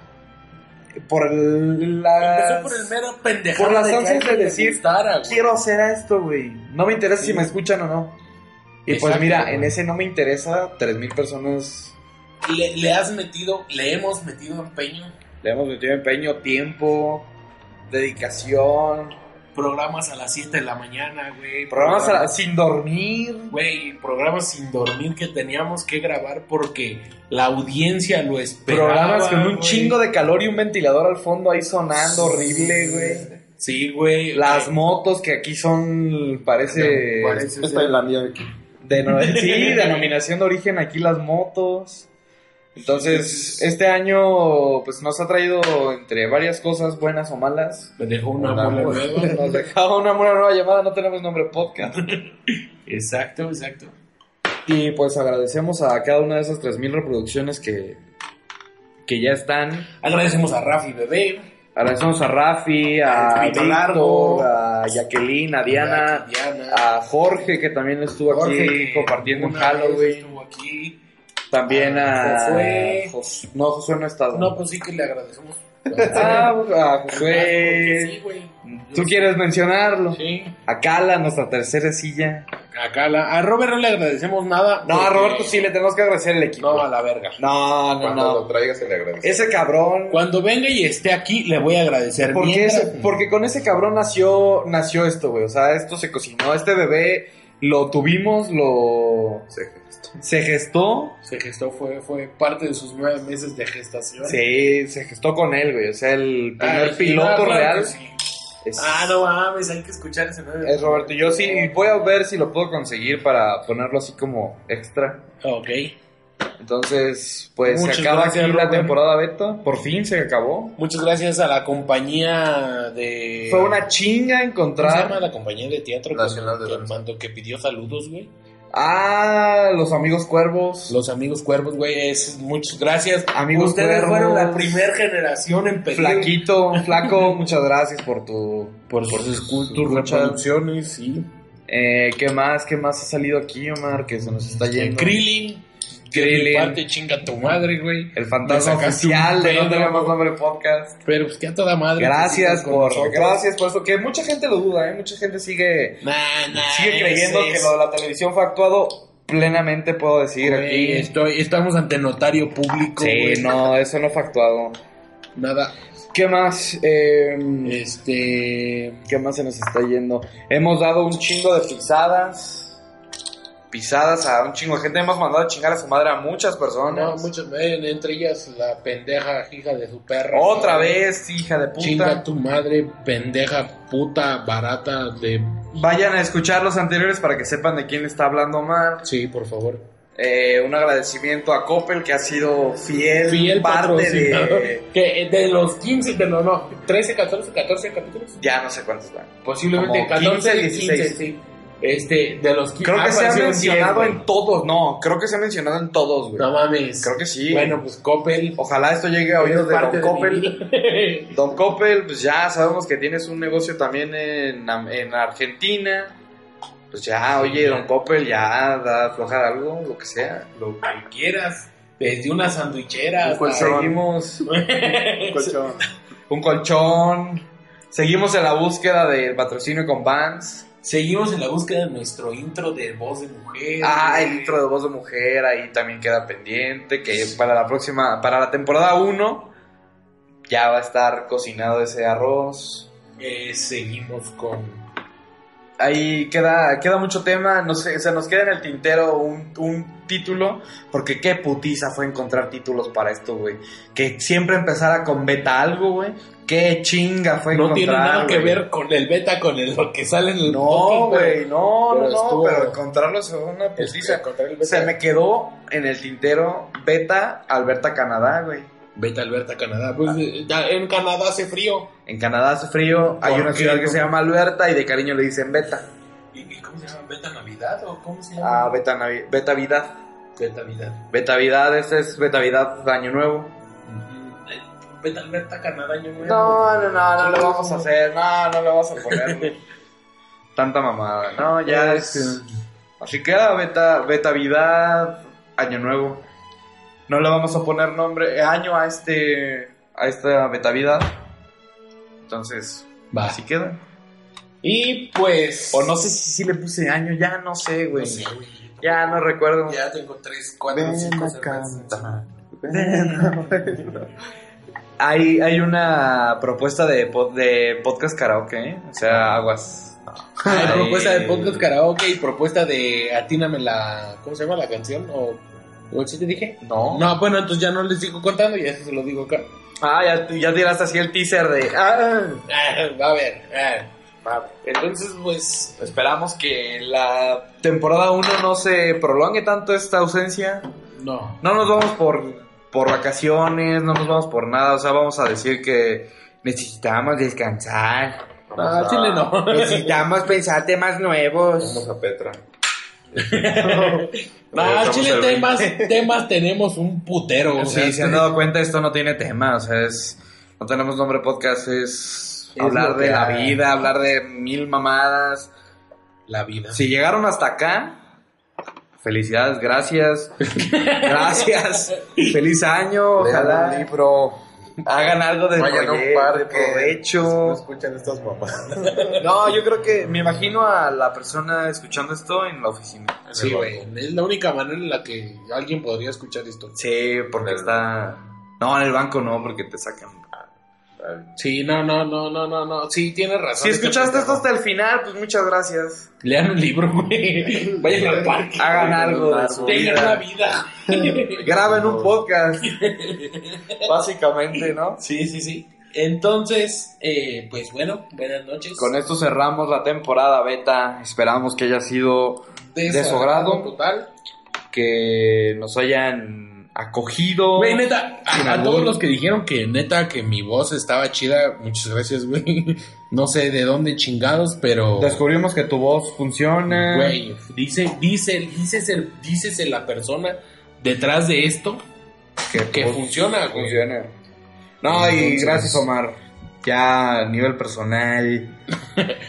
Speaker 3: Por el-
Speaker 4: Empezó
Speaker 3: las-
Speaker 4: por el mero pendejado.
Speaker 3: por las
Speaker 4: que
Speaker 3: ansias
Speaker 4: hay
Speaker 3: de
Speaker 4: que
Speaker 3: decir,
Speaker 4: gustara, güey.
Speaker 3: quiero hacer esto, güey. No me interesa
Speaker 4: Sí.
Speaker 3: si me escuchan o no. Y
Speaker 4: Exacto,
Speaker 3: pues mira,
Speaker 4: güey.
Speaker 3: en ese no me interesa, 3.000 personas
Speaker 4: le, le has metido, le hemos metido empeño,
Speaker 3: Le hemos metido empeño, tiempo, dedicación,
Speaker 4: programas a las 7 de la mañana, güey.
Speaker 3: programas a la- sin dormir.
Speaker 4: Güey, programas sin dormir que teníamos que grabar porque la audiencia lo esperaba.
Speaker 3: Programas con un
Speaker 4: güey.
Speaker 3: chingo de calor y un ventilador al fondo ahí sonando horrible, güey.
Speaker 4: Sí, güey.
Speaker 3: Las
Speaker 4: Güey,
Speaker 3: motos que aquí son, parece...
Speaker 5: Parece es Tailandia aquí.
Speaker 3: de no- sí, denominación de origen aquí las motos. Entonces, este año pues nos ha traído entre varias cosas buenas o malas.
Speaker 4: me dejó una bola nueva.
Speaker 3: Nos dejaba una nueva llamada, no tenemos nombre podcast.
Speaker 4: Exacto, exacto.
Speaker 3: Y pues agradecemos a cada una de esas 3.000 reproducciones que, que ya están.
Speaker 4: Agradecemos a Rafi Bebé,
Speaker 3: Agradecemos a Rafi, a
Speaker 4: Al Pito Largo.
Speaker 3: Víctor, a Jacqueline, a
Speaker 4: a
Speaker 3: Diana,
Speaker 4: Diana,
Speaker 3: a Jorge que también estuvo aquí
Speaker 4: Jorge,
Speaker 3: compartiendo en
Speaker 4: una vez
Speaker 3: Halloween.
Speaker 4: estuvo aquí.
Speaker 3: También a
Speaker 4: Josué.
Speaker 3: Jos- No, Josué no ha estado.
Speaker 4: No, pues sí que le agradecemos
Speaker 3: Ah, ah, güey. Tú quieres mencionarlo. A Cala, nuestra tercera silla.
Speaker 4: A Cala. A Robert no le agradecemos nada. Eh,
Speaker 3: No, a
Speaker 4: porque-
Speaker 3: Roberto sí le tenemos que agradecer el equipo.
Speaker 4: No, a la verga.
Speaker 3: No, no,
Speaker 4: Cuando
Speaker 3: no.
Speaker 4: lo
Speaker 5: traigas se le agradece.
Speaker 3: Ese cabrón.
Speaker 4: Cuando venga y esté aquí, le voy a agradecer.
Speaker 3: Porque,
Speaker 4: Mientras-
Speaker 3: ese- porque con ese cabrón nació, nació esto, güey. O sea, esto se cocinó. Este bebé lo tuvimos, lo. Se gestó. Se gestó.
Speaker 4: Se gestó, fue, fue parte de sus nueve meses de gestación.
Speaker 3: Sí, se gestó con él, güey. O sea, el primer
Speaker 4: Ay,
Speaker 3: piloto
Speaker 4: Ah, claro que
Speaker 3: real.
Speaker 4: sí.
Speaker 3: Es-
Speaker 4: Ah, no mames, hay que escuchar ese nueve.
Speaker 3: Es Roberto. Yo sí voy a ver si lo puedo conseguir para ponerlo así como extra.
Speaker 4: Ok.
Speaker 3: Entonces, pues
Speaker 4: Muchas
Speaker 3: se acaba
Speaker 4: gracias,
Speaker 3: aquí la
Speaker 4: Robert.
Speaker 3: temporada beta. Por fin se acabó.
Speaker 4: Muchas gracias a la compañía de.
Speaker 3: Fue una chinga
Speaker 4: ¿Cómo se llama
Speaker 3: encontrar
Speaker 4: la compañía de teatro Nacional que, mandó- que pidió saludos, güey?
Speaker 3: a Ah, los amigos cuervos.
Speaker 4: Los amigos cuervos, güey, es- muchas gracias.
Speaker 3: Amigos
Speaker 4: Ustedes
Speaker 3: cuervos.
Speaker 4: fueron la primera generación en pedir.
Speaker 3: Flaquito, flaco, muchas gracias por tu
Speaker 4: por, sus, tus reproducciones, sí.
Speaker 3: Eh, ¿Qué más? ¿Qué más ha salido aquí, Omar? Que se nos está
Speaker 4: El
Speaker 3: yendo.
Speaker 4: Este, Krillin. que de mi
Speaker 3: Krillin.
Speaker 4: parte chinga tu madre, güey.
Speaker 3: El fantasma
Speaker 4: Me sacaste un
Speaker 3: oficial de No
Speaker 4: pedo.
Speaker 3: Tenemos Nombre Podcast.
Speaker 4: Pero pues que a toda madre.
Speaker 3: Gracias
Speaker 4: que sigas con
Speaker 3: por,
Speaker 4: nosotros.
Speaker 3: gracias por esto, que mucha gente lo duda, ¿eh? Mucha gente sigue,
Speaker 4: Nah, nah,
Speaker 3: sigue creyendo
Speaker 4: es-
Speaker 3: que lo de la televisión fue actuado plenamente, puedo decir
Speaker 4: Güey,
Speaker 3: aquí.
Speaker 4: estoy- estamos ante notario público.
Speaker 3: Sí,
Speaker 4: güey.
Speaker 3: no, eso no fue actuado.
Speaker 4: Nada.
Speaker 3: ¿Qué más? Em,
Speaker 4: Este.
Speaker 3: ¿Qué más se nos está yendo? Hemos dado un chingo de pisadas. Pisadas a un chingo de gente. Hemos mandado a chingar a su madre a muchas
Speaker 4: No,
Speaker 3: personas.
Speaker 4: muchas, eh, entre ellas la pendeja hija de su perro.
Speaker 3: Otra vez, hija de puta.
Speaker 4: Chinga tu madre, pendeja puta barata de.
Speaker 3: Vayan a escuchar los anteriores para que sepan de quién está hablando Omar.
Speaker 4: Sí, por favor.
Speaker 3: Eh, un agradecimiento a Coppel que ha sido fiel,
Speaker 4: Fiel
Speaker 3: parte
Speaker 4: patrocinador.
Speaker 3: de.
Speaker 4: Que eh, de los 15, de no, no, 13, 14, 14 capítulos.
Speaker 3: Ya no sé cuántos van.
Speaker 4: Posiblemente
Speaker 3: Como
Speaker 4: 14,
Speaker 3: 15,
Speaker 4: 16.
Speaker 3: 16.
Speaker 4: sí. Este, de los 15.
Speaker 3: Creo
Speaker 4: ha
Speaker 3: que se ha
Speaker 4: aparecido en
Speaker 3: mencionado
Speaker 4: 10,
Speaker 3: en todos. No, creo que se ha mencionado en todos,
Speaker 4: güey.
Speaker 3: güey.
Speaker 4: No mames.
Speaker 3: Creo que sí.
Speaker 4: Bueno, pues Coppel.
Speaker 3: Ojalá esto llegue a
Speaker 4: eres
Speaker 3: oídos de Don
Speaker 4: parte de mi
Speaker 3: Coppel.
Speaker 4: vida.
Speaker 3: Don Coppel, pues ya sabemos que tienes un negocio también en, Am- en Argentina. Pues ya, oye, Don Coppel, ya da aflojar algo, lo que sea.
Speaker 4: Lo que quieras. Desde una sandwichera.
Speaker 3: Un colchón. Seguimos.
Speaker 4: Un colchón.
Speaker 3: Un colchón. Seguimos en la búsqueda del patrocinio con Vans.
Speaker 4: Seguimos en la búsqueda de nuestro intro de voz de mujer.
Speaker 3: Ah, el
Speaker 4: güey.
Speaker 3: intro de voz de mujer ahí también queda pendiente. Que para la próxima, para la temporada 1, ya va a estar cocinado ese arroz.
Speaker 4: Eh, seguimos con.
Speaker 3: ahí queda, queda mucho tema, no sé, se nos queda en el tintero un, un título, porque qué putiza fue encontrar títulos para esto, güey. Que siempre empezara con beta algo, güey. Qué chinga fue
Speaker 4: No
Speaker 3: encontrar.
Speaker 4: tiene nada que
Speaker 3: güey.
Speaker 4: ver con el beta, con el, lo que sale en el
Speaker 3: No,
Speaker 4: podcast, pero-
Speaker 3: güey, no, no,
Speaker 4: pero
Speaker 3: no,
Speaker 4: estuvo-
Speaker 3: pero encontrarlo se fue una
Speaker 4: es que
Speaker 3: putiza.
Speaker 4: encontrar el beta.
Speaker 3: Se me quedó en el tintero beta Alberta, Canadá, güey.
Speaker 4: Vete a Alberta, Canadá. Pues eh, ya en Canadá hace frío.
Speaker 3: En Canadá hace frío, hay
Speaker 4: ¿Por
Speaker 3: una
Speaker 4: qué,
Speaker 3: ciudad que
Speaker 4: no?
Speaker 3: se llama Alberta y de cariño le dicen beta.
Speaker 4: ¿Y, y cómo se llama? ¿Beta Navidad o cómo se llama?
Speaker 3: Ah, beta, Navi- beta vida.
Speaker 4: Beta Navidad.
Speaker 3: Betavidad, ese es Betavidad Año Nuevo.
Speaker 4: Vete a Alberta, Canadá, año nuevo.
Speaker 3: No, no, no, no lo vamos a hacer. No, no lo vamos a poner. Tanta mamada. No, ya es. Así queda beta, betavidad, año nuevo. No le vamos a poner nombre, eh, año a este, a esta betavidad. Entonces,
Speaker 4: Va.
Speaker 3: así queda.
Speaker 4: Y pues.
Speaker 3: O no sé si sí le puse año, ya no sé, güey.
Speaker 4: No sé, güey.
Speaker 3: Ya no recuerdo.
Speaker 4: Ya tengo tres, cuatro,
Speaker 3: Ven
Speaker 4: cinco
Speaker 3: a
Speaker 4: cervezas.
Speaker 3: cantar. Ven a bailar. Hay, hay una propuesta de, pod- de podcast karaoke, ¿eh? o sea, aguas.
Speaker 4: Hay
Speaker 3: Ay.
Speaker 4: propuesta de podcast karaoke y propuesta de atíname la. ¿Cómo se llama la canción? ¿O, o sí te dije?
Speaker 3: No.
Speaker 4: No, bueno, entonces ya no les sigo contando y eso se lo digo acá.
Speaker 3: Ah, ya, ya tiraste así el teaser de. ah.
Speaker 4: Ah, va a ver. ah, va a ver. Entonces, pues.
Speaker 3: Esperamos que la temporada 1 no se prolongue tanto esta ausencia.
Speaker 4: No.
Speaker 3: No nos vamos por, por vacaciones, no nos vamos por nada. O sea, vamos a decir que necesitamos descansar.
Speaker 4: Ah, chile no.
Speaker 3: Necesitamos pensar temas nuevos.
Speaker 5: Vamos a Petra.
Speaker 4: No,
Speaker 3: Estamos
Speaker 4: Ah, chile
Speaker 3: el
Speaker 4: temas, temas tenemos un putero. o
Speaker 3: Sí,
Speaker 4: sea,
Speaker 3: si se han dado cuenta, esto no tiene tema, o sea, es, no tenemos nombre podcast, es,
Speaker 4: Es
Speaker 3: hablar
Speaker 4: lo
Speaker 3: de
Speaker 4: que
Speaker 3: la
Speaker 4: hay.
Speaker 3: vida, hablar de mil mamadas.
Speaker 4: La vida.
Speaker 3: Si llegaron hasta acá, felicidades, gracias, gracias, feliz año,
Speaker 5: Lean
Speaker 3: ojalá.
Speaker 5: un libro.
Speaker 3: Hagan algo de
Speaker 5: Vayan a un
Speaker 3: proyecto,
Speaker 5: parque.
Speaker 3: de provecho.
Speaker 5: Escuchan estas mamás.
Speaker 3: No, yo creo que me imagino a la persona escuchando esto en la oficina.
Speaker 4: Sí, güey. Es la única manera en la que alguien podría escuchar esto.
Speaker 3: Sí, porque
Speaker 22: está. No, en el banco no, porque te sacan.
Speaker 4: Sí, no, no, no, no, no, no. Sí, tienes razón.
Speaker 3: Si escuchaste esto hasta el final, pues muchas gracias.
Speaker 4: Lean un libro, güey. Vayan al parque.
Speaker 3: Hagan algo de su
Speaker 4: Tengan
Speaker 3: vida.
Speaker 4: una vida.
Speaker 3: Graben un podcast. Básicamente, ¿no?
Speaker 4: Sí, sí, sí. Entonces, eh, pues bueno, buenas noches.
Speaker 3: Con esto cerramos la temporada beta. Esperamos que haya sido de, su agrado.
Speaker 4: Total.
Speaker 3: Que nos hayan acogido.
Speaker 4: Güey, neta,
Speaker 3: Sin
Speaker 4: a, a
Speaker 3: albur.
Speaker 4: todos los que dijeron que neta que mi voz estaba chida, muchas gracias, güey. No sé de dónde chingados, pero.
Speaker 3: Descubrimos que tu voz funciona.
Speaker 4: Güey, dice, dice, dices el, dices la persona detrás de esto que, funciona, güey.
Speaker 3: pues, Funciona. No, y
Speaker 4: Entonces-
Speaker 3: gracias, Omar. Ya a nivel personal.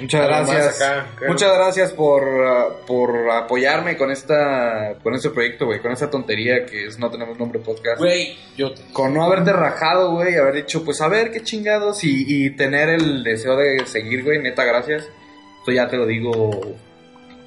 Speaker 3: Muchas
Speaker 5: Algo más
Speaker 3: gracias.
Speaker 5: acá, claro.
Speaker 3: Muchas gracias por, uh, por apoyarme con esta con este proyecto, güey, con esta tontería que es no tenemos nombre podcast.
Speaker 4: Güey, yo te-
Speaker 3: Con no haberte rajado, güey, haber dicho, pues a ver qué chingados y, y tener el deseo de seguir, güey, neta, gracias. Esto ya te lo digo,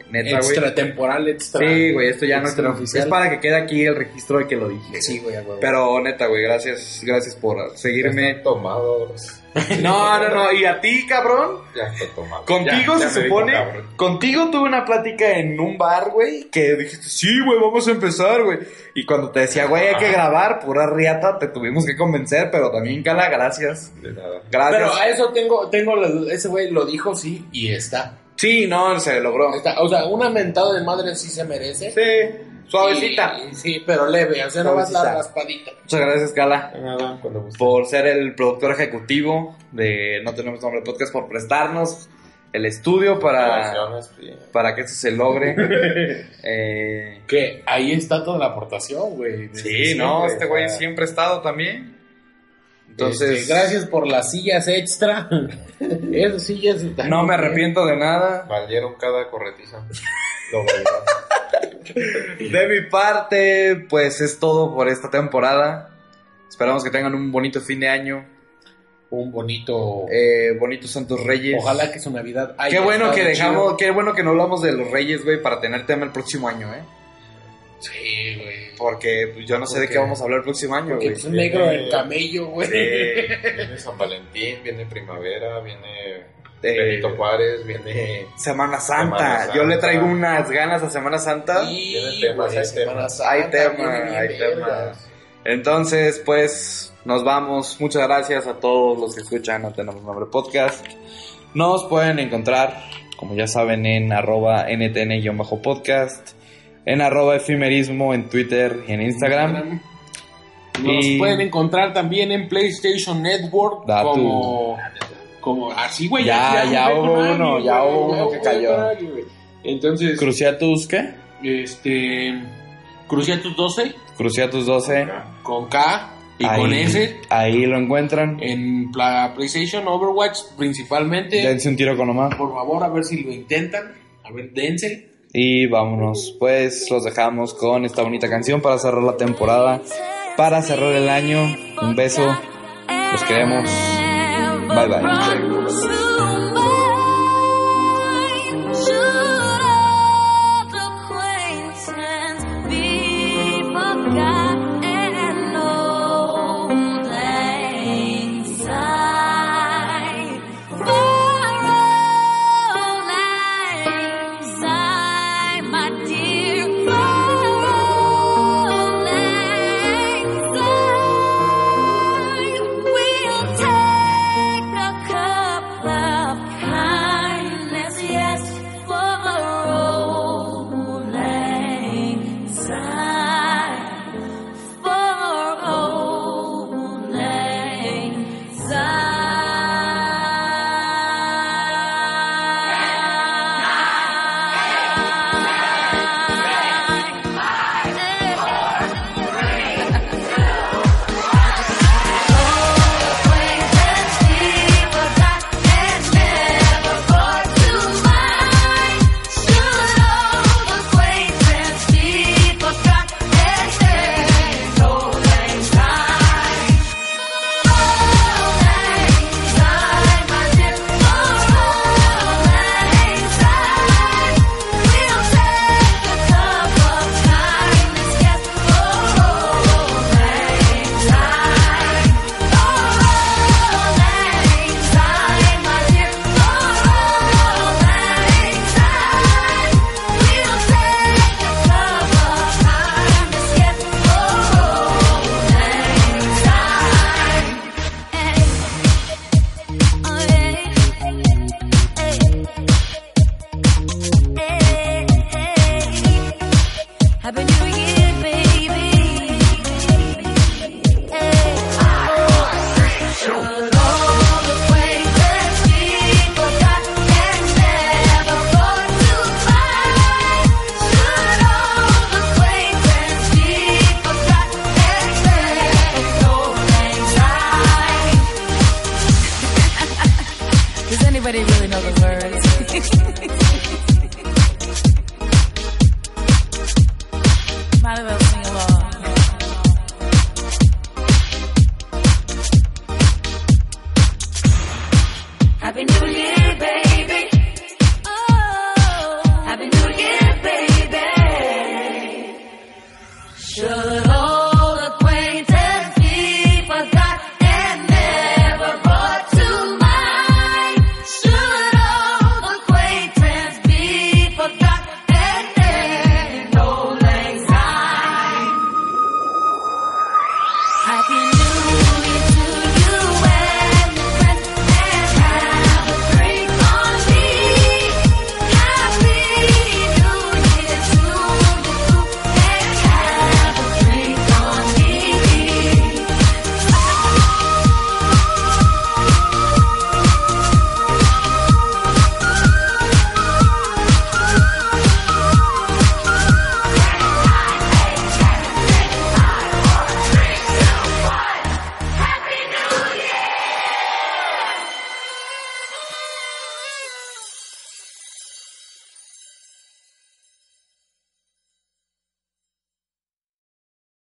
Speaker 3: neta, güey.
Speaker 4: extratemporal, extra.
Speaker 3: Sí, güey, esto ya no
Speaker 4: extra
Speaker 3: es, es para que quede aquí el registro de que lo dije.
Speaker 4: Sí, güey, a huevo.
Speaker 3: Pero neta, güey, gracias, gracias por seguirme.
Speaker 5: tomados.
Speaker 3: No, no, no, y a ti, cabrón.
Speaker 5: Ya está tomado.
Speaker 3: Contigo
Speaker 5: Ya, ya
Speaker 3: se
Speaker 5: me
Speaker 3: supone,
Speaker 5: dijo, cabrón.
Speaker 3: contigo tuve una plática en un bar, güey, que dijiste, sí, güey, vamos a empezar, güey. Y cuando te decía, güey, hay que grabar, pura riata, te tuvimos que convencer, pero también, Cala, gracias.
Speaker 5: De nada.
Speaker 3: Gracias.
Speaker 4: Pero a eso tengo, tengo la duda. Ese güey lo dijo, sí, y está.
Speaker 3: Sí, no, se logró.
Speaker 4: Está- O sea, una mentada de madre sí se merece.
Speaker 3: Sí, suavecita.
Speaker 4: Y- sí, pero leve, o sea, no vas a
Speaker 3: Suavecita.
Speaker 4: dar raspadita.
Speaker 3: Muchas gracias, Cala,
Speaker 5: nada, cuando guste.
Speaker 3: por ser el productor ejecutivo de No Tenemos Nombre Podcast, por prestarnos el estudio para,
Speaker 5: Gracias, sí.
Speaker 3: para que esto se logre. Eh,
Speaker 4: Que ahí está toda la aportación, güey. desde
Speaker 3: Sí,
Speaker 4: siempre,
Speaker 3: no, este güey
Speaker 4: o sea,
Speaker 3: siempre ha estado también. Entonces,
Speaker 4: este, gracias por las sillas extra. Esas sillas están.
Speaker 3: no me arrepiento de nada.
Speaker 5: Valieron cada corretiza. Lo valieron.
Speaker 3: De mi parte, pues es todo por esta temporada. Esperamos que tengan un bonito fin de año,
Speaker 4: Un bonito.
Speaker 3: eh, bonitos Santos Reyes.
Speaker 4: Ojalá que su Navidad haya
Speaker 3: Qué bueno
Speaker 4: estado
Speaker 3: que
Speaker 4: chido.
Speaker 3: dejamos, qué bueno que no hablamos de los Reyes, güey, para tener tema el próximo año, ¿eh?
Speaker 4: Sí, güey.
Speaker 3: Porque pues, yo no sé de
Speaker 4: Porque-
Speaker 3: qué vamos a hablar el próximo año,
Speaker 4: Que
Speaker 3: güey.
Speaker 4: es negro el camello, güey.
Speaker 3: Eh,
Speaker 5: Viene San Valentín, viene primavera, viene
Speaker 3: Eh,
Speaker 5: Benito Juárez, viene.
Speaker 3: Semana Santa.
Speaker 5: Semana
Speaker 3: Yo le
Speaker 5: Santa.
Speaker 3: traigo unas ganas a Semana Santa.
Speaker 4: Sí,
Speaker 5: Tiene temas,
Speaker 4: güey,
Speaker 5: hay
Speaker 4: Semana
Speaker 5: temas.
Speaker 4: Santa,
Speaker 3: Hay tema,
Speaker 4: viene bien
Speaker 3: hay
Speaker 4: vergas.
Speaker 3: Entonces, pues nos vamos. Muchas gracias a todos los que escuchan No Tenemos Nombre Podcast. Nos pueden encontrar, como ya saben, en arroba ntn-podcast, en arroba efimerismo, en Twitter y en Instagram.
Speaker 4: Nos
Speaker 3: Y-
Speaker 4: pueden encontrar también en PlayStation Network
Speaker 3: Da
Speaker 4: como, como así, güey.
Speaker 3: Ya, ya
Speaker 4: jugué
Speaker 3: hubo
Speaker 4: con alguien,
Speaker 3: uno,
Speaker 4: güey,
Speaker 3: ya hubo uno
Speaker 4: jugué
Speaker 3: que cayó.
Speaker 4: con alguien, güey. Entonces,
Speaker 3: Cruciatus, ¿qué?
Speaker 4: este, Cruciatus 12
Speaker 3: Cruciatus 12.
Speaker 4: con K y con
Speaker 3: Ahí-
Speaker 4: S
Speaker 3: Ahí lo encuentran.
Speaker 4: en pla- PlayStation Overwatch principalmente.
Speaker 3: Dense un tiro con Omar.
Speaker 4: Por favor, a ver si lo intentan. A ver, dense.
Speaker 3: Y vámonos, pues los dejamos con esta bonita canción para cerrar la temporada, para cerrar el año. Un beso, los queremos. Bye bye.
Speaker 7: Run to
Speaker 2: Oh.